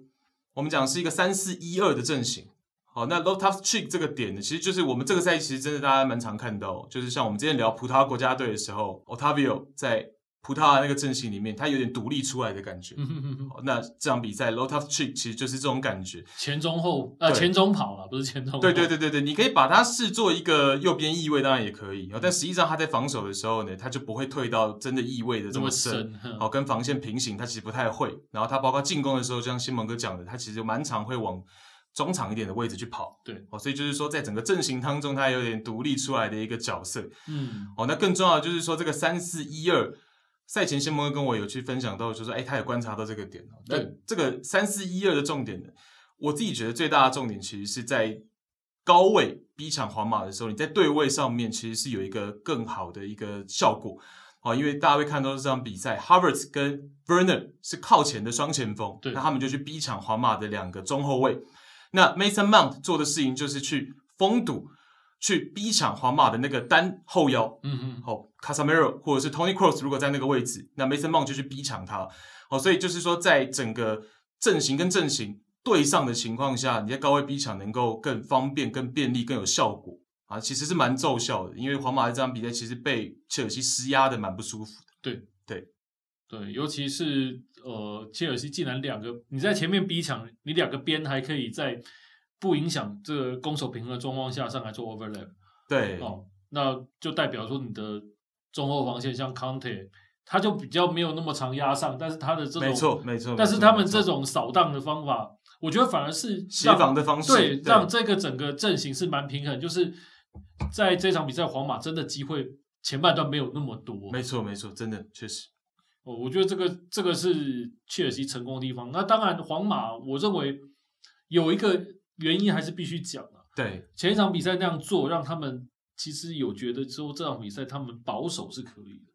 [SPEAKER 1] 我们讲是一个三四一二的阵型。好，那 l o t o f c h i c k 这个点呢，其实就是我们这个赛季其实真的大家蛮常看到，哦就是像我们之前聊葡萄牙国家队的时候，Otavio 在葡萄牙那个阵型里面，他有点独立出来的感觉。
[SPEAKER 2] 嗯哼哼哼，
[SPEAKER 1] 好那这场比赛 l o t o f c h i c k 其实就是这种感觉。
[SPEAKER 2] 前中后啊，
[SPEAKER 1] 对
[SPEAKER 2] 前中跑了，不是前中后，
[SPEAKER 1] 对对对对对，你可以把它视作一个右边翼位，当然也可以。哦但实际上他在防守的时候呢，他就不会退到真的翼位的这
[SPEAKER 2] 那
[SPEAKER 1] 么
[SPEAKER 2] 么
[SPEAKER 1] 深。
[SPEAKER 2] 深，嗯哼
[SPEAKER 1] 哦，跟防线平行，他其实不太会。然后他包括进攻的时候，就像新蒙哥讲的，他其实蛮常会往中场一点的位置去跑。
[SPEAKER 2] 对，
[SPEAKER 1] 哦，所以就是说，在整个阵型当中，他有点独立出来的一个角色。
[SPEAKER 2] 嗯，
[SPEAKER 1] 哦，那更重要的就是说，这个三四一二赛前，新蒙哥跟我有去分享到，就是说，哎，他有观察到这个点哦。那
[SPEAKER 2] 对
[SPEAKER 1] 这个三四一二的重点呢，我自己觉得最大的重点其实是在高位逼抢皇马的时候，你在对位上面其实是有一个更好的一个效果。哦，因为大家会看到这场比赛 h a v e r t z 跟 Werner 是靠前的双前锋，
[SPEAKER 2] 对
[SPEAKER 1] 那他们就去逼抢皇马的两个中后卫。那 Mason Mount 做的事情就是去封堵、去逼抢皇马的那个单后腰，
[SPEAKER 2] 嗯哼，
[SPEAKER 1] 好、c a s a m e r o 或者是 Tony Cross 如果在那个位哦置，那 Mason Mount 就去逼抢他。好、所以就是说，在整个阵型跟阵型对上的情况下，你在高位逼抢能够更方便、更便利、更有效果啊，其实是蛮奏效的。因为皇马在这场比赛其实被切尔西施压的蛮不舒服的。
[SPEAKER 2] 对，尤其是呃，切尔西竟然两个你在前面逼抢，你两个边还可以在不影响这个攻守平衡的状况下上来做 overlap
[SPEAKER 1] 对，
[SPEAKER 2] 哦，那就代表说你的中后防线像 Conte，他就比较没有那么常压上，但是他的这
[SPEAKER 1] 没
[SPEAKER 2] 种，
[SPEAKER 1] 错，没错。
[SPEAKER 2] 但是
[SPEAKER 1] 没错
[SPEAKER 2] 他们
[SPEAKER 1] 没错
[SPEAKER 2] 这种扫荡的方法，我觉得反而是
[SPEAKER 1] 协
[SPEAKER 2] 让
[SPEAKER 1] 防的方式，
[SPEAKER 2] 对，让这个整个阵型是蛮平衡，就是在这场比赛，皇马真的机会前半段没有那么多，
[SPEAKER 1] 没错，没错，真的确实，
[SPEAKER 2] 哦，我觉得这个这个是切尔西成功的地方。那当然，皇马我认为有一个原因还是必须讲啊。
[SPEAKER 1] 对，
[SPEAKER 2] 前一场比赛那样做，让他们其实有觉得说这场比赛他们保守是可以的。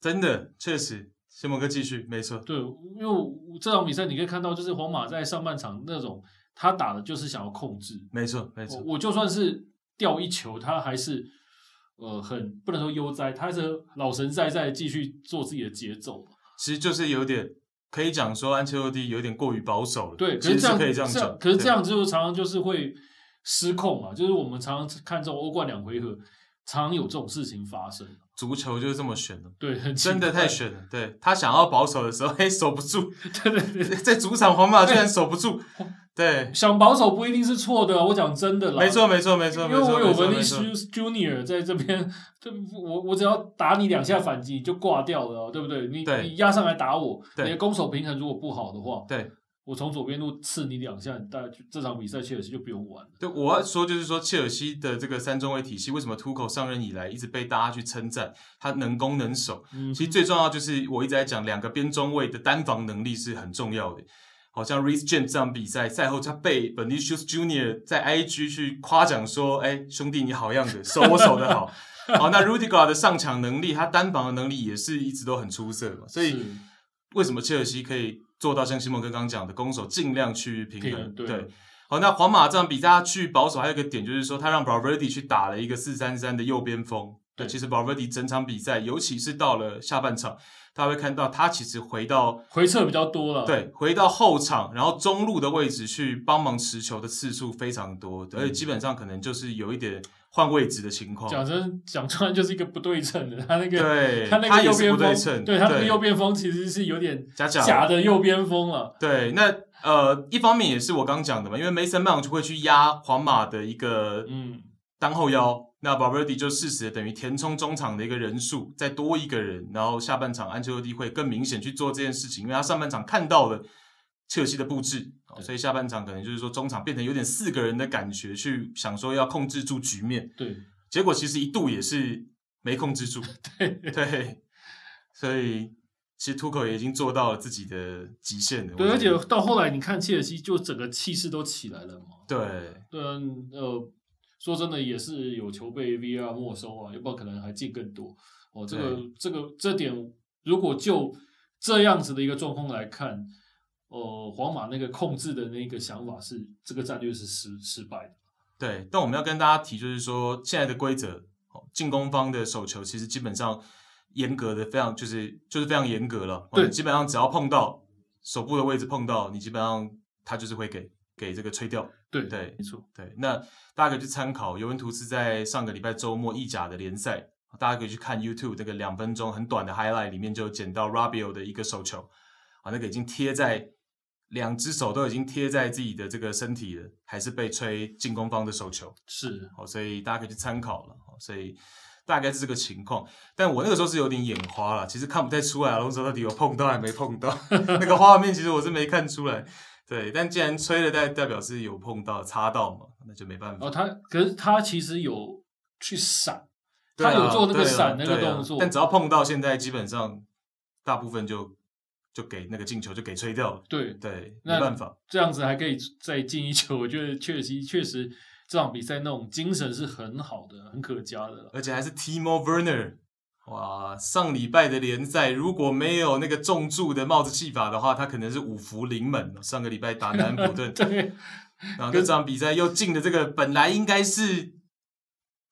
[SPEAKER 1] 真的确实。谢蒙哥继续，没错，
[SPEAKER 2] 对，因为我这场比赛你可以看到，就是皇马在上半场那种他打的就是想要控制，
[SPEAKER 1] 没错，没
[SPEAKER 2] 我
[SPEAKER 1] 错，
[SPEAKER 2] 我就算是掉一球，他还是呃很不能说悠哉，他还是老神在在地继续做自己的节奏。
[SPEAKER 1] 其实就是有点可以讲说安切洛蒂有点过于保守了，
[SPEAKER 2] 对，可
[SPEAKER 1] 其实
[SPEAKER 2] 这样
[SPEAKER 1] 可以这样
[SPEAKER 2] 这
[SPEAKER 1] 讲，
[SPEAKER 2] 可是
[SPEAKER 1] 对
[SPEAKER 2] 这样就常常就是会失控嘛，就是我们常常看这种欧冠两回合，常常有这种事情发生。
[SPEAKER 1] 足球就是这么选的，
[SPEAKER 2] 对，很奇
[SPEAKER 1] 真的
[SPEAKER 2] 怪
[SPEAKER 1] 太，选了。对他想要保守的时候， (laughs) 嘿，守不住，
[SPEAKER 2] (laughs) 对对对，
[SPEAKER 1] 在主场皇马居然守不住，对，
[SPEAKER 2] 想保守不一定是错的，我讲真的啦，
[SPEAKER 1] 没错，没错，没错，
[SPEAKER 2] 因
[SPEAKER 1] 没
[SPEAKER 2] 为我
[SPEAKER 1] 错，没
[SPEAKER 2] 有
[SPEAKER 1] 错，
[SPEAKER 2] 文
[SPEAKER 1] 没
[SPEAKER 2] 力
[SPEAKER 1] 错，
[SPEAKER 2] Junior 在这边，这我我只要打你两下反击你就挂掉了，哦对不对？你
[SPEAKER 1] 对
[SPEAKER 2] 你压上来打我，
[SPEAKER 1] 对
[SPEAKER 2] 你的攻守平衡如果不好的话，
[SPEAKER 1] 对。
[SPEAKER 2] 我从左边路刺你两下，你大概就这场比赛切尔西就不用玩了。
[SPEAKER 1] 对，我要说就是说，切尔西的这个三中卫体系，为什么突口上任以来一直被大家去称赞？他能攻能守，
[SPEAKER 2] 嗯，
[SPEAKER 1] 其实最重要就是我一直在讲，两个边中卫的单防能力是很重要的。好像 r e e s James 这场比赛赛后，他被 Benicius Junior 在 IG 去夸奖说：“哎，兄弟，你好样的，守我守得好。” (laughs) 好，那 Rudiger 的上抢能力，他单防的能力也是一直都很出色嘛。所
[SPEAKER 2] 是
[SPEAKER 1] 以为什么切尔西可以做到像西蒙哥刚刚讲的，攻守尽量趋于平
[SPEAKER 2] 平
[SPEAKER 1] 衡？
[SPEAKER 2] 衡对
[SPEAKER 1] 对。好，那皇马这场比赛他去保守，还有一个点就是说，他让 b a v e r d i 去打了一个四三三的右边锋。
[SPEAKER 2] 对
[SPEAKER 1] 其实 b a v e r d i 整场比赛，尤其是到了下半场，大家会看到他其实回到
[SPEAKER 2] 回撤比较多了，
[SPEAKER 1] 对，回到后场，然后中路的位置去帮忙持球的次数非常多，
[SPEAKER 2] 嗯
[SPEAKER 1] 而且基本上可能就是有一点换位置的情况。
[SPEAKER 2] 讲真，讲穿就是一个不对称的，他那个
[SPEAKER 1] 对
[SPEAKER 2] 他那
[SPEAKER 1] 他
[SPEAKER 2] 个
[SPEAKER 1] 也
[SPEAKER 2] 右
[SPEAKER 1] 是
[SPEAKER 2] 边
[SPEAKER 1] 不对
[SPEAKER 2] 锋，
[SPEAKER 1] 称
[SPEAKER 2] 对他那个
[SPEAKER 1] 对
[SPEAKER 2] 右边锋其实是有点
[SPEAKER 1] 假假的
[SPEAKER 2] 的右边锋了，
[SPEAKER 1] 对，那呃，一方面也是我刚讲的嘛，因为 Mason Mount 就会去压皇马的一个
[SPEAKER 2] 嗯，
[SPEAKER 1] 当后腰，那 b a r b e r d i 就适时地等于填充中场的一个人数，再多一个人，然后下半场安切洛蒂会更明显去做这件事情，因为他上半场看到了切尔西的布置，哦
[SPEAKER 2] 对
[SPEAKER 1] 所以下半场可能就是说中场变成有点四个人的感觉，去想说要控制住局面，
[SPEAKER 2] 对，
[SPEAKER 1] 结果其实一度也是没控制住，
[SPEAKER 2] (laughs)
[SPEAKER 1] 对，所以其实 t u c 也已经做到了自己的极限了，
[SPEAKER 2] 对，
[SPEAKER 1] 我
[SPEAKER 2] 而
[SPEAKER 1] 觉
[SPEAKER 2] 且
[SPEAKER 1] 得
[SPEAKER 2] 到后来你看切尔西就整个气势都起来了嘛，
[SPEAKER 1] 对。
[SPEAKER 2] 对啊，呃，说真的也是有球被 VR 没收啊，要不然可能还进更多哦，这个这个这点如果就这样子的一个状况来看。呃，皇马那个控制的那个想法是这个战略是失失败的，
[SPEAKER 1] 对，但我们要跟大家提，就是说现在的规则，哦进攻方的手球其实基本上严格的非常，就是就是非常严格了。哦
[SPEAKER 2] 对
[SPEAKER 1] 你基本上只要碰到手部的位置碰到，你基本上他就是会给给这个吹掉。
[SPEAKER 2] 对
[SPEAKER 1] 对
[SPEAKER 2] 没错。
[SPEAKER 1] 对，那大家可以去参考尤文图斯在上个礼拜周末意甲的联赛，大家可以去看 YouTube 这个两分钟很短的 highlight 里面就有捡到 Rabio 的一个手球，啊，那个已经贴在两只手都已经贴在自己的这个身体了，还是被吹进攻方的手球。
[SPEAKER 2] 是，
[SPEAKER 1] 好，所以大家可以去参考了。好所以大概是这个情况，但我那个时候是有点眼花了，其实看不太出来阿隆索到底有碰到还没碰到 (laughs) 那个画面，其实我是没看出来。对，但既然吹了，代代表是有碰到擦到嘛，那就没办法。
[SPEAKER 2] 哦，他可是他其实有去闪，
[SPEAKER 1] 对啊
[SPEAKER 2] 他有做那个
[SPEAKER 1] 对啊
[SPEAKER 2] 闪那个
[SPEAKER 1] 对啊
[SPEAKER 2] 动作
[SPEAKER 1] 但只要碰到，现在基本上大部分就就给那个进球就给吹掉了。
[SPEAKER 2] 对，
[SPEAKER 1] 对，没
[SPEAKER 2] 那
[SPEAKER 1] 办法。
[SPEAKER 2] 这样子还可以再进一球，我觉得确实确实这场比赛那种精神是很好的，很可嘉的啦。
[SPEAKER 1] 而且还是 Timo Werner。哇，上礼拜的联赛如果没有那个重注的帽子戏法的话，他可能是五福临门。哦上个礼拜打南安普顿，
[SPEAKER 2] (laughs) 对，
[SPEAKER 1] 然后这场比赛又进了这个本来应该是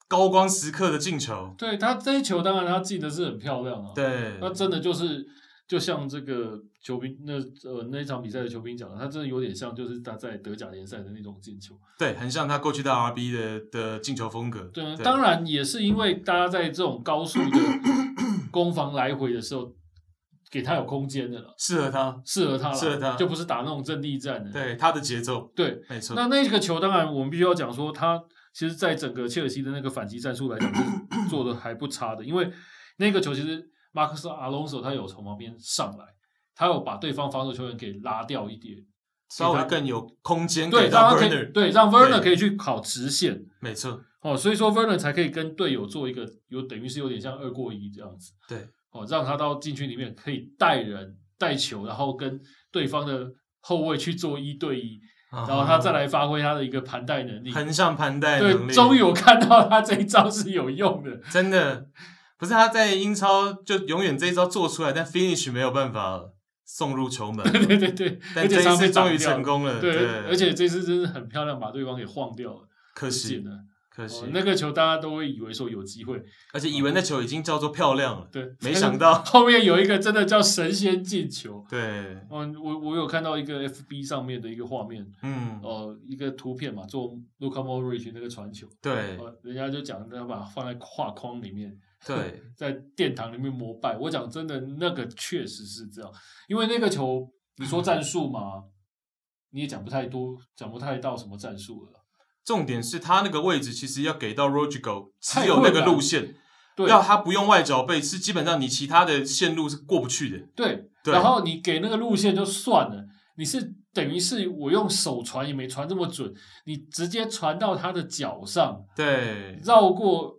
[SPEAKER 1] 高光时刻的进球。
[SPEAKER 2] 对他这一球当然他进的是很漂亮啊，，
[SPEAKER 1] 对，
[SPEAKER 2] 那真的就是就像这个球兵那呃那一场比赛的球兵讲的，他真的有点像就是他在德甲联赛的那种进球。
[SPEAKER 1] 对，很像他过去在 RB 的的进球风格。
[SPEAKER 2] 对啊，当然也是因为大家在这种高速
[SPEAKER 1] (laughs)
[SPEAKER 2] 的攻防来回的时候，给他有空间的了，
[SPEAKER 1] 适合他，
[SPEAKER 2] 适合他了，
[SPEAKER 1] 适合他
[SPEAKER 2] 就不是打那种阵地战的。
[SPEAKER 1] 对他的节奏，
[SPEAKER 2] 对，
[SPEAKER 1] 没错。
[SPEAKER 2] 那那个球，当然我们必须要讲说，他其实在整个切尔西的那个反击战术来讲，是做的还不差的。因为那个球，其实马克斯阿隆索他有从旁边上来，他有把对方防守球员给拉掉一点，
[SPEAKER 1] 稍微
[SPEAKER 2] 给他
[SPEAKER 1] 更有空间
[SPEAKER 2] 对，
[SPEAKER 1] 给
[SPEAKER 2] 让
[SPEAKER 1] 到
[SPEAKER 2] 他可
[SPEAKER 1] Burner，
[SPEAKER 2] 以对让
[SPEAKER 1] 对
[SPEAKER 2] Werner 可以去跑直线
[SPEAKER 1] 没错，
[SPEAKER 2] 哦，所以说 Werner 才可以跟队友做一个有等于是有点像二过一这样子
[SPEAKER 1] 对，
[SPEAKER 2] 哦，让他到禁区里面可以带人带球，然后跟对方的后卫去做一对一，
[SPEAKER 1] 然
[SPEAKER 2] 然后他再来发挥他的一个盘带能力，
[SPEAKER 1] 横向啊盘带能
[SPEAKER 2] 对，
[SPEAKER 1] 力，
[SPEAKER 2] 终于我看到他这一招是有用的。 (laughs)
[SPEAKER 1] 真的不是他在英超就永远这一招做出来，但 finish 没有办法送入球门，
[SPEAKER 2] (laughs) 对对对，
[SPEAKER 1] 但
[SPEAKER 2] 而且
[SPEAKER 1] 这
[SPEAKER 2] 常
[SPEAKER 1] 一
[SPEAKER 2] 被
[SPEAKER 1] 次
[SPEAKER 2] 挡
[SPEAKER 1] 终于
[SPEAKER 2] 掉
[SPEAKER 1] 成。功了，
[SPEAKER 2] 对，
[SPEAKER 1] 呃对，
[SPEAKER 2] 而且这次真的很漂亮，把对方给晃掉了，
[SPEAKER 1] 可
[SPEAKER 2] 进
[SPEAKER 1] 惜，
[SPEAKER 2] 了。
[SPEAKER 1] 可惜
[SPEAKER 2] 哦，那个球大家都会以为说有机会，
[SPEAKER 1] 而且以为那球已经叫做漂亮了，
[SPEAKER 2] 对，
[SPEAKER 1] 没想到
[SPEAKER 2] (laughs) 后面有一个真的叫神仙进球。
[SPEAKER 1] 对，
[SPEAKER 2] 嗯，我我有看到一个 FB 上面的一个画面，
[SPEAKER 1] 嗯，
[SPEAKER 2] 呃，一个图片嘛，做 Luka Modric 那个传球，
[SPEAKER 1] 对
[SPEAKER 2] 呃，人家就讲他把它放在画框里面，
[SPEAKER 1] 对，
[SPEAKER 2] 在殿堂里面膜拜。我讲真的，那个确实是这样，因为那个球，你说战术嘛，你也讲不太多，讲不太到什么战术了。
[SPEAKER 1] 重点是他那个位置其实要给到 Rodrigo，
[SPEAKER 2] 太
[SPEAKER 1] 只有那
[SPEAKER 2] 困
[SPEAKER 1] 个
[SPEAKER 2] 难
[SPEAKER 1] 路线，
[SPEAKER 2] 对
[SPEAKER 1] 要他不用外脚背，是基本上你其他的线路是过不去的。
[SPEAKER 2] 对，
[SPEAKER 1] 对
[SPEAKER 2] 然后你给那个路线就算了，你是等于是我用手传也没传这么准，你直接传到他的脚上，
[SPEAKER 1] 对，
[SPEAKER 2] 绕过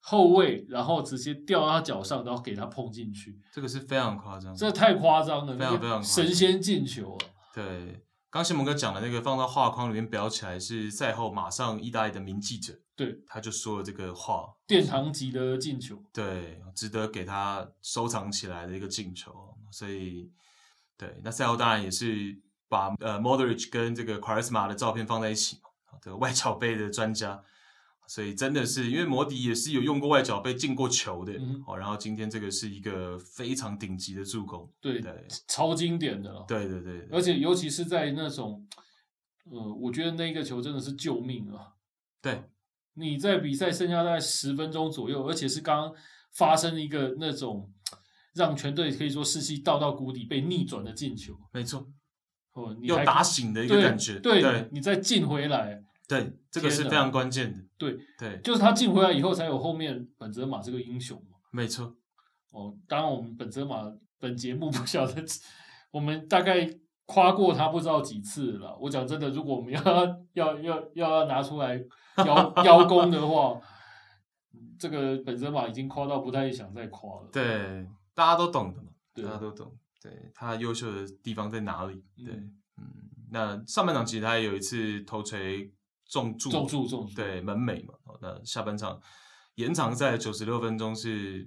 [SPEAKER 2] 后卫，然后直接掉到他脚上，然后给他碰进去，
[SPEAKER 1] 这个是非常夸张的。
[SPEAKER 2] 这太夸张了，
[SPEAKER 1] 非常
[SPEAKER 2] 那个
[SPEAKER 1] 非常夸张
[SPEAKER 2] 神仙进球啊！
[SPEAKER 1] 对，刚西蒙哥讲的那个放到画框里面裱起来，是赛后马上意大利的名记者，
[SPEAKER 2] 对，
[SPEAKER 1] 他就说了这个话，
[SPEAKER 2] 殿堂级的进球，
[SPEAKER 1] 对，值得给他收藏起来的一个进球。所以，对，那赛后当然也是把呃 Modric 跟这个 Quaresma 的照片放在一起嘛，这个外脚背的专家。所以真的是，因为摩迪也是有用过外脚背进过球的，
[SPEAKER 2] 嗯
[SPEAKER 1] 哦，然后今天这个是一个非常顶级的助攻，
[SPEAKER 2] 对，呃
[SPEAKER 1] 对
[SPEAKER 2] 超经典的了。
[SPEAKER 1] 对对对对
[SPEAKER 2] 而且尤其是在那种，呃，我觉得那个球真的是救命啊！
[SPEAKER 1] 对，
[SPEAKER 2] 你在比赛剩下大概十分钟左右，而且是刚刚发生一个那种让全队可以说士气倒到谷底被逆转的进球，
[SPEAKER 1] 没错，
[SPEAKER 2] 哦，你
[SPEAKER 1] 又
[SPEAKER 2] 还
[SPEAKER 1] 打醒的一个
[SPEAKER 2] 对
[SPEAKER 1] 感觉，
[SPEAKER 2] 对，
[SPEAKER 1] 对，
[SPEAKER 2] 你再进回来，
[SPEAKER 1] 对，这个
[SPEAKER 2] 天
[SPEAKER 1] 是
[SPEAKER 2] 哪
[SPEAKER 1] 非常关键的。
[SPEAKER 2] 对
[SPEAKER 1] 对，
[SPEAKER 2] 就是他进回来以后才有后面本泽马这个英雄嘛。
[SPEAKER 1] 没错，
[SPEAKER 2] 哦，当然我们本泽马本节目 (laughs) 不晓得，我们大概夸过他不知道几次了。我讲真的，如果我们要要要要要拿出来邀邀功的话，嗯这个本泽马已经夸到不太想再夸了。
[SPEAKER 1] 对，大家都懂的嘛，
[SPEAKER 2] 对
[SPEAKER 1] 大家都懂。对他优秀的地方在哪里？对，
[SPEAKER 2] 嗯
[SPEAKER 1] 嗯，那上半场其实他也有一次头锤重注，
[SPEAKER 2] 重注重注，
[SPEAKER 1] 对门楣嘛。哦那下半场延长赛九十六分钟是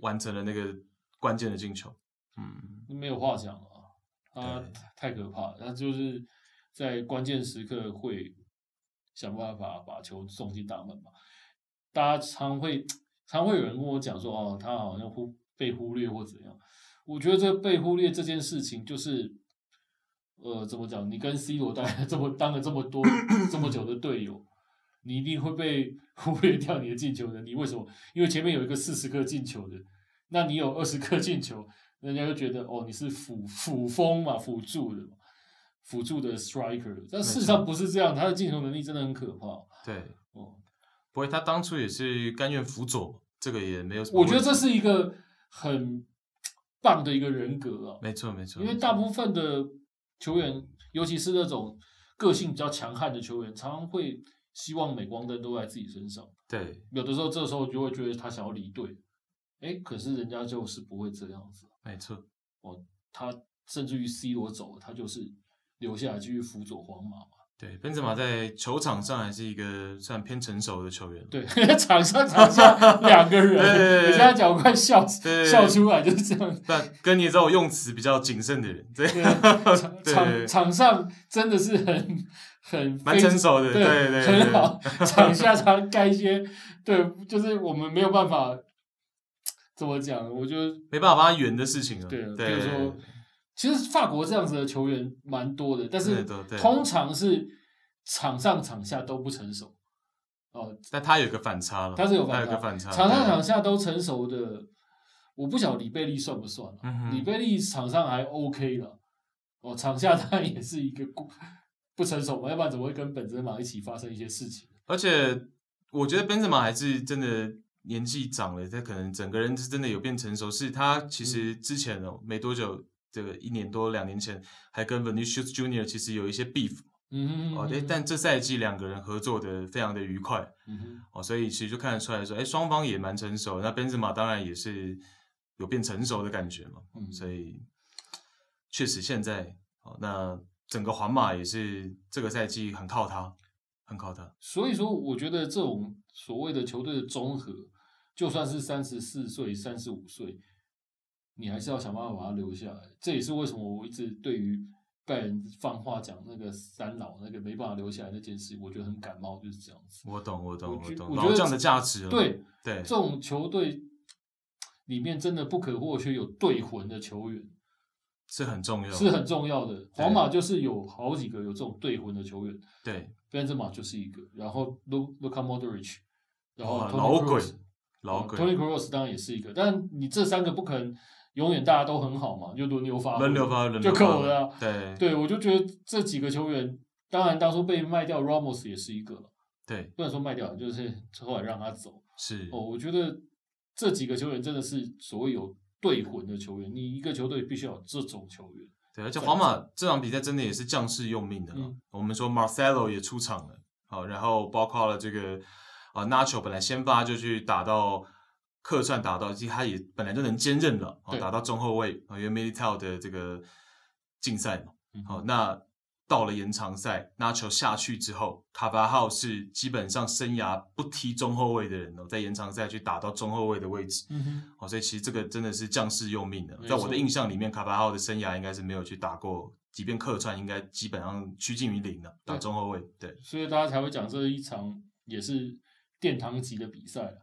[SPEAKER 1] 完成了那个关键的进球。嗯，
[SPEAKER 2] 没有话讲了啊，他
[SPEAKER 1] 对
[SPEAKER 2] 太可怕了，他就是在关键时刻会想办法把球送进大门嘛。大家常会常会有人跟我讲说，哦，他好像忽被忽略或怎样。我觉得这被忽略这件事情，就是呃，怎么讲？你跟 C 罗待了这么当了这么多这么久的队友，你一定会被 (laughs) 忽略掉你的进球能力。为什么？因为前面有一个四十颗进球的，那你有二十颗进球，人家就觉得哦，你是辅辅锋嘛，辅助的嘛，辅助的 striker。但事实上不是这样，他的进球能力真的很可怕
[SPEAKER 1] 对，
[SPEAKER 2] 哦。
[SPEAKER 1] 不过他当初也是甘愿辅佐嘛，这个也没有什么
[SPEAKER 2] 我
[SPEAKER 1] 问
[SPEAKER 2] 觉
[SPEAKER 1] 题。
[SPEAKER 2] 得这是一个很棒的一个人格啊，
[SPEAKER 1] 没错没错，
[SPEAKER 2] 因为
[SPEAKER 1] 没错
[SPEAKER 2] 大部分的球员，尤其是那种个性比较强悍的球员，常常会希望镁光灯都在自己身上。
[SPEAKER 1] 对
[SPEAKER 2] 有的时候，这时候就会觉得他想要离队，哎，可是人家就是不会这样子。
[SPEAKER 1] 没错，
[SPEAKER 2] 他甚至于 C 罗走了，他就是留下来继续辅佐皇马嘛。
[SPEAKER 1] 对，本泽
[SPEAKER 2] 嗯
[SPEAKER 1] 马在球场上还是一个算偏成熟的球员。
[SPEAKER 2] 对， (laughs) 场上
[SPEAKER 1] (laughs)
[SPEAKER 2] 场下两个人，
[SPEAKER 1] 对对对
[SPEAKER 2] 我现在讲我快笑
[SPEAKER 1] 对
[SPEAKER 2] 笑出来，就
[SPEAKER 1] (laughs)
[SPEAKER 2] 是这样。
[SPEAKER 1] 但跟你知道我用词比较谨慎的人，对，
[SPEAKER 2] 啊场
[SPEAKER 1] 对
[SPEAKER 2] 场场上真的是很很
[SPEAKER 1] 蛮
[SPEAKER 2] 非
[SPEAKER 1] 成熟的，
[SPEAKER 2] 对
[SPEAKER 1] 对对对，
[SPEAKER 2] 很好。场下他干一些对，就是我们没有办法怎么讲？我觉得
[SPEAKER 1] 没办法帮他圆的事情啊。
[SPEAKER 2] 对，
[SPEAKER 1] 对，
[SPEAKER 2] 比如说，其实法国这样子的球员蛮多的，但
[SPEAKER 1] 对
[SPEAKER 2] 是
[SPEAKER 1] 对对
[SPEAKER 2] 通常是场上场下都不成熟。哦，
[SPEAKER 1] 但他有一个反差了，
[SPEAKER 2] 他是有
[SPEAKER 1] 他
[SPEAKER 2] 反
[SPEAKER 1] 有个
[SPEAKER 2] 差，
[SPEAKER 1] 反差，
[SPEAKER 2] 场上
[SPEAKER 1] 对
[SPEAKER 2] 场下都成熟的，我不晓得里贝利算不算啊、
[SPEAKER 1] 嗯哼
[SPEAKER 2] 里贝利场上还 OK 了，哦，场下当然也是一个不不成熟嘛，要不然怎么会跟本泽马一起发生一些事情？
[SPEAKER 1] 而且我觉得本泽马还是真的年纪长了，他可能整个人是真的有变成熟。是他
[SPEAKER 2] 嗯
[SPEAKER 1] 其实之前哦、没多久，这个一年多两年前还跟 Vinicius Junior 其实有一些 beef
[SPEAKER 2] 嗯哼
[SPEAKER 1] 哦，对，但这赛季两个人合作的非常的愉快
[SPEAKER 2] 嗯哼
[SPEAKER 1] 哦，所以其实就看得出来说，哎，双方也蛮成熟。那本泽马当然也是有变成熟的感觉嘛，
[SPEAKER 2] 嗯
[SPEAKER 1] 所以确实现在哦，那整个皇马也是这个赛季很靠他，很靠他。
[SPEAKER 2] 所以说，
[SPEAKER 1] 嗯
[SPEAKER 2] 我觉得这种所谓的球队的综合，就算是三十四岁、三十五岁，你还是要想办法把他留下来。这也是为什么我一直对于拜仁放话讲那个三老那个没办法留下来那件事，我觉得很感冒，就是这样子。
[SPEAKER 1] 我懂，我懂，
[SPEAKER 2] 我觉
[SPEAKER 1] 懂，
[SPEAKER 2] 我
[SPEAKER 1] 老
[SPEAKER 2] 觉得
[SPEAKER 1] 将的价值了。
[SPEAKER 2] 对，
[SPEAKER 1] 嗯对
[SPEAKER 2] 这种球队里面真的不可或缺有队魂的球员
[SPEAKER 1] 是很重要，
[SPEAKER 2] 是很重要的。皇马就是有好几个有这种队魂的球员，
[SPEAKER 1] 对
[SPEAKER 2] 本泽马就是一个，然后 Lu Luka Modric，然后
[SPEAKER 1] 哇
[SPEAKER 2] Toni
[SPEAKER 1] 哦老鬼
[SPEAKER 2] 哦 Kroos
[SPEAKER 1] 老
[SPEAKER 2] 哦
[SPEAKER 1] 鬼
[SPEAKER 2] Tony Cross 当然也是一个，但你这三个不可能永远大家都很好嘛，就轮流发挥
[SPEAKER 1] 轮流发挥，轮
[SPEAKER 2] 就
[SPEAKER 1] 流发挥
[SPEAKER 2] 够了啊。
[SPEAKER 1] 对
[SPEAKER 2] 对，我就觉得这几个球员，当然当初被卖掉 Ramos 也是一个，
[SPEAKER 1] 对
[SPEAKER 2] 不能说卖掉，就是后来让他走。
[SPEAKER 1] 是
[SPEAKER 2] 哦，我觉得这几个球员真的是所谓有队魂的球员，你一个球队必须要有这种球员。
[SPEAKER 1] 对，而且皇马这场比赛真的也是将士用命的啦
[SPEAKER 2] 嗯
[SPEAKER 1] 我们说 Marcelo 也出场了，好，然后包括了这个啊 Nacho 本来先发就去打到客串打到，其实他也本来就能兼任了，啊
[SPEAKER 2] 对
[SPEAKER 1] 打到中后卫啊，因为 Militao 的这个竞赛嘛，
[SPEAKER 2] 嗯
[SPEAKER 1] 好，那到了延长赛，Nacho 下去之后，卡巴号是基本上生涯不踢中后卫的人哦，在延长赛去打到中后卫的位置。
[SPEAKER 2] 嗯哼，
[SPEAKER 1] 哦，所以其实这个真的是将士用命的
[SPEAKER 2] 没。
[SPEAKER 1] 在
[SPEAKER 2] 错
[SPEAKER 1] 我的印象里面，卡巴号的生涯应该是没有去打过，即便客串，应该基本上趋近于零了，打
[SPEAKER 2] 对
[SPEAKER 1] 中后卫。对，
[SPEAKER 2] 所以大家才会讲这一场也是殿堂级的比赛啊。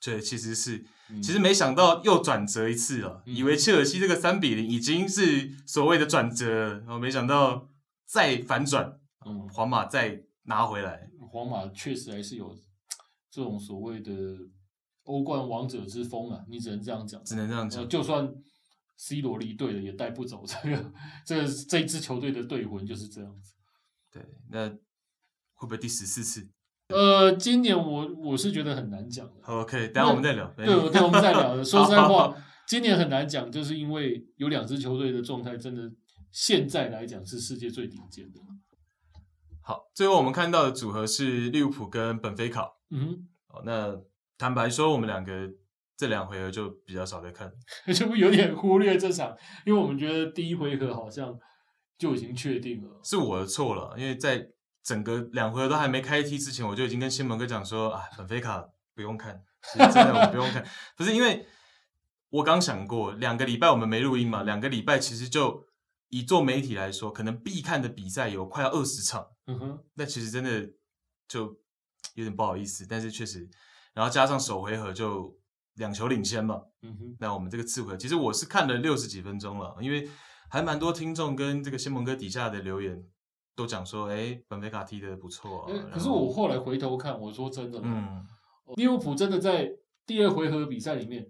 [SPEAKER 1] 所以其实是，
[SPEAKER 2] 嗯
[SPEAKER 1] 其实没想到又转折一次了，
[SPEAKER 2] 嗯
[SPEAKER 1] 以为切尔西这个三比零已经是所谓的转折了，然后没想到再反转，
[SPEAKER 2] 嗯，
[SPEAKER 1] 皇马再拿回来。
[SPEAKER 2] 皇马确实还是有这种所谓的欧冠王者之风啊，你只能这样讲。
[SPEAKER 1] 只能这样
[SPEAKER 2] 呃，
[SPEAKER 1] 讲，
[SPEAKER 2] 就算 C 罗离队了，也带不走这个这个这支球队的队魂就是这样子。
[SPEAKER 1] 对，那会不会第十四次
[SPEAKER 2] 呃，今年我我是觉得很难讲的。
[SPEAKER 1] ？OK，等一下我们再聊。哎
[SPEAKER 2] 对，我对我们再
[SPEAKER 1] (laughs)
[SPEAKER 2] 聊的。说实在话，今年很难讲，就是因为有两支球队的状态真的现在来讲是世界最顶尖的。
[SPEAKER 1] 好，最后我们看到的组合是利物浦跟本菲卡。
[SPEAKER 2] 嗯
[SPEAKER 1] 哦，那坦白说，我们两个这两回合就比较少在看。
[SPEAKER 2] 哼， (laughs) 是不是有点忽略这场？因为我们觉得第一回合好像就已经确定了。
[SPEAKER 1] 是我的错了，因为在整个两回合都还没开踢之前，我就已经跟新门哥讲说啊，本菲卡不用看，其实真的我们不用看，不是因为我刚想过，两个礼拜我们没录音嘛，两个礼拜其实就以做媒体来说，可能必看的比赛有快要二十场，
[SPEAKER 2] 嗯哼，
[SPEAKER 1] 那其实真的就有点不好意思，但是确实，然后加上首回合就两球领先嘛，
[SPEAKER 2] 嗯哼。
[SPEAKER 1] 那我们这个次回，其实我是看了六十几分钟了，因为还蛮多听众跟这个仙盟哥底下的留言都讲说，哎，本菲卡踢的不错、啊
[SPEAKER 2] 欸。可
[SPEAKER 1] 然
[SPEAKER 2] 是
[SPEAKER 1] 后
[SPEAKER 2] 我，后来回头看，我说真的，嗯，
[SPEAKER 1] 嗯，
[SPEAKER 2] 利物浦真的在第二回合比赛里面，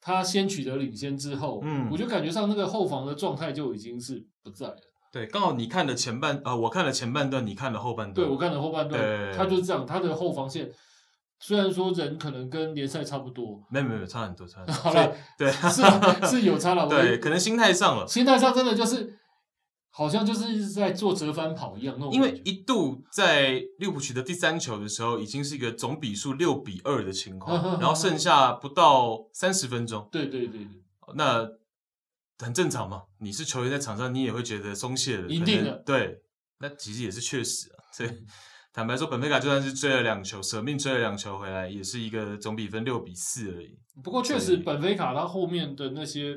[SPEAKER 2] 他先取得领先之后，
[SPEAKER 1] 嗯
[SPEAKER 2] 我就感觉上那个后防的状态就已经是不在了。
[SPEAKER 1] 对，刚好你看了前半，呃，我看了前半段，你看了后半
[SPEAKER 2] 对
[SPEAKER 1] 段，
[SPEAKER 2] 我看了后半段，
[SPEAKER 1] 对
[SPEAKER 2] 他就是这样，他的后防线虽然说人可能跟联赛差
[SPEAKER 1] (laughs)
[SPEAKER 2] 不多，
[SPEAKER 1] 没有没有没有差很多，差很多，
[SPEAKER 2] 好
[SPEAKER 1] 所以
[SPEAKER 2] 了，
[SPEAKER 1] 对，
[SPEAKER 2] 是啊是有
[SPEAKER 1] (laughs)
[SPEAKER 2] 差了，我
[SPEAKER 1] 对，可能心态上了，
[SPEAKER 2] 心态上真的就是好像就是一直在做折返跑一样那种
[SPEAKER 1] 因为
[SPEAKER 2] 感觉。
[SPEAKER 1] 一度在利物浦取得第三球的时候，已经是一个总比数六比二的情
[SPEAKER 2] 嗯
[SPEAKER 1] 况，然后剩下不到三十分钟，
[SPEAKER 2] 对对对，
[SPEAKER 1] 那很正常嘛。你是球员，在场上你也会觉得松懈了，
[SPEAKER 2] 一定
[SPEAKER 1] 可
[SPEAKER 2] 的嗯
[SPEAKER 1] 能对，那其实也是确实啊。对， (laughs) 坦白说，本菲卡就算是追了两球，舍命追了两球回来，也是一个总比分六比四而已。
[SPEAKER 2] 不过确实，
[SPEAKER 1] 对
[SPEAKER 2] 本菲卡他后面的那些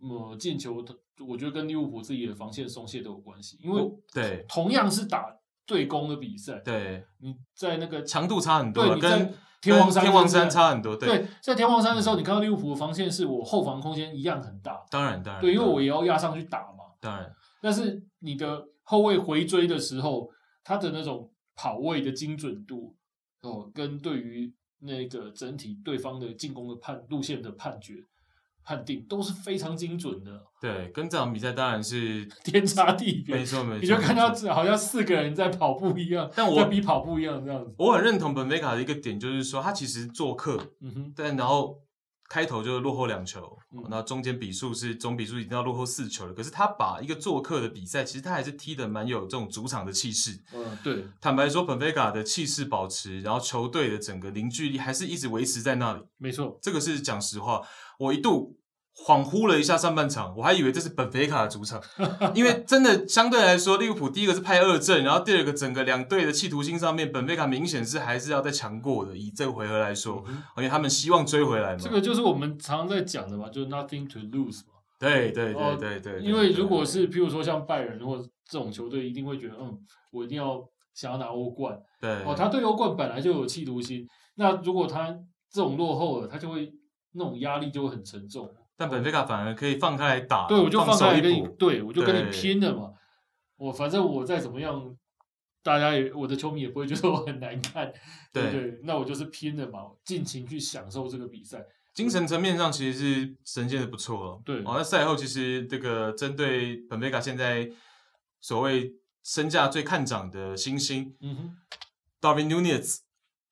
[SPEAKER 2] 呃进球，他我觉得跟利物浦自己的防线松懈都有关系。因
[SPEAKER 1] 哦
[SPEAKER 2] 为
[SPEAKER 1] 对
[SPEAKER 2] 同样是打对攻的比赛，
[SPEAKER 1] 对，
[SPEAKER 2] 你在那个
[SPEAKER 1] 强度差很多
[SPEAKER 2] 对
[SPEAKER 1] 了，
[SPEAKER 2] 你在
[SPEAKER 1] 跟跟
[SPEAKER 2] 天王山
[SPEAKER 1] 天王
[SPEAKER 2] 就
[SPEAKER 1] 山
[SPEAKER 2] 是
[SPEAKER 1] 差很多，对，
[SPEAKER 2] 对，在天王山的时候，
[SPEAKER 1] 嗯
[SPEAKER 2] 你看到利物浦的防线是我后防空间一样很大，
[SPEAKER 1] 当然当然，
[SPEAKER 2] 对，因为我
[SPEAKER 1] 当然
[SPEAKER 2] 也要压上去打嘛。
[SPEAKER 1] 当然
[SPEAKER 2] 但是你的后卫回追的时候，他的那种跑位的精准度哦，跟对于那个整体对方的进攻的判路线的判决判定都是非常精准的，
[SPEAKER 1] 对，跟这场比赛当然是
[SPEAKER 2] 天差地
[SPEAKER 1] 没
[SPEAKER 2] 别。
[SPEAKER 1] 错没错，
[SPEAKER 2] 你就看到
[SPEAKER 1] 没错
[SPEAKER 2] 好像四个人在跑步一样，
[SPEAKER 1] 但我
[SPEAKER 2] 在比跑步一样这样子。
[SPEAKER 1] 我很认同本菲卡的一个点，就是说他其实做客，
[SPEAKER 2] 嗯哼，
[SPEAKER 1] 但然后开头就落后两球
[SPEAKER 2] 嗯，
[SPEAKER 1] 那、中间比数是总比数已经到落后四球了。可是他把一个做客的比赛，其实他还是踢得蛮有这种主场的气势。
[SPEAKER 2] 嗯，对，
[SPEAKER 1] 坦白说，本菲卡的气势保持，然后球队的整个凝聚力还是一直维持在那里。
[SPEAKER 2] 没错，
[SPEAKER 1] 这个是讲实话，我一度恍惚了一下上半场，我还以为这是本菲卡的主
[SPEAKER 2] (laughs)
[SPEAKER 1] 场，因为真的相对来说，利物浦第一个是派二阵，然后第二个整个两队的企图心上面，本菲卡明显是还是要再强过的。以这个回合来说，
[SPEAKER 2] 嗯
[SPEAKER 1] 因为他们希望追回来嘛。
[SPEAKER 2] 这个就是我们常在讲的嘛，就是 nothing to lose 嘛。
[SPEAKER 1] 对对对
[SPEAKER 2] 哦
[SPEAKER 1] 对对，
[SPEAKER 2] 因为
[SPEAKER 1] 对
[SPEAKER 2] 如果是譬如说像拜仁或者这种球队，一定会觉得，嗯，我一定要想要拿欧冠。
[SPEAKER 1] 对
[SPEAKER 2] 哦，他对欧冠本来就有企图心，那如果他这种落后了，他就会那种压力就会很沉重。
[SPEAKER 1] 但本菲卡反而可以放开来打，
[SPEAKER 2] 对，我就
[SPEAKER 1] 放
[SPEAKER 2] 放
[SPEAKER 1] 手
[SPEAKER 2] 开来
[SPEAKER 1] 一
[SPEAKER 2] 跟你
[SPEAKER 1] 搏，。
[SPEAKER 2] 对我就跟你
[SPEAKER 1] 对
[SPEAKER 2] 拼了嘛。我反正我再怎么样，大家也我的球迷也不会觉得我很难看，对不
[SPEAKER 1] 对
[SPEAKER 2] 对？那我就是拼了嘛，尽情去享受这个比赛。
[SPEAKER 1] 精神层面上其实是呈现的不错了。
[SPEAKER 2] 对
[SPEAKER 1] 哦，那赛后其实这个针对本菲卡现在所谓身价最看涨的新星
[SPEAKER 2] 嗯哼，
[SPEAKER 1] Darwin Nunez，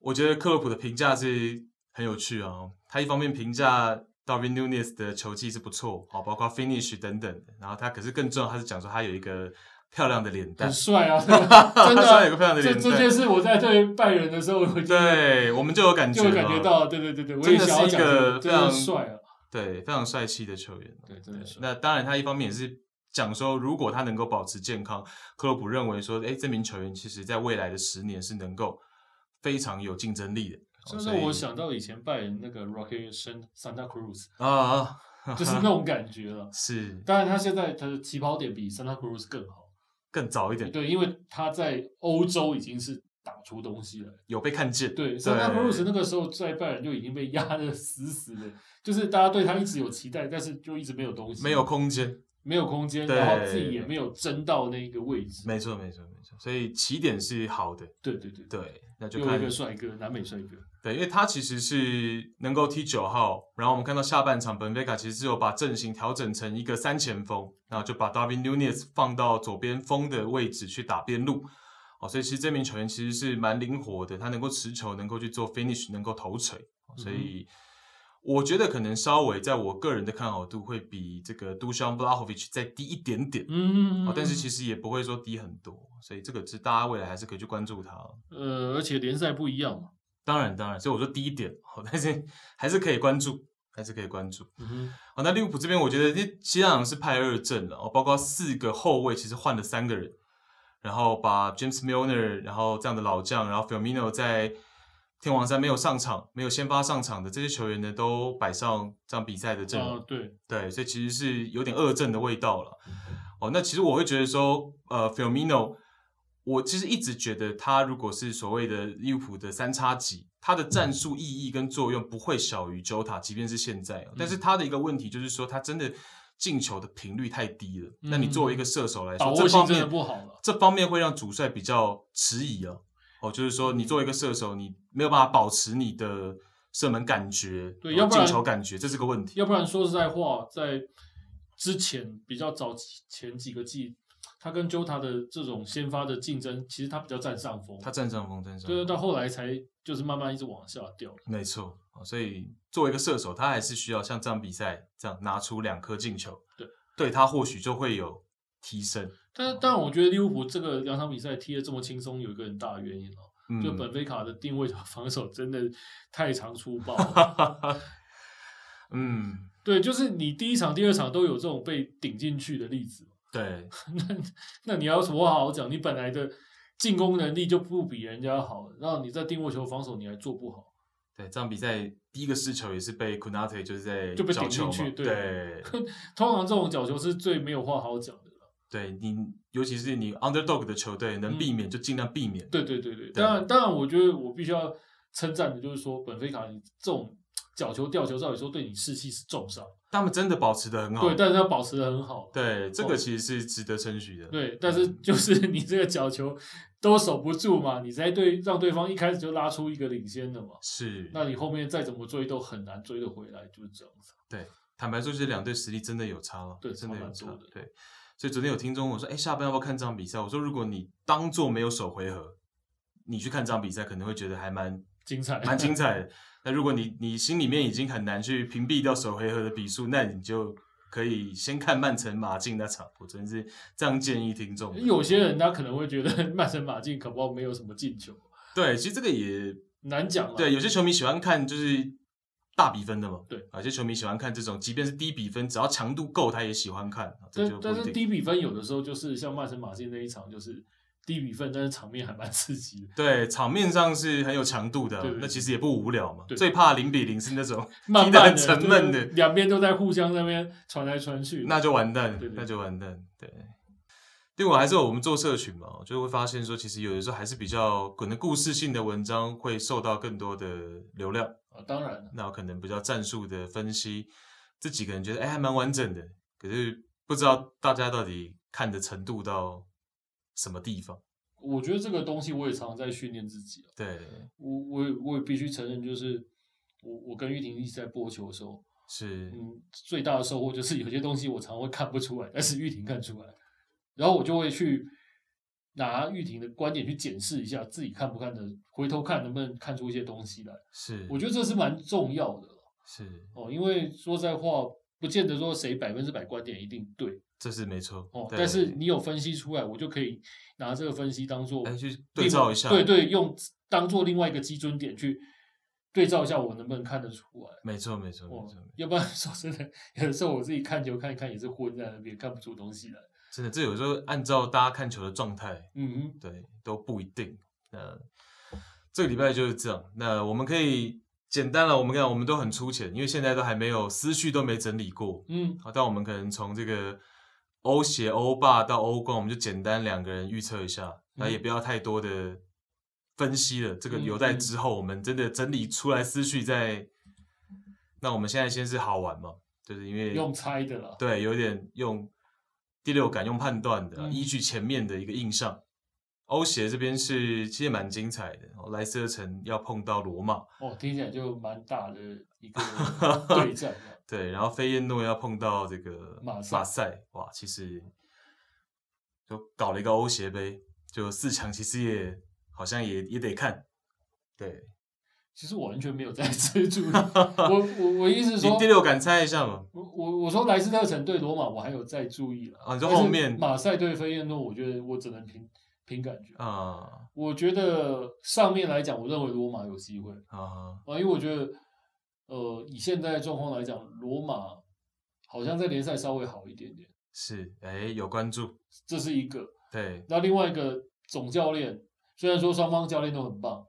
[SPEAKER 1] 我觉得克洛普的评价是很有趣啊、哦。他一方面评价 Darwin Nunez 的球技是不错，哦，包括 finish 等等的，然后他可是更重要，他是讲说他有一个漂亮的脸蛋
[SPEAKER 2] 很，帅
[SPEAKER 1] (laughs)
[SPEAKER 2] 啊，真的
[SPEAKER 1] 他
[SPEAKER 2] 啊
[SPEAKER 1] 有一个漂亮的
[SPEAKER 2] 这
[SPEAKER 1] 脸蛋。
[SPEAKER 2] 这件事我在对拜仁的时候，我就
[SPEAKER 1] 对，我们就有感觉
[SPEAKER 2] 就
[SPEAKER 1] 了，
[SPEAKER 2] 有感觉到，对对对对，我
[SPEAKER 1] 真
[SPEAKER 2] 也
[SPEAKER 1] 的
[SPEAKER 2] 想要
[SPEAKER 1] 是一
[SPEAKER 2] 讲这
[SPEAKER 1] 个
[SPEAKER 2] 个，
[SPEAKER 1] 非
[SPEAKER 2] 真的
[SPEAKER 1] 常
[SPEAKER 2] 是帅啊，
[SPEAKER 1] 对，非常帅气的球员。
[SPEAKER 2] 对，真的帅。
[SPEAKER 1] 那当然，他一方面也是讲说，如果他能够保持健康，克洛普认为说，哎，这名球员其实在未来的十年是能够非常有竞争力的。
[SPEAKER 2] 就
[SPEAKER 1] 哦
[SPEAKER 2] 是
[SPEAKER 1] 所以
[SPEAKER 2] 我想到以前拜仁那个 Rocky 升
[SPEAKER 1] (laughs)
[SPEAKER 2] Santa Cruz，
[SPEAKER 1] 啊啊，
[SPEAKER 2] 就是那种感觉了。
[SPEAKER 1] 是
[SPEAKER 2] 当然，他现在他的起跑点比 Santa Cruz 更好，
[SPEAKER 1] 更早一点
[SPEAKER 2] 对，因为他在欧洲已经是打出东西了。
[SPEAKER 1] 有被看见。
[SPEAKER 2] 对，Santa Cruz 那个时候在拜仁就已经被压得死死的，就是大家对他一直有期待，但是就一直没有东西，
[SPEAKER 1] 没有空间，
[SPEAKER 2] 没有空间，
[SPEAKER 1] 对
[SPEAKER 2] 然后自己也没有争到那个位置。
[SPEAKER 1] 没错没错没错，所以起点是好的，
[SPEAKER 2] 对对对，
[SPEAKER 1] 对，那就
[SPEAKER 2] 又
[SPEAKER 1] 看
[SPEAKER 2] 一个帅哥，南美帅哥。
[SPEAKER 1] 对，因为他其实是能够踢九号，然后我们看到下半场本菲卡其实只有把阵型调整成一个三前锋，然后就把 Darwin Nunez 放到左边锋的位置去打边路。哦，所以其实这名球员其实是蛮灵活的，他能够持球，能够去做 finish，能够头锤，哦所以我觉得可能稍微在我个人的看好度会比这个 Dusan Vlahovic 再低一点点，
[SPEAKER 2] 嗯
[SPEAKER 1] 哦，但是其
[SPEAKER 2] 实
[SPEAKER 1] 实也不会说低很多，所以这个是大家未来还是可以去关注他哦。
[SPEAKER 2] 呃，而且联赛不一样嘛。
[SPEAKER 1] 当然，当然，所以我说低一点，好，但是还是可以关注，还是可以关注。
[SPEAKER 2] 嗯哼，
[SPEAKER 1] 好，那利物浦这边，我觉得这其实好像是派二阵了，哦，包括四个后卫，其实换了三个人，然后把 James Milner，然后这样的老将，然后 Firmino 在天王山没有上场，没有先发上场的这些球员呢，都摆上这样比赛的阵容。
[SPEAKER 2] 啊，对，
[SPEAKER 1] 对，所以其实是有点恶政的味道了。哦，那其实我会觉得说，呃，Firmino，我其实一直觉得他如果是所谓的利物浦的三叉戟，他的
[SPEAKER 2] 嗯
[SPEAKER 1] 战术意义跟作用不会小于 Jota，即便是现在。哦但
[SPEAKER 2] 嗯
[SPEAKER 1] 是他的一个问题就是说，他真的进球的频率太低了。那你作为一个射手来
[SPEAKER 2] 嗯把
[SPEAKER 1] 说，
[SPEAKER 2] 握
[SPEAKER 1] 这
[SPEAKER 2] 性
[SPEAKER 1] 方
[SPEAKER 2] 真的
[SPEAKER 1] 面
[SPEAKER 2] 不好了。
[SPEAKER 1] 这方面会让主帅比较迟疑啊。哦，就是说你作为一个射手，你没有办法保持你的射门感觉，
[SPEAKER 2] 对
[SPEAKER 1] 哦
[SPEAKER 2] 要不
[SPEAKER 1] 进
[SPEAKER 2] 然
[SPEAKER 1] 球感觉，这是个问题。
[SPEAKER 2] 要不然说实在话，在之前比较早期前几个季，他跟 Jota 的这种先发的竞争，其实他比较占上风。
[SPEAKER 1] 他占上风，占上
[SPEAKER 2] 对，
[SPEAKER 1] 风。
[SPEAKER 2] 到后来才就是慢慢一直往下掉。
[SPEAKER 1] 没错，哦所以作为一个射手，他还是需要像这样比赛这样拿出两颗进球，
[SPEAKER 2] 对，
[SPEAKER 1] 对他或许就会有提升。
[SPEAKER 2] 但是，但我觉得利物浦这个两场比赛踢得这么轻松，有一个很大的原因哦，
[SPEAKER 1] 嗯，
[SPEAKER 2] 就本菲卡的定位防守真的太常出爆
[SPEAKER 1] (laughs)
[SPEAKER 2] 了。
[SPEAKER 1] 嗯，
[SPEAKER 2] 对，就是你第一场、第二场都有这种被顶进去的例子。
[SPEAKER 1] 对，
[SPEAKER 2] 那那你要有什么话好讲？你本来的进攻能力就不比人家好，然后你在定位球防守你还做不好，
[SPEAKER 1] 对，这场比赛第一个失球也是被 Kunate 就是在
[SPEAKER 2] 就被
[SPEAKER 1] 角
[SPEAKER 2] 顶
[SPEAKER 1] 球
[SPEAKER 2] 进
[SPEAKER 1] 嘛，
[SPEAKER 2] 去
[SPEAKER 1] 对，
[SPEAKER 2] 通常这种角球是最没有话好讲的了。
[SPEAKER 1] 对你，尤其
[SPEAKER 2] 嗯
[SPEAKER 1] 是你 underdog 的球队，能避免就尽量避免。
[SPEAKER 2] 对对对对，当然当然，我觉得我必须要称赞的，就是说本菲卡你这种角球吊球，照理说对你士气是重伤，
[SPEAKER 1] 他们真的保持的很好。
[SPEAKER 2] 对，但是他保持的很好，
[SPEAKER 1] 对这个
[SPEAKER 2] 哦
[SPEAKER 1] 其实是值得称许的。
[SPEAKER 2] 对，但是就是 (laughs) 你这个角球都守不住嘛，你在对让对方一开始就拉出一个领先的嘛，
[SPEAKER 1] 是，
[SPEAKER 2] 那你后面再怎么追都很难追得回来，就是这样子。
[SPEAKER 1] 坦白说，这两队实力真的有差了，
[SPEAKER 2] 对
[SPEAKER 1] 真的
[SPEAKER 2] 差
[SPEAKER 1] 有
[SPEAKER 2] 蛮
[SPEAKER 1] 差
[SPEAKER 2] 多的。
[SPEAKER 1] 对，所以昨天有听众问我说：“哎，下班要不要看这场比赛？”我说：“如果你当做没有首回合，你去看这场比赛，可能会觉得还蛮
[SPEAKER 2] 精彩，
[SPEAKER 1] 蛮精彩的。那如果你你心里面已经很难去屏蔽掉首回合的比数，那你就可以先看曼城马竞那场。我真是这样建议听众的。
[SPEAKER 2] 有些人他可能会觉得 (laughs) 曼城马竞可不好没有什么进球，
[SPEAKER 1] 对，其实这个也
[SPEAKER 2] 难讲了。
[SPEAKER 1] 对，有些球迷喜欢看就是大比分的嘛。啊
[SPEAKER 2] 对，
[SPEAKER 1] 有些球迷喜欢看这种，即便是低比分，只要强度够，他也喜欢看。啊这就
[SPEAKER 2] 但
[SPEAKER 1] 不一
[SPEAKER 2] 但是
[SPEAKER 1] 定
[SPEAKER 2] 低比分有的时候就是像曼城马竞那一场，就是低比分，但是场面还蛮刺激的，
[SPEAKER 1] 对，场面上是很有强度的啊
[SPEAKER 2] 对对，对
[SPEAKER 1] 那其实也不无聊嘛。
[SPEAKER 2] 对
[SPEAKER 1] 最怕零比零是那种
[SPEAKER 2] 慢
[SPEAKER 1] 踢得
[SPEAKER 2] 慢
[SPEAKER 1] 很
[SPEAKER 2] 的
[SPEAKER 1] 沉闷
[SPEAKER 2] 就是
[SPEAKER 1] 的，
[SPEAKER 2] 两边都在互相那边传来传去，
[SPEAKER 1] (laughs) 那就完蛋
[SPEAKER 2] 对，对
[SPEAKER 1] 那就完蛋。对，另外还是有我们做社群嘛，我就会发现说，其实有的时候还是比较可能故事性的文章会受到更多的流量，
[SPEAKER 2] 啊当然了，
[SPEAKER 1] 那可能比较战术的分析，这几个人觉得哎还蛮完整的，可是不知道大家到底看的程度到什么地方。
[SPEAKER 2] 我觉得这个东西我也常常在训练自己啊。
[SPEAKER 1] 对，
[SPEAKER 2] 我我也我也必须承认，就是我我跟玉婷一直在播球的时候，
[SPEAKER 1] 是，
[SPEAKER 2] 嗯，最大的收获就是有些东西我常会看不出来，但是玉婷看出来，然后我就会去拿玉婷的观点去检视一下自己看不看的，回头看能不能看出一些东西来。
[SPEAKER 1] 是，
[SPEAKER 2] 我觉得这是蛮重要的
[SPEAKER 1] 是，
[SPEAKER 2] 哦，因为说实在话，不见得说谁百分之百观点一定对
[SPEAKER 1] 这是没错。
[SPEAKER 2] 哦，
[SPEAKER 1] 对
[SPEAKER 2] 但是你有分析出来，我就可以拿这个分析当做
[SPEAKER 1] 哎去对照一下，
[SPEAKER 2] 对对，用当做另外一个基准点去对照一下，我能不能看得出来。
[SPEAKER 1] 没错，没错，
[SPEAKER 2] 哦
[SPEAKER 1] 没错，，
[SPEAKER 2] 要不然 (laughs) 说真的，有的时候我自己看球看一看也是昏在那边，看不出东西来。
[SPEAKER 1] 真的，这有时候按照大家看球的状态，
[SPEAKER 2] 嗯
[SPEAKER 1] 对，都不一定。那这个礼拜就是这样。那我们可以简单了，我们看我们都很粗浅，因为现在都还没有思绪都没整理过。
[SPEAKER 2] 嗯，
[SPEAKER 1] 好，但我们可能从这个欧协、欧霸到欧冠，我们就简单两个人预测一下，那也不要太多的分析了。这个留在
[SPEAKER 2] 嗯嗯嗯
[SPEAKER 1] 之后，我们真的整理出来思绪再。那我们现在先是好玩嘛，就是因为
[SPEAKER 2] 用猜的啦。
[SPEAKER 1] 对，有点用第六感、用判断的啊、
[SPEAKER 2] 嗯
[SPEAKER 1] 依据前面的一个印象。欧协这边是其实也蛮精彩的，哦莱斯特城要碰到罗马，
[SPEAKER 2] 哦，听起来就蛮大的
[SPEAKER 1] (laughs)
[SPEAKER 2] 一个对战啊
[SPEAKER 1] 对，然后费耶诺要碰到这个
[SPEAKER 2] 马赛
[SPEAKER 1] 马赛，哇，其实就搞了一个欧协杯，就四强其实也好像也也得看，对，
[SPEAKER 2] 其实我完全没有在 (laughs)
[SPEAKER 1] (laughs)
[SPEAKER 2] 吃注意，我我我意思是
[SPEAKER 1] 你
[SPEAKER 2] 说
[SPEAKER 1] 第，六感猜一下嘛，
[SPEAKER 2] 我我我说莱斯特城对罗马我还有在注意了
[SPEAKER 1] 啊你说后面
[SPEAKER 2] 马赛对飞燕诺，我觉得我只能凭凭感觉。
[SPEAKER 1] 啊
[SPEAKER 2] 我觉得上面来讲，我认为罗马有机会。
[SPEAKER 1] 啊，
[SPEAKER 2] 啊，因为我觉得，呃，以现在的状况来讲，罗马好像在联赛稍微好一点点，
[SPEAKER 1] 是，哎，有关注，
[SPEAKER 2] 这是一个。
[SPEAKER 1] 对，
[SPEAKER 2] 那另外一个总教练，虽然说双方教练都很棒，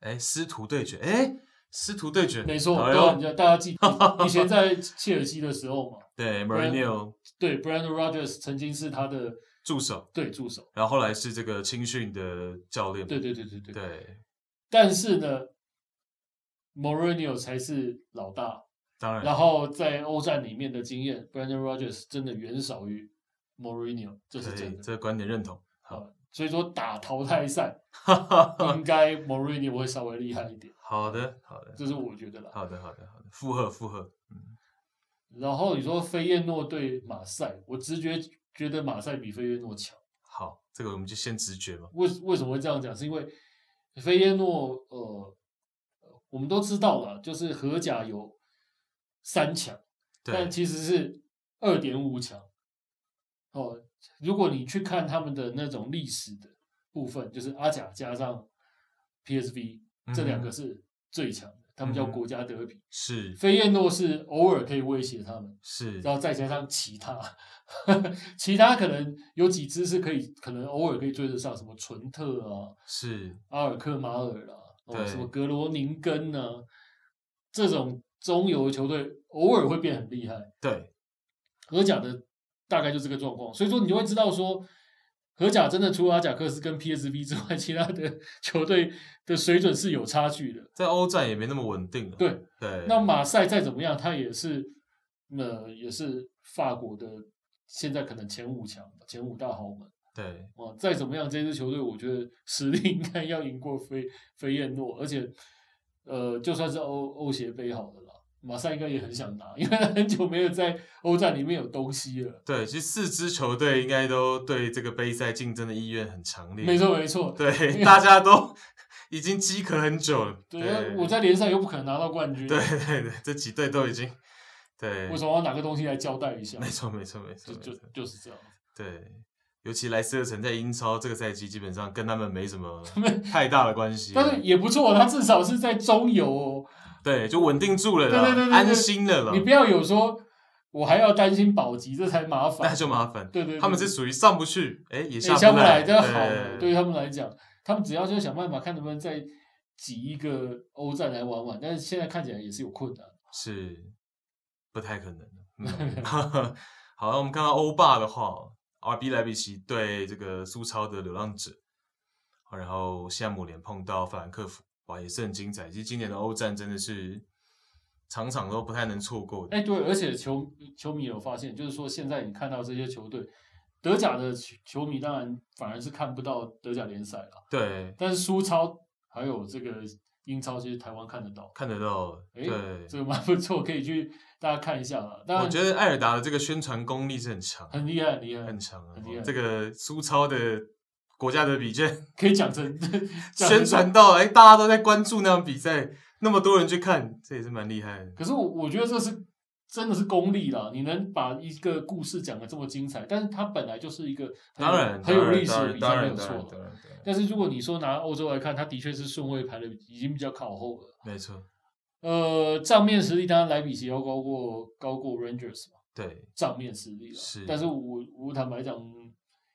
[SPEAKER 1] 哎，师徒对决，哎，师徒对决，
[SPEAKER 2] 没错，
[SPEAKER 1] 哎
[SPEAKER 2] 对啊
[SPEAKER 1] 呦
[SPEAKER 2] 吧？你看大家记
[SPEAKER 1] (laughs)
[SPEAKER 2] 得以前在切尔西的时候嘛，
[SPEAKER 1] 对 m o r i
[SPEAKER 2] 然
[SPEAKER 1] n o
[SPEAKER 2] 对，Brandon Rogers 曾经是他的
[SPEAKER 1] 助手，
[SPEAKER 2] 对助手，
[SPEAKER 1] 然后后来是这个青训的教练嘛。
[SPEAKER 2] 对对对对对。
[SPEAKER 1] 对，
[SPEAKER 2] 但是呢，Mourinho 才是老大，
[SPEAKER 1] 当然
[SPEAKER 2] 然后在欧战里面的经验，Brandon Rogers 真的远少于 Mourinho，这是
[SPEAKER 1] 可
[SPEAKER 2] 真
[SPEAKER 1] 以
[SPEAKER 2] 的。
[SPEAKER 1] 这个观点认同。 (laughs)
[SPEAKER 2] 啊，所以说打淘汰赛应该 Mourinho 会稍微厉害一点，
[SPEAKER 1] 好的，好的，
[SPEAKER 2] 这是我觉得啦。
[SPEAKER 1] 好的，好的，好的，附和，附和。嗯，
[SPEAKER 2] 然后你说菲耶诺对马赛，我直觉觉得马赛比菲耶诺强。
[SPEAKER 1] 好，这个我们就先直觉嘛。
[SPEAKER 2] 为为什么会这样讲？是因为菲耶诺呃，我们都知道了，就是荷甲有三强，
[SPEAKER 1] 对
[SPEAKER 2] 但，其实是二点五强。哦，如果你去看他们的那种历史的部分，就是阿甲加上 PSV 这两个
[SPEAKER 1] 嗯
[SPEAKER 2] 是最强的，他们叫国家德比。
[SPEAKER 1] 是
[SPEAKER 2] 飞燕诺是偶尔可以威胁他们，
[SPEAKER 1] 是，
[SPEAKER 2] 然后再加上其他，其他可能有几支是可以，可能偶尔可以追得上，什么纯特啊、
[SPEAKER 1] 是
[SPEAKER 2] 阿尔克马尔啦、
[SPEAKER 1] 对
[SPEAKER 2] 哦，什么格罗宁根呢、这种中游的球队偶尔会变很厉害。
[SPEAKER 1] 对，
[SPEAKER 2] 荷甲的大概就这个状况，所以说你就会知道说，荷甲真的除了阿贾克斯跟 PSV 之外， (laughs) 其他的球队的水准是有差距的。
[SPEAKER 1] 在欧战也没那么稳定了。
[SPEAKER 2] 对
[SPEAKER 1] 对，
[SPEAKER 2] 那马赛再怎么样，他也是，呃，也是法国的现在可能前五强、前五大豪门。
[SPEAKER 1] 对
[SPEAKER 2] 哦，再怎么样，这支球队我觉得实力 (laughs) 应该要赢过飞飞燕诺，而且，呃，就算是欧欧协杯好了啦，马赛应该也很想拿，因为他很久没有在欧战里面有东西了。
[SPEAKER 1] 对，其实四支球队应该都对这个杯赛竞争的意愿很强烈。
[SPEAKER 2] 没，错，没错，
[SPEAKER 1] 对，大家都 (laughs) 已经饥渴很久了。
[SPEAKER 2] 对，
[SPEAKER 1] 对
[SPEAKER 2] 我在联赛又不可能拿到冠军，
[SPEAKER 1] (laughs) 对对对，这几队都已经对
[SPEAKER 2] 我，总要拿个东西来交代一下
[SPEAKER 1] 没，错没错没错
[SPEAKER 2] 就，
[SPEAKER 1] 没
[SPEAKER 2] 就
[SPEAKER 1] 错
[SPEAKER 2] 就是这样。
[SPEAKER 1] 对。尤其莱斯特城在英超这个赛季，基本上跟他们没什么 (laughs) 太大的关系，
[SPEAKER 2] 但是也不错，他至少是在中游哦。
[SPEAKER 1] 对，就稳定住了啦，
[SPEAKER 2] 对对对对对
[SPEAKER 1] 安心了啦
[SPEAKER 2] 你，不要有说，我还要担心保级，这才麻
[SPEAKER 1] 那
[SPEAKER 2] 烦。
[SPEAKER 1] 就麻烦。
[SPEAKER 2] 对对对，
[SPEAKER 1] 他们是属于上不去，哎，也
[SPEAKER 2] 也
[SPEAKER 1] 下
[SPEAKER 2] 下不来，
[SPEAKER 1] 来，
[SPEAKER 2] 这样好了。对于他们来讲，他们只要就想办法看能不能再挤一个欧战来玩玩，但是现在看起来也是有困难。
[SPEAKER 1] 是不太可能的。嗯、 (laughs) 好，那我们看到欧霸的话，RB 哦莱比锡对这个苏超的流浪者，好然后夏姆联碰到法兰克福，哇，也是很精彩。其实今年的欧战真的是场场都不太能错过的。
[SPEAKER 2] 哎，对，而且球球迷有发现，就是说现在你看到这些球队，德甲的球球迷当然反而是看不到德甲联赛了，
[SPEAKER 1] 对，
[SPEAKER 2] 但是苏超还有这个英超，其实台湾看得到。
[SPEAKER 1] 看得到。
[SPEAKER 2] 哎
[SPEAKER 1] 对，
[SPEAKER 2] 这个蛮不错，可以去大家看一下了。当
[SPEAKER 1] 我
[SPEAKER 2] 然
[SPEAKER 1] 觉得艾尔达的这个宣传功力是很强，
[SPEAKER 2] 很厉害，很厉害，
[SPEAKER 1] 很强啊
[SPEAKER 2] 很厉害。
[SPEAKER 1] 这个苏超的国家的比 (laughs) 卷。
[SPEAKER 2] 可以
[SPEAKER 1] (laughs)
[SPEAKER 2] 讲成讲成
[SPEAKER 1] 宣传到，哎、大家都在关注那场比赛，那么多人去看，这也是蛮厉害的。
[SPEAKER 2] 可是我我觉得这是真的是功力啦，你能把一个故事讲的这么精彩，但是它本来就是一个很有
[SPEAKER 1] 当然，
[SPEAKER 2] 很有
[SPEAKER 1] 当然
[SPEAKER 2] 历史
[SPEAKER 1] 当
[SPEAKER 2] 的
[SPEAKER 1] 然
[SPEAKER 2] 比
[SPEAKER 1] 当
[SPEAKER 2] 赛，没
[SPEAKER 1] 然当然
[SPEAKER 2] 有错
[SPEAKER 1] 当
[SPEAKER 2] 啦。
[SPEAKER 1] 然当然
[SPEAKER 2] 但是如果你说拿欧洲来看，它的确是顺位排的已经比较靠后了。
[SPEAKER 1] 没错，
[SPEAKER 2] 呃，账面实力当然莱比锡要高过高过 Rangers 嘛，
[SPEAKER 1] 对，
[SPEAKER 2] 账面实力啦。
[SPEAKER 1] 是
[SPEAKER 2] 但是我我坦白讲，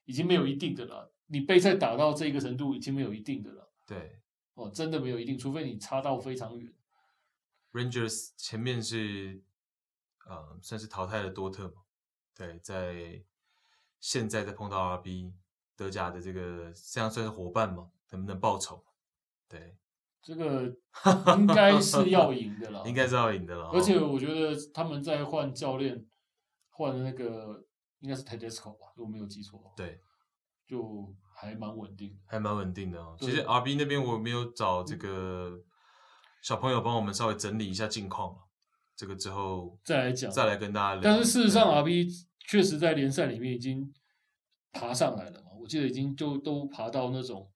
[SPEAKER 2] 已经没有一定的了。你杯赛打到这个程度，已经没有一定的了。
[SPEAKER 1] 对
[SPEAKER 2] 哦，真的没有一定，除非你差到非常远。
[SPEAKER 1] ，Rangers 前面是，呃，算是淘汰了多特嘛，对，在现在再碰到 RB 德甲的这个，这样算是伙伴吗？能不能报仇？对，(laughs)
[SPEAKER 2] 这个应该是要赢的啦，
[SPEAKER 1] 应该是要赢的了哦。
[SPEAKER 2] 而且我觉得他们在换教练，换那个应该是 Tedesco 吧，如果没有记错的话，
[SPEAKER 1] 对，
[SPEAKER 2] 就还蛮稳定的。
[SPEAKER 1] 还蛮稳定的哦。
[SPEAKER 2] 对嗯
[SPEAKER 1] 其实 RB 那边我没有找这个小朋友帮我们稍微整理一下近况了，这个之后
[SPEAKER 2] 再来讲，
[SPEAKER 1] 再来跟大家聊。
[SPEAKER 2] 但是事实上
[SPEAKER 1] 对
[SPEAKER 2] ，RB 确实在联赛里面已经爬上来了嘛，我记得已经就都爬到那种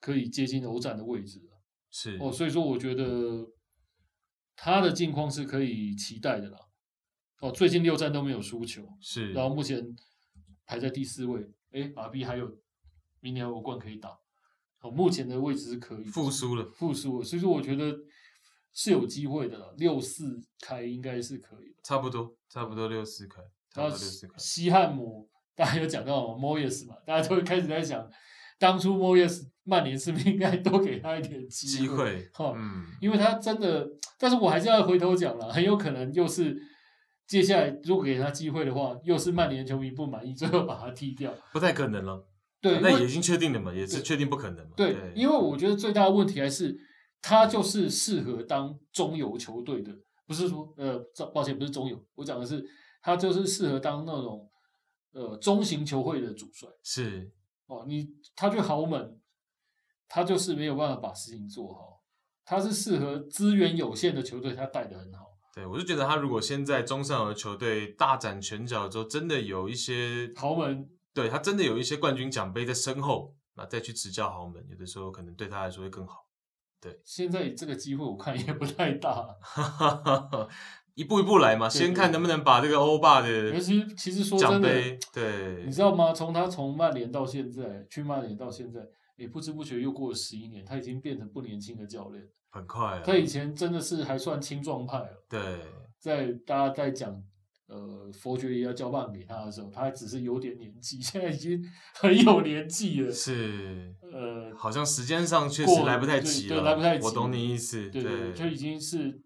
[SPEAKER 2] 可以接近欧战的位置了。
[SPEAKER 1] 是
[SPEAKER 2] 哦，所以说我觉得他的近况是可以期待的啦。哦，最近六战都没有输球，
[SPEAKER 1] 是
[SPEAKER 2] 然后目前排在第四位，哎，RB 还有明年欧冠可以打，哦，目前的位置是可以
[SPEAKER 1] 复苏了，
[SPEAKER 2] 复苏了，所以说我觉得是有机会的啦，六四开应该是可以的。
[SPEAKER 1] 差不多差不多六四开，差
[SPEAKER 2] 然
[SPEAKER 1] 不多
[SPEAKER 2] 后
[SPEAKER 1] 六四开，
[SPEAKER 2] 西汉姆大家有讲到嘛 Moyes 嘛，大家都会开始在想，当初 Moyes 曼联是不是应该多给他一点
[SPEAKER 1] 机会
[SPEAKER 2] 哈，
[SPEAKER 1] 嗯，
[SPEAKER 2] 因为他真的，但是我还是要回头讲了，很有可能又是接下来如果给他机会的话，又是曼联球迷不满意，最后把他踢掉。
[SPEAKER 1] 不太可能了。
[SPEAKER 2] 对，因
[SPEAKER 1] 那
[SPEAKER 2] 为
[SPEAKER 1] 也已经确定了嘛，也是
[SPEAKER 2] 对
[SPEAKER 1] 确定不可能嘛。
[SPEAKER 2] 对，因
[SPEAKER 1] 为
[SPEAKER 2] 为我觉得最大的问题还是他就是适合当中游球队的，不是说呃，抱歉，不是中游，我讲的是他就是适合当那种呃中型球会的主帅
[SPEAKER 1] 是
[SPEAKER 2] 哦。你他去豪门，他就是没有办法把事情做好，他是适合资源有限的球队，他带的很好。
[SPEAKER 1] 对，我就觉得他如果先在中上游的球队大展拳脚之后，真的有一些
[SPEAKER 2] 豪门
[SPEAKER 1] 对他真的有一些冠军奖杯在身后，那再去执教豪门，有的时候可能对他来说会更好。 (laughs)
[SPEAKER 2] 现在这个机会我看也不太大，
[SPEAKER 1] 一步一步来嘛，
[SPEAKER 2] 对
[SPEAKER 1] 先看能不能把这个欧霸的
[SPEAKER 2] 尤其其实说
[SPEAKER 1] 奖
[SPEAKER 2] 真的，
[SPEAKER 1] 杯，对
[SPEAKER 2] 你，知道吗？从他从曼联到现在，去曼联到现在，也不知不觉又过了十一年，他已经变成不年轻的教练。
[SPEAKER 1] 很快啊
[SPEAKER 2] 他，以前真的是还算青壮派了，
[SPEAKER 1] 对，
[SPEAKER 2] 在大家在讲呃佛爵爷要交棒给他的时候，他还只是有点年纪，现在已经很有年纪了。
[SPEAKER 1] 是，
[SPEAKER 2] 呃，
[SPEAKER 1] 好像时间上确
[SPEAKER 2] 过
[SPEAKER 1] 实
[SPEAKER 2] 了
[SPEAKER 1] 来不太
[SPEAKER 2] 对
[SPEAKER 1] 及
[SPEAKER 2] 对
[SPEAKER 1] 了，
[SPEAKER 2] 来不太及
[SPEAKER 1] 我懂你意思，
[SPEAKER 2] 对对，就已经是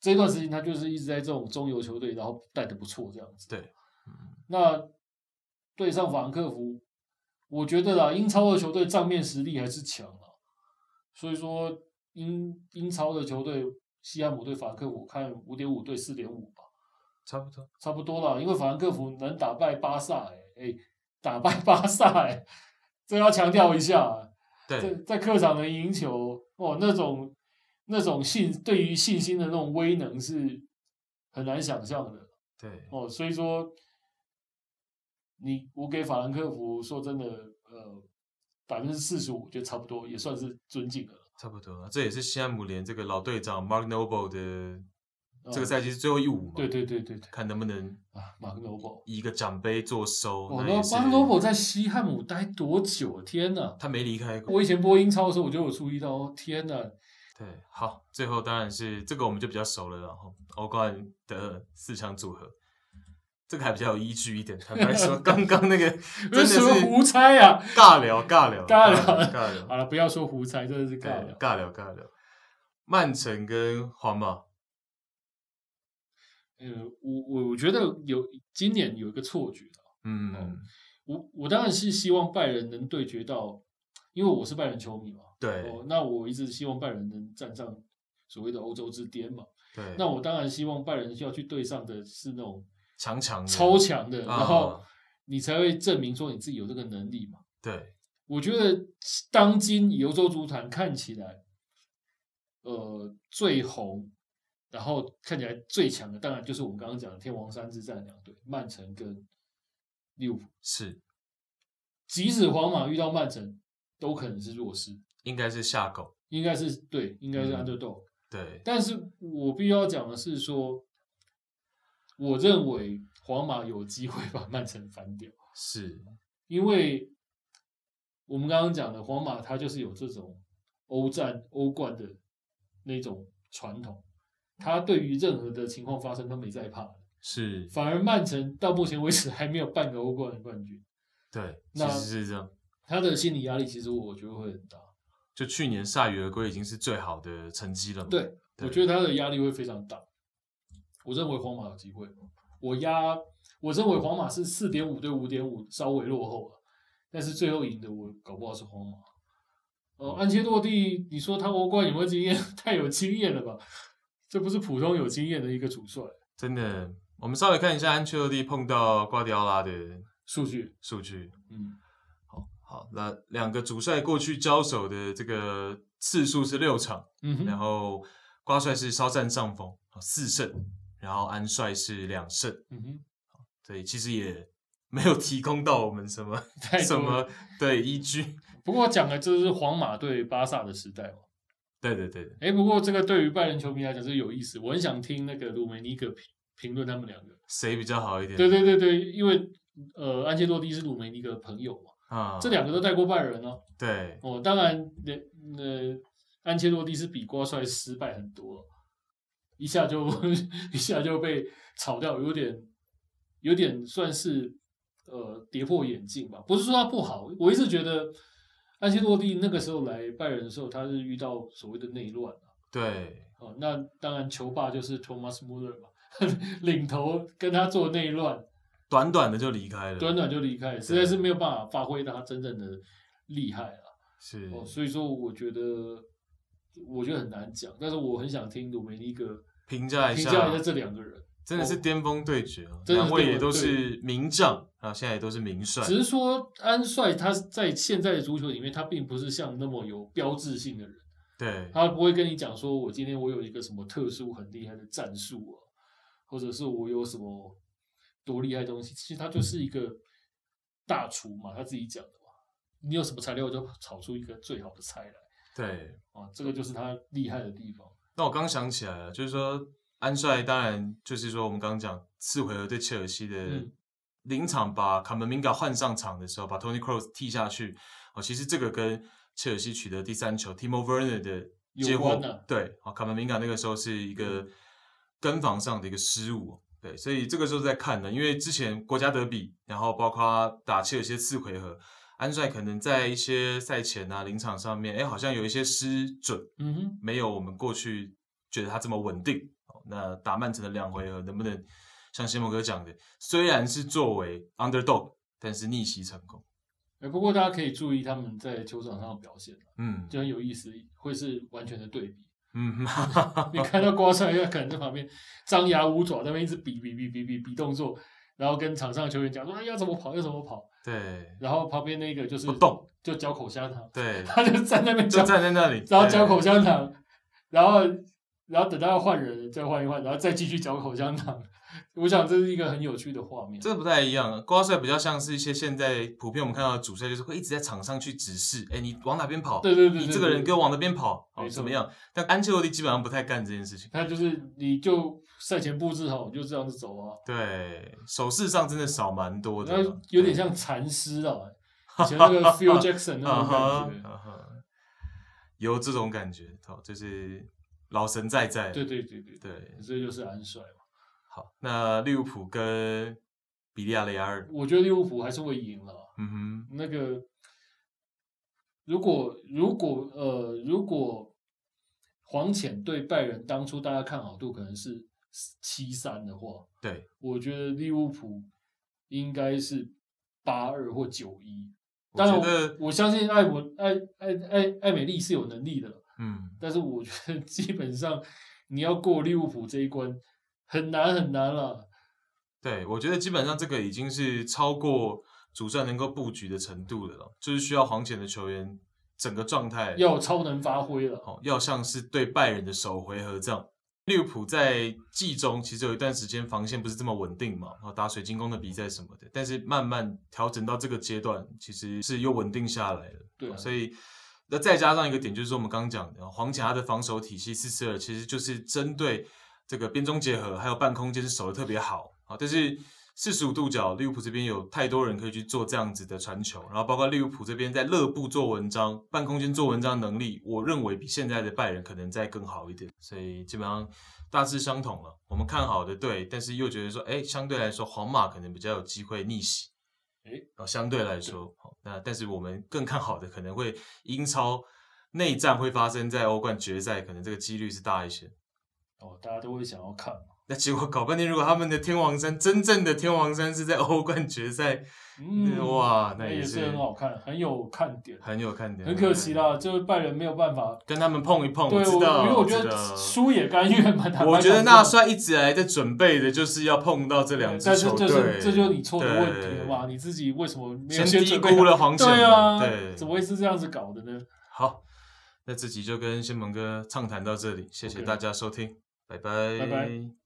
[SPEAKER 2] 这段时间他就是一直在这种中游球队，然后带的不错这样子。
[SPEAKER 1] 对，
[SPEAKER 2] 那对上法兰克福，我觉得啦，英超的球队账面实力还是强啊，所以说英英超的球队，西汉姆对法兰克福，我看五点五对四点五吧，
[SPEAKER 1] 差不多。
[SPEAKER 2] 差不多啦，因为法兰克福能打败巴萨、欸，哎、打败巴萨、欸，这要强调一下、啊在
[SPEAKER 1] 对，
[SPEAKER 2] 在客场能赢球，哦，那种那种信对于信心的那种威能是很难想象的
[SPEAKER 1] 对，
[SPEAKER 2] 哦。所以说，你我给法兰克福说真的，呃，百分之四十五，我觉得差不多也算是尊敬的了。
[SPEAKER 1] 差不多了。这也是西汉姆联这个老队长 Mark Noble 的这
[SPEAKER 2] 嗯
[SPEAKER 1] 个赛季是最后一舞嘛？
[SPEAKER 2] 对对对对对
[SPEAKER 1] 看能不能
[SPEAKER 2] 啊，马克罗伯，
[SPEAKER 1] 以一个奖杯做收。
[SPEAKER 2] 我
[SPEAKER 1] 那
[SPEAKER 2] 罗
[SPEAKER 1] 也是
[SPEAKER 2] 马克罗伯在西汉姆待多久？啊天哪！
[SPEAKER 1] 他没离开过。
[SPEAKER 2] 我以前播英超的时候，我就有注意到，哦天哪！
[SPEAKER 1] 对，好，最后当然是这个我们就比较熟了啦，然后欧冠的四强组合，这个还比较有依据一点。坦白
[SPEAKER 2] (laughs)
[SPEAKER 1] 说，刚刚那个真
[SPEAKER 2] 这
[SPEAKER 1] 的
[SPEAKER 2] 是
[SPEAKER 1] 是
[SPEAKER 2] 胡猜啊！
[SPEAKER 1] 尬聊，尬聊，
[SPEAKER 2] 尬聊
[SPEAKER 1] 尬聊，
[SPEAKER 2] 好了，不要说胡猜，真的是
[SPEAKER 1] 对
[SPEAKER 2] 尬聊。
[SPEAKER 1] 尬聊，尬聊。曼城跟皇马，
[SPEAKER 2] 呃，我我我觉得有今年有一个错觉啊
[SPEAKER 1] 嗯，
[SPEAKER 2] 我我当然是希望拜仁能对决到，因为我是拜仁球迷嘛，
[SPEAKER 1] 对
[SPEAKER 2] 哦，那我一直希望拜仁能站上所谓的欧洲之巅嘛，
[SPEAKER 1] 对，
[SPEAKER 2] 那我当然希望拜仁要去对上的是那种
[SPEAKER 1] 强强的
[SPEAKER 2] 超强的，
[SPEAKER 1] 啊
[SPEAKER 2] 然后你才会证明说你自己有这个能力嘛。
[SPEAKER 1] 对，
[SPEAKER 2] 我觉得当今以欧洲足坛看起来，呃，最红，然后看起来最强的，当然就是我们刚刚讲的天王山之战两队，曼城跟利物浦。
[SPEAKER 1] 是
[SPEAKER 2] 即使皇马遇到曼城，都可能是弱势，
[SPEAKER 1] 应该是下狗，
[SPEAKER 2] 应该是对，应该是
[SPEAKER 1] 嗯
[SPEAKER 2] underdog、
[SPEAKER 1] 对，
[SPEAKER 2] 但是我必须要讲的是说，我认为皇马有机会把曼城翻掉。
[SPEAKER 1] 是，
[SPEAKER 2] 因为我们刚刚讲的皇马，它就是有这种欧战、欧冠的那种传统，它对于任何的情况发生都没在怕的。
[SPEAKER 1] 是，
[SPEAKER 2] 反而曼城到目前为止还没有半个欧冠的冠军，
[SPEAKER 1] 对，其
[SPEAKER 2] 那
[SPEAKER 1] 实是这样。
[SPEAKER 2] 他的心理压力其实我觉得会很大。
[SPEAKER 1] 就去年铩羽而归已经是最好的成绩了嘛，
[SPEAKER 2] 对，我觉得他的压力会非常大。我认为皇马有机会，我压，我认为皇马是四点五对五点五，稍微落后了，但是最后赢的我搞不好是皇马。哦，安切洛蒂，你说他欧冠有没有经验？ (laughs) 太有经验了吧？这不是普通有经验的一个主帅
[SPEAKER 1] 真的，我们稍微看一下安切洛蒂碰到瓜迪奥拉的
[SPEAKER 2] 数据。
[SPEAKER 1] 数据。
[SPEAKER 2] 嗯，
[SPEAKER 1] 好，那两个主帅过去交手的这个次数是六场，
[SPEAKER 2] 嗯
[SPEAKER 1] 然
[SPEAKER 2] 哼，
[SPEAKER 1] 后瓜帅是稍占上风，四胜，然后安帅是两胜，
[SPEAKER 2] 嗯哼，
[SPEAKER 1] 所以其实也没有提供到我们什么
[SPEAKER 2] (laughs) 太
[SPEAKER 1] 什
[SPEAKER 2] 多了
[SPEAKER 1] 么对依据。
[SPEAKER 2] 不过讲的这是皇马对巴萨的时代嘛。
[SPEAKER 1] 对对对对，
[SPEAKER 2] 哎，不过这个对于拜仁球迷来讲是有意思，我很想听那个鲁梅尼格评评论他们两个。
[SPEAKER 1] 谁比较好一点？
[SPEAKER 2] 对对对对，因为呃，安切洛蒂是鲁梅尼的朋友嘛，
[SPEAKER 1] 啊，
[SPEAKER 2] 这两个都带过拜仁啊。
[SPEAKER 1] 对
[SPEAKER 2] 哦，当然，那呃，安切洛蒂是比瓜帅失败很多，一下就 (laughs) 一下就被炒掉，有点有点算是呃跌破眼镜吧。不是说他不好，我一直觉得安切洛蒂那个时候来拜仁的时候，他是遇到所谓的内乱啊。
[SPEAKER 1] 对
[SPEAKER 2] 哦，那当然，球霸就是 Thomas Muller 嘛， (laughs) 领头跟他做内乱，
[SPEAKER 1] 短短的就离开了，
[SPEAKER 2] 短短就离开，实在是没有办法发挥到他真正的厉害啊。
[SPEAKER 1] 是
[SPEAKER 2] 哦，所以说我觉得，我觉得很难讲，但是我很想听鲁梅尼格
[SPEAKER 1] 评价一
[SPEAKER 2] 评
[SPEAKER 1] 下，
[SPEAKER 2] 价一下这两个人。
[SPEAKER 1] 真的是巅峰对决哦，
[SPEAKER 2] 真的是
[SPEAKER 1] 两位也
[SPEAKER 2] 巅峰
[SPEAKER 1] 都是名将，然后现在也都是名帅，
[SPEAKER 2] 只是说安帅他在现在的足球里面，他并不是像那么有标志性的人，
[SPEAKER 1] 对
[SPEAKER 2] 他不会跟你讲说我今天我有一个什么特殊很厉害的战术啊，或者是我有什么多厉害的东西。其实他就是一个大厨嘛，他自己讲的嘛，你有什么材料就炒出一个最好的菜来。
[SPEAKER 1] 对。
[SPEAKER 2] 啊，这个就是他厉害的地方。
[SPEAKER 1] 那我刚想起来了，就是说安帅当然就是说我们刚刚讲次回合对切尔西的
[SPEAKER 2] 嗯
[SPEAKER 1] 临场把卡门明嘎换上场的时候，把 Tony Kroos 踢下去哦，其实这个跟切尔西取得第三球 Timo Werner 的接
[SPEAKER 2] 有
[SPEAKER 1] 获
[SPEAKER 2] 关嗯啊，
[SPEAKER 1] 对，哦，卡门明嘎那个时候是一个跟防上的一个失误。对，所以这个时候在看呢，因为之前国家德比，然后包括打切尔西的次回合，安帅可能在一些赛前啊、临场上面，哎，好像有一些失准，
[SPEAKER 2] 嗯哼，
[SPEAKER 1] 没有我们过去觉得他这么稳定。哦那打曼城的两回合，能不能像先蒙哥讲的，虽然是作为 underdog，但是逆袭成功？
[SPEAKER 2] 哎，不过大家可以注意他们在球场上的表现，啊
[SPEAKER 1] 嗯
[SPEAKER 2] 就很有意思，会是完全的对
[SPEAKER 1] (laughs)
[SPEAKER 2] 比。
[SPEAKER 1] 嗯，哈哈哈
[SPEAKER 2] 你看到瓜帅要可能在旁边张牙舞爪，在那边一直比比比比比比动作，然后跟场上球员讲说、哎、要怎么跑要怎么跑，
[SPEAKER 1] 对
[SPEAKER 2] 然后旁边那个就是
[SPEAKER 1] 不动，
[SPEAKER 2] 就嚼口香糖， (laughs)
[SPEAKER 1] 对，
[SPEAKER 2] 他就站在那边嚼
[SPEAKER 1] 就，站在那里，
[SPEAKER 2] 然后嚼
[SPEAKER 1] 对
[SPEAKER 2] 口香糖，然后然后等到要换人再换一换，然后再继续嚼口香糖。 (laughs) 我想这是一个很有趣的画面。
[SPEAKER 1] 这不太一样，瓜帅比较像是一些现在普遍我们看到的主帅，就是会一直在场上去指示，哎，你往哪边跑，
[SPEAKER 2] 对对对对，
[SPEAKER 1] 你这个人
[SPEAKER 2] 对
[SPEAKER 1] 给我往那边跑，哦
[SPEAKER 2] 没错
[SPEAKER 1] 怎么样？但安切洛蒂基本上不太干这件事情，
[SPEAKER 2] 他就是你就赛前布置好，你就这样子走啊。
[SPEAKER 1] 对，手势上真的少蛮多的
[SPEAKER 2] 然后，有点像禅师啊，
[SPEAKER 1] (laughs)
[SPEAKER 2] 以前那个 Phil Jackson
[SPEAKER 1] 对
[SPEAKER 2] 那
[SPEAKER 1] 啊
[SPEAKER 2] 种
[SPEAKER 1] 哈
[SPEAKER 2] 感觉。
[SPEAKER 1] 啊哈，有这种感觉，好，就是老神在在，
[SPEAKER 2] 对对对对，
[SPEAKER 1] 对，
[SPEAKER 2] 这就是安帅嘛。
[SPEAKER 1] 好，那利物浦跟比利亚雷亚尔，
[SPEAKER 2] 我觉得利物浦还是会赢了。
[SPEAKER 1] 嗯哼，
[SPEAKER 2] 那个，如果如果呃，如果黄潜对拜仁当初大家看好度可能是七三的话，
[SPEAKER 1] 对，
[SPEAKER 2] 我觉得利物浦应该是八二或九一。
[SPEAKER 1] 我
[SPEAKER 2] 当
[SPEAKER 1] 觉
[SPEAKER 2] 然我
[SPEAKER 1] 得，，
[SPEAKER 2] 我相信艾文艾艾艾艾美丽是有能力的了，
[SPEAKER 1] 嗯，
[SPEAKER 2] 但是我觉得基本上你要过利物浦这一关很难很难了。
[SPEAKER 1] 对，我觉得基本上这个已经是超过主帅能够布局的程度了咯，就是需要黄潜的球员整个状态
[SPEAKER 2] 要有超能发挥了。
[SPEAKER 1] 哦，要像是对拜仁的首回合这样。利物浦在季中其实有一段时间防线不是这么稳定嘛，然后打水晶宫的比赛什么的，但是慢慢调整到这个阶段，其实是又稳定下来了。
[SPEAKER 2] 对啊
[SPEAKER 1] 所以那再加上一个点，就是我们刚刚讲的呃黄潜他的防守体系四四二，其实就是针对这个边中结合还有半空间是守的特别好啊，但是。四十五度角，利物浦这边有太多人可以去做这样子的传球，然后包括利物浦这边在勒布做文章、半空间做文章能力，我认为比现在的拜仁可能再更好一点，所以基本上大致相同了。我们看好的对，但是又觉得说，哎，相对来说皇马可能比较有机会逆袭，
[SPEAKER 2] 诶
[SPEAKER 1] 然后哦相对来说，好那但是我们更看好的可能会英超内战会发生在欧冠决赛，可能这个几率是大一些。
[SPEAKER 2] 哦，大家都会想要看嘛。
[SPEAKER 1] 那结果搞半天，如果他们的天王山真正的天王山是在欧冠决赛，
[SPEAKER 2] 嗯，
[SPEAKER 1] 哇，
[SPEAKER 2] 那
[SPEAKER 1] 也
[SPEAKER 2] 也是很好看，很有看点。
[SPEAKER 1] 很有看点，
[SPEAKER 2] 很可惜，啦，就是拜仁没有办法。
[SPEAKER 1] 跟他们碰一碰，
[SPEAKER 2] 对，我
[SPEAKER 1] 知道，
[SPEAKER 2] 因为我觉
[SPEAKER 1] 知道
[SPEAKER 2] 得输也甘愿嘛。坦白
[SPEAKER 1] 我觉得
[SPEAKER 2] 讲
[SPEAKER 1] 纳帅一直来在准备的就是要碰到这两支
[SPEAKER 2] 但是
[SPEAKER 1] 球队，
[SPEAKER 2] 就是这就是你错的问题了
[SPEAKER 1] 对
[SPEAKER 2] 嘛？你自己为什么没有
[SPEAKER 1] 先低
[SPEAKER 2] 准备
[SPEAKER 1] 估了黄潜
[SPEAKER 2] 对啊，
[SPEAKER 1] 对
[SPEAKER 2] 怎么会是这样子搞的呢？
[SPEAKER 1] 好，那这集就跟仙鹏哥畅谈到这里，谢谢
[SPEAKER 2] OK
[SPEAKER 1] 大家收听，拜拜，
[SPEAKER 2] 拜拜。